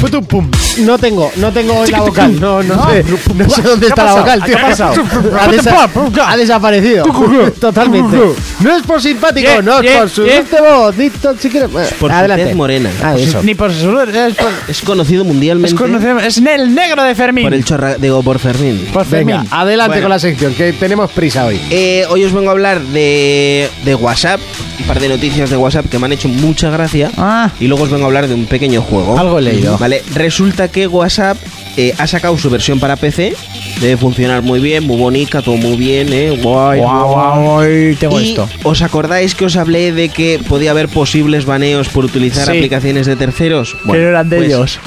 Putum pum. No tengo, no tengo hoy la vocal. No, no, sé. No sé dónde está la vocal, tío.
¿Qué ha pasado?
Ha, desa- ha desaparecido. (laughs) Totalmente. No es por simpático,
Yeah,
no es
yeah,
por su
yeah.
voz, ni to- si quieres-
por su
Adelante.
tez morena.
Ah, eso.
Ni por su. Es, por-
Es conocido mundialmente
es conoce- es el negro de Fermín.
por el chorra digo por Fermín.
Por Fermín.
Venga, adelante
Bueno.
con la sección, que tenemos prisa hoy.
Eh, hoy os vengo a hablar de, de WhatsApp, un par de noticias de WhatsApp que me han hecho mucha gracia.
Ah.
Y luego os vengo a hablar de un pequeño juego.
Algo he leído.
Vale, resulta que WhatsApp eh, ha sacado su versión para PC. Debe funcionar muy bien, muy bonita, todo muy bien, eh. Guay.
Guau, guau, tengo
Y
esto.
¿Os acordáis que os hablé de que podía haber posibles baneos por utilizar
Sí.
aplicaciones de terceros?
Pero eran de
pues,
ellos.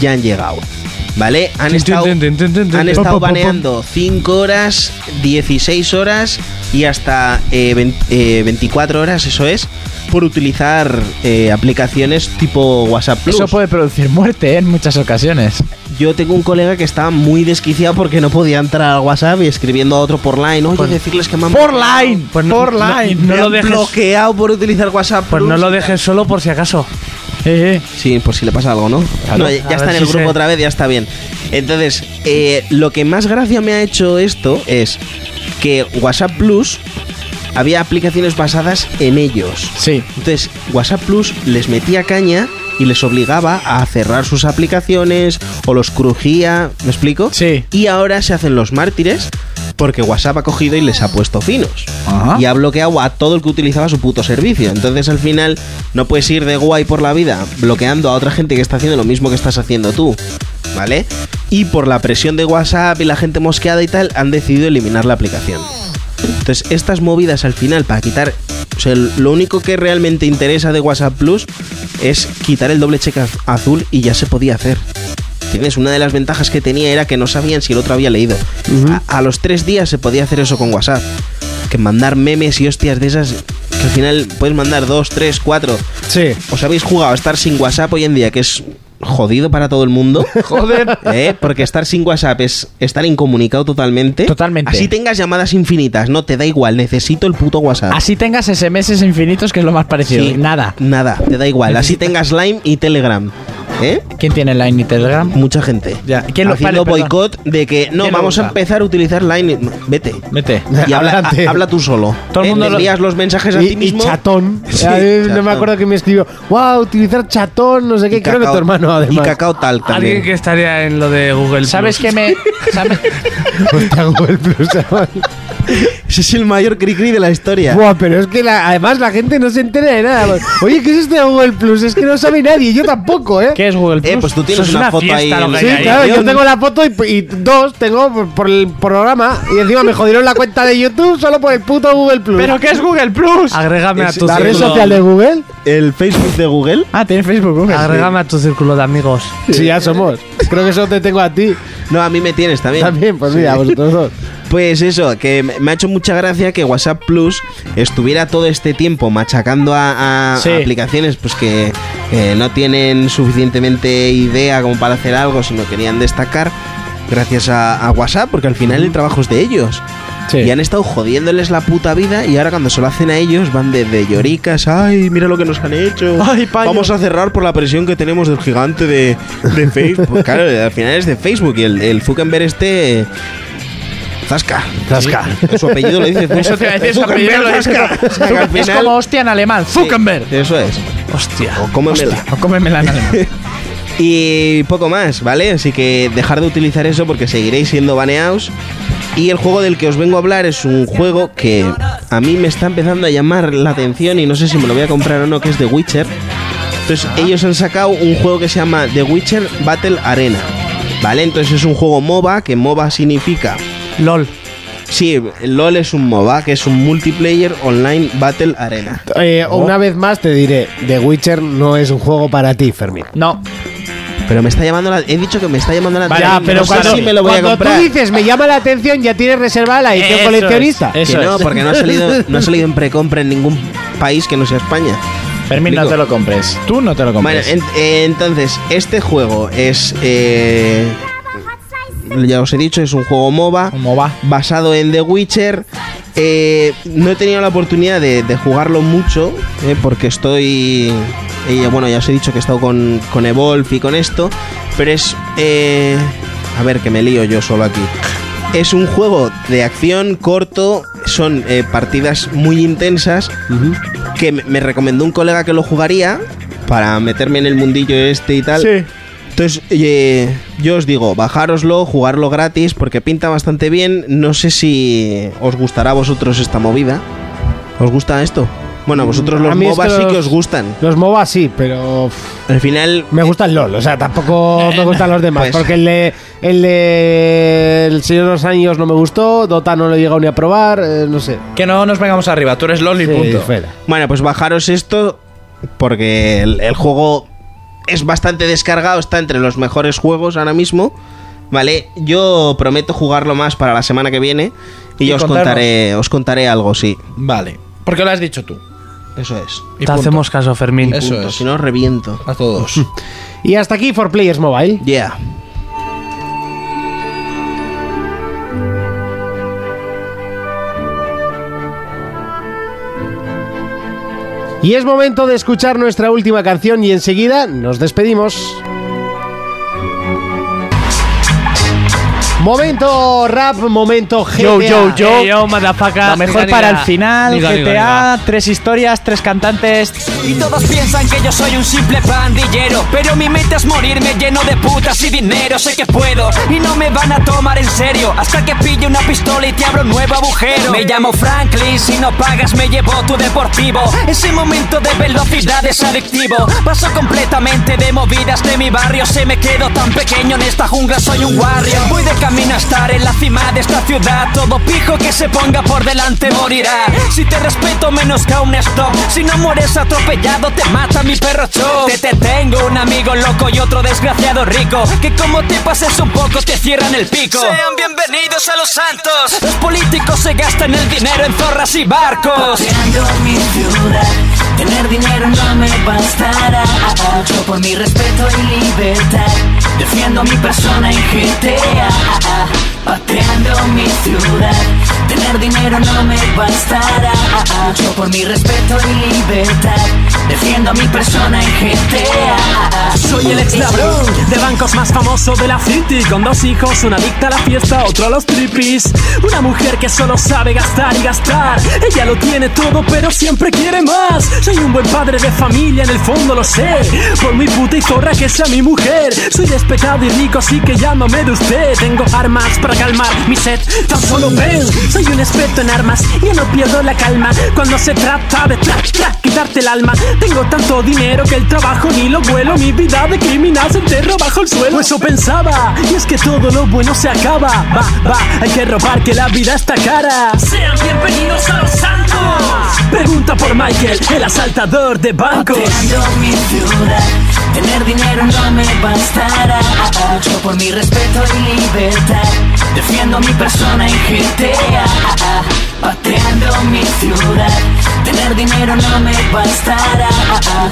Ya han llegado. ¿Vale? Han
Tin,
estado,
tin, tin, tin, tin, tin.
han
Pum,
estado
pum, pum, pum.
baneando 5 horas, 16 horas y hasta eh, 20, eh, 24 horas, eso es, por utilizar eh, aplicaciones tipo WhatsApp Plus.
Eso puede producir muerte ¿eh? en muchas ocasiones.
Yo tengo un colega que estaba muy desquiciado porque no podía entrar al WhatsApp y escribiendo a otro por line. Oye, decirles que me han
Por line.
Pues no-
por
no-
line.
no
me
lo
han
dejes.
bloqueado por utilizar WhatsApp
Pues no
Plus
lo
y tal.
dejes solo por si acaso.
Eh, eh.
Sí, por si le pasa algo, ¿no? No, ya
A
ya está en
ver
el
si
grupo
se-
otra vez, ya está bien. Entonces, eh, lo que más gracia me ha hecho esto es que WhatsApp Plus había aplicaciones basadas en ellos.
Sí.
Entonces, WhatsApp Plus les metía caña y les obligaba a cerrar sus aplicaciones o los crujía, ¿me explico?
Sí.
Y ahora se hacen los mártires porque WhatsApp ha cogido y les ha puesto finos.
Ajá.
Y ha bloqueado a todo el que utilizaba su puto servicio. Entonces, al final, no puedes ir de guay por la vida bloqueando a otra gente que está haciendo lo mismo que estás haciendo tú. ¿Vale? Y por la presión de WhatsApp y la gente mosqueada y tal, han decidido eliminar la aplicación. Entonces, estas movidas al final para quitar. O sea, lo único que realmente interesa de WhatsApp Plus es quitar el doble cheque az- azul y ya se podía hacer. ¿Entiendes? Una de las ventajas que tenía era que no sabían si el otro había leído. a, a los tres días se podía hacer eso con WhatsApp. Que mandar memes y hostias de esas que al final puedes mandar dos, tres, cuatro.
Sí.
¿Os habéis jugado a estar sin WhatsApp hoy en día, que es jodido para todo el mundo?
(laughs) Joder.
¿Eh? Porque estar sin WhatsApp es estar incomunicado totalmente.
Totalmente.
Así tengas llamadas infinitas, no te da igual, necesito el puto WhatsApp.
Así tengas SMS infinitos, que es lo más parecido.
Sí.
Nada.
Nada, te da
(laughs)
igual. Así tengas Line y Telegram. ¿Eh?
¿Quién tiene Line y Telegram?
Mucha gente.
Ya, ¿quién lo-
haciendo
vale, perdón.
boicot de que no,
¿Quién lo
vamos a
usa?
empezar a utilizar Line. y- Vete.
Mete.
Y habla,
Adelante.
ha- habla tú solo.
Todo el
¿Eh?
mundo
Te
lo-
envías los mensajes a
Y,
ti
y
mismo.
chatón.
(laughs) Sí,
A mí No
chatón.
me acuerdo que me escribió. ¡Wow! Utilizar chatón, no sé qué.
y
Creo que tu
cacao-
hermano,
Y
además.
cacao tal
(laughs)
Alguien
también.
que estaría en lo de Google.
¿Sabes
Plus.
qué
(laughs)
me.? sabe-
Hostia, Google Plus, chaval.
Ese es el mayor cri-cri de la historia.
Buah, pero es que la- además la gente no se entera de nada. Oye, ¿qué es este Google Plus? Es que no sabe nadie, yo tampoco, ¿eh?
¿Qué es Google Plus?
Eh, pues tú tienes
Eso es
una,
una
foto ahí.
fiesta,
en-
lo que
Sí,
hay ahí.
claro, yo tengo la foto y, y dos tengo por, por el programa y encima me jodieron la cuenta de YouTube solo por el puto Google Plus.
¿Pero qué es Google Plus?
Agrégame a
Es-
tu
la red
círculo.
social de Google,
El Facebook de Google.
Ah, tiene Facebook Google.
Agrégame a tu círculo de amigos.
sí, ya somos. Creo que solo te tengo a ti
No, a mí me tienes también.
también, pues
Sí.
mira, a vosotros dos.
(laughs) Pues eso, que me me ha hecho mucha gracia que WhatsApp Plus estuviera todo este tiempo machacando a, a-
Sí.
a aplicaciones pues que eh, no tienen suficientemente idea como para hacer algo, sino querían destacar gracias a, a WhatsApp, porque al final el trabajo es de ellos.
Sí.
Y han estado jodiéndoles la puta vida y ahora cuando se lo hacen a ellos van de, de lloricas, ay, mira lo que nos han hecho,
Ay, payo.
vamos a cerrar por la presión que tenemos del gigante de,
(laughs)
de Facebook. claro, al final es de Facebook y el, el Zuckerberg este... eh, Zasca.
Zasca.
Pues Su apellido lo dice
(laughs) Eso te iba a decir, su apellido lo dice todo. Es como hostia en alemán. Zuckerberg.
Eso es.
Hostia.
O cómemela.
O cómemela en alemán.
(laughs) Y poco más, ¿vale? Así que dejar de utilizar eso porque seguiréis siendo baneados. Y el juego del que os vengo a hablar es un juego que a mí me está empezando a llamar la atención y no sé si me lo voy a comprar o no, que es The Witcher. Entonces ellos han sacado un juego que se llama The Witcher Battle Arena. ¿Vale? Entonces es un juego MOBA, que MOBA significa
LOL.
Sí, LOL es un MOBA, que es un multiplayer online battle arena.
Eh,
Oh.
Una vez más te diré, The Witcher no es un juego para ti, Fermín.
No.
Pero me está llamando la... He dicho que me está llamando la
Vale,
atención.
pero
no sé
cuando-
si me lo voy a
cuando
comprar.
tú dices me llama la atención, ya tienes reservada la edición
Eso es,
coleccionista.
eso
Que no, porque no ha salido, (laughs) no ha
(laughs)
salido en precompra en ningún país que no sea España.
Fermín, no
Explico.
te lo compres. Pues Tú no te lo
Bueno,
compres.
en- eh, entonces, este juego es... eh, ya os he dicho, es un juego MOBA.
¿Cómo va?
basado en The Witcher. Eh, no he tenido la oportunidad de, de jugarlo mucho eh, porque estoy. eh, bueno, ya os he dicho que he estado con, con Evolve y con esto, pero es. eh, a ver, que me lío yo solo aquí. Es un juego de acción corto, son eh, partidas muy intensas que me- me recomendó un colega que lo jugaría para meterme en el mundillo este y tal. Entonces, eh, yo os digo, bajároslo, jugarlo gratis, porque pinta bastante bien. No sé si os gustará a vosotros esta movida. ¿Os gusta esto? Bueno, a vosotros
Mm, A
los
mí es
MOBA
que
sí que
los-
os gustan.
Los MOBA sí, pero uf,
Al final,
me gusta el LOL, o sea, tampoco me gustan los demás,
Pues-
porque el de, el de El Señor de los Anillos no me gustó, Dota no lo he llegado ni a probar, eh, no sé.
Que no nos vengamos arriba. Tú eres LOL y
Sí,
punto.
fuera.
bueno, pues bajaros esto, porque el, el juego es bastante descargado, está entre los mejores juegos ahora mismo. Vale, yo prometo jugarlo más para la semana que viene y,
Y
os
contarnos.
contaré, os contaré algo, sí.
Vale. Porque lo has dicho tú.
Eso es.
Y
Te
punto.
hacemos caso, Fermín.
Eso
Punto,
es.
Si no, reviento.
A
(laughs)
todos.
Y hasta aquí For Players Mobile.
Yeah.
Y es momento de escuchar nuestra última canción y enseguida nos despedimos. Momento rap, momento GTA.
Yo, yo, yo.
Hey, yo, motherfucker.
La mejor
Diga,
para el
diga.
final.
Diga, diga,
GTA, tres historias, tres cantantes.
Y todos piensan que yo soy un simple pandillero Pero mi meta es morirme lleno de putas y dinero Sé que puedo y no me van a tomar en serio Hasta que pille una pistola y te abro un nuevo agujero Me llamo Franklin, si no pagas me llevo tu deportivo Ese momento de velocidad es adictivo Paso completamente de movidas de mi barrio Se me quedo tan pequeño en esta jungla, soy un warrior Voy de camino camino a estar en la cima de esta ciudad. Todo pijo que se ponga por delante morirá. Si te respeto, menos que a un stop. Si no mueres atropellado, te mata mi perro show. Te, te tengo un amigo loco y otro desgraciado rico. Que como te pases un poco, te cierran el pico. Sean bienvenidos a los santos. Los políticos se gastan el dinero en zorras y barcos.
Pateando mi ciudad. Tener dinero no me bastará. Yo por mi respeto y libertad. Defiendo mi persona en GTA. Pateando mi ciudad. Tener dinero no me bastará. Yo por mi respeto y libertad. Defiendo mi persona en GTA.
Soy el ex ladrón de bancos más famoso de la city Con dos hijos, una adicta a la fiesta, otro a los tripis Una mujer que solo sabe gastar y gastar Ella lo tiene todo pero siempre quiere más Soy un buen padre de familia, en el fondo lo sé Por mi puta y zorra que sea mi mujer Soy despetado y rico así que llámame de usted Tengo armas para calmar mi sed, tan solo ven Soy un experto en armas, yo no pierdo la calma Cuando se trata de track, track, quitarte el alma Tengo tanto dinero que el trabajo ni lo vuelo Mi vida de criminal se enterro bajo el suelo Eso pensaba, y es que todo lo bueno se acaba Va, va, hay que robar que la vida está cara
Sean bienvenidos a los santos.
Pregunta por Michael, el asaltador de bancos
Pateando mi ciudad. Tener dinero no me bastará. Yo por mi respeto y libertad. Defiendo mi persona en GTA. Pateando mi ciudad. Tener dinero no me bastará.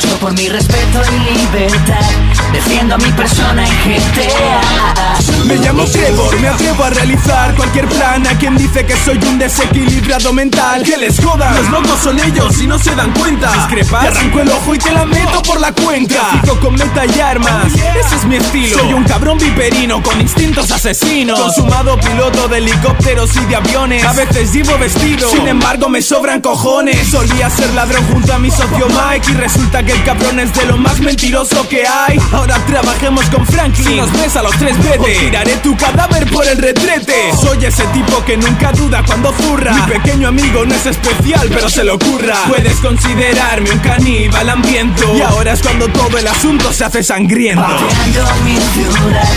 Yo por mi respeto y libertad. Defiendo mi persona en GTA.
Me llamo Trevor, me atrevo a realizar cualquier plan A quien dice que soy un desequilibrado mental Que les jodan, los locos son ellos y no se dan cuenta Discrepas, te arranco el ojo y te la meto por la cuenca Fico con meta y armas, ese es mi estilo Soy un cabrón viperino con instintos asesinos Consumado piloto de helicópteros y de aviones A veces llevo vestido, sin embargo me sobran cojones Solía ser ladrón junto a mi socio Mike Y resulta que el cabrón es de lo más mentiroso que hay Ahora trabajemos con Franklin, si nos ves a los tres veces o tiraré tu cadáver por el retrete Soy ese tipo que nunca duda cuando zurra Mi pequeño amigo no es especial pero se lo curra Puedes considerarme un caníbal hambriento Y ahora es cuando todo el asunto se hace sangriento
Pateando mi ciudad.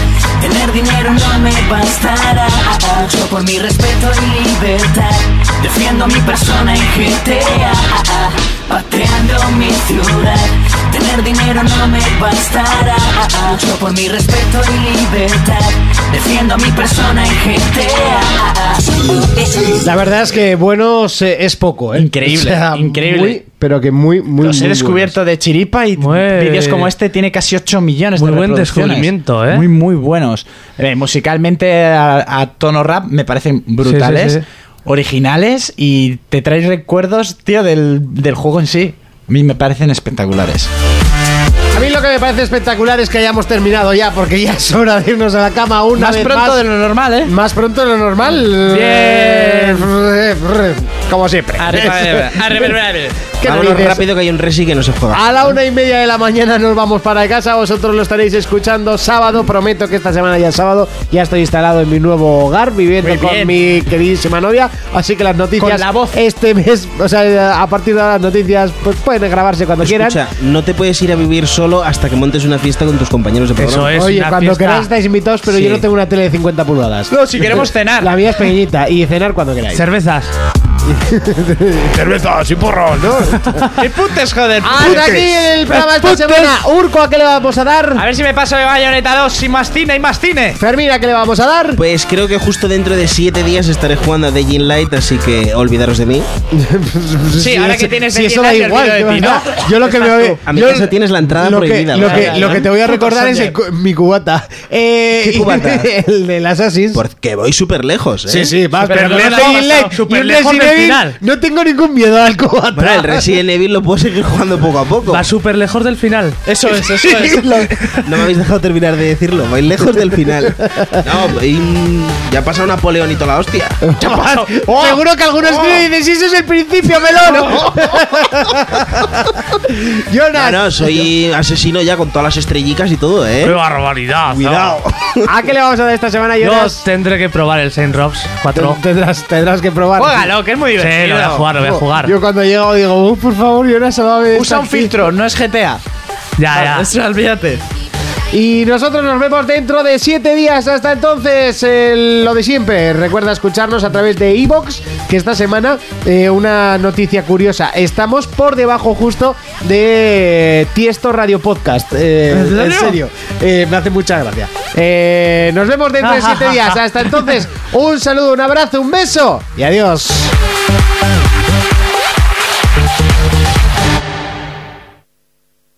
Tener dinero no me bastará. Yo por mi respeto y libertad. Defiendo mi persona en GTA. Pateando mi ciudad. Tener dinero no me bastará. Yo por mi respeto y libertad. Defiendo mi persona en GTA.
La verdad es que buenos eh, es poco, ¿eh?
Increíble, increíble.
muy, pero que muy, muy,
Los he
muy
descubierto de chiripa y vídeos como este tiene casi 8 millones
Muy
de
buen
reproducciones.
descubrimiento, ¿eh?
Muy, muy buenos. Eh, musicalmente a, a tono rap me parecen brutales,
sí, sí.
originales y te traes recuerdos, tío, del, del juego en sí. A mí me parecen espectaculares.
buenos. A mí lo que me parece espectacular es que hayamos terminado ya, porque ya es hora de irnos a la cama una
Más
vez
pronto
más.
de lo normal, ¿eh?
Más pronto de lo normal.
Bien.
Como siempre.
(laughs)
¿Qué
Vámonos
narices?
rápido que hay un resi que no se juega.
(laughs) A la una y media de la mañana nos vamos para casa. Vosotros lo estaréis escuchando sábado. Prometo que esta semana ya es sábado. Ya estoy instalado en mi nuevo hogar, viviendo
Muy
con
bien.
mi queridísima novia. Así que las noticias
Con la voz.
este mes, o sea, a partir de ahora las noticias pues pueden grabarse cuando
Escucha,
quieran.
no te puedes ir a vivir solo hasta que montes una fiesta con tus compañeros de programa.
Eso es
Oye,
una
cuando
fiesta.
queráis estáis invitados, pero
Sí.
yo no tengo una tele de 50 pulgadas.
No, si
(laughs)
queremos cenar.
La mía es pequeñita y cenar cuando queráis. (laughs)
Cervezas.
Cervezas y porros, ¿no?
¡Qué putes, (laughs) joder!
Hasta aquí el programa esta semana. Urco, ¿a qué le vamos a
A
dar?
ver si me paso de Bayonetta 2 y más cine y más cine.
Fermín, ¿a qué le vamos a dar?
Pues creo que justo dentro de 7 días estaré jugando a Dying Light, así que olvidaros de mí.
Sí, ahora que tienes
si
de Dying
eso da
Light, te
igual,
olvido de ti,
yo-
¿no?
(laughs) yo lo que me
Estás
voy
tú.
A mi
yo-
casa tienes la entrada
lo que-
prohibida,
Lo
vaya,
que, lo
¿no?
que te voy a
Puto
recordar es el
Sanger.
cu- mi cubata. Eh,
¿Qué cubata?
(laughs) el del Assassin's.
Porque voy súper lejos, ¿eh?
vas,
Pero no lo hemos pasado súper lejos del final.
No tengo ningún miedo al cubata.
Bueno,
(laughs)
el Resident Evil lo puedo seguir jugando poco a poco.
Va súper lejos del final.
Eso es, eso es.
(laughs) No me habéis dejado terminar de decirlo, vais lejos del final. No, y, mm, ya ha pasado Napoleón y toda la hostia.
(laughs)
(laughs) Oh,
Oh,
Seguro que algunos escriben y dicen, "Sí, eso es el principio, melón.
No,
oh.
(laughs) Jonas,
no, soy asesino ya con todas las estrellicas y todo,
¡Qué
¿eh?
barbaridad! ¿no?
Cuidado.
¿a Ah, qué le vamos a dar esta semana,
Yo
Jonas?
tendré que probar el Saint Robs 4.
Tendrás, tendrás que probar.
Juégalo, que es muy divertido.
Sí, lo voy a jugar, lo voy a jugar.
Yo cuando llego digo, "Oh, por favor, Jonas, sálvame de
Usa
esta
un
aquí".
filtro, no es GTA.
Ya, ya.
Eso, olvídate.
Y nosotros nos vemos dentro de siete días. Hasta entonces, eh, lo de siempre. Recuerda escucharnos a través de Evox, que esta semana, eh, una noticia curiosa. Estamos por debajo justo de Eh, Tiesto Radio Podcast. Eh,
¿En serio?
en serio. Eh, me hace mucha gracia. Eh, nos vemos dentro
(laughs)
de siete días. Hasta entonces, un saludo, un abrazo, un beso y adiós.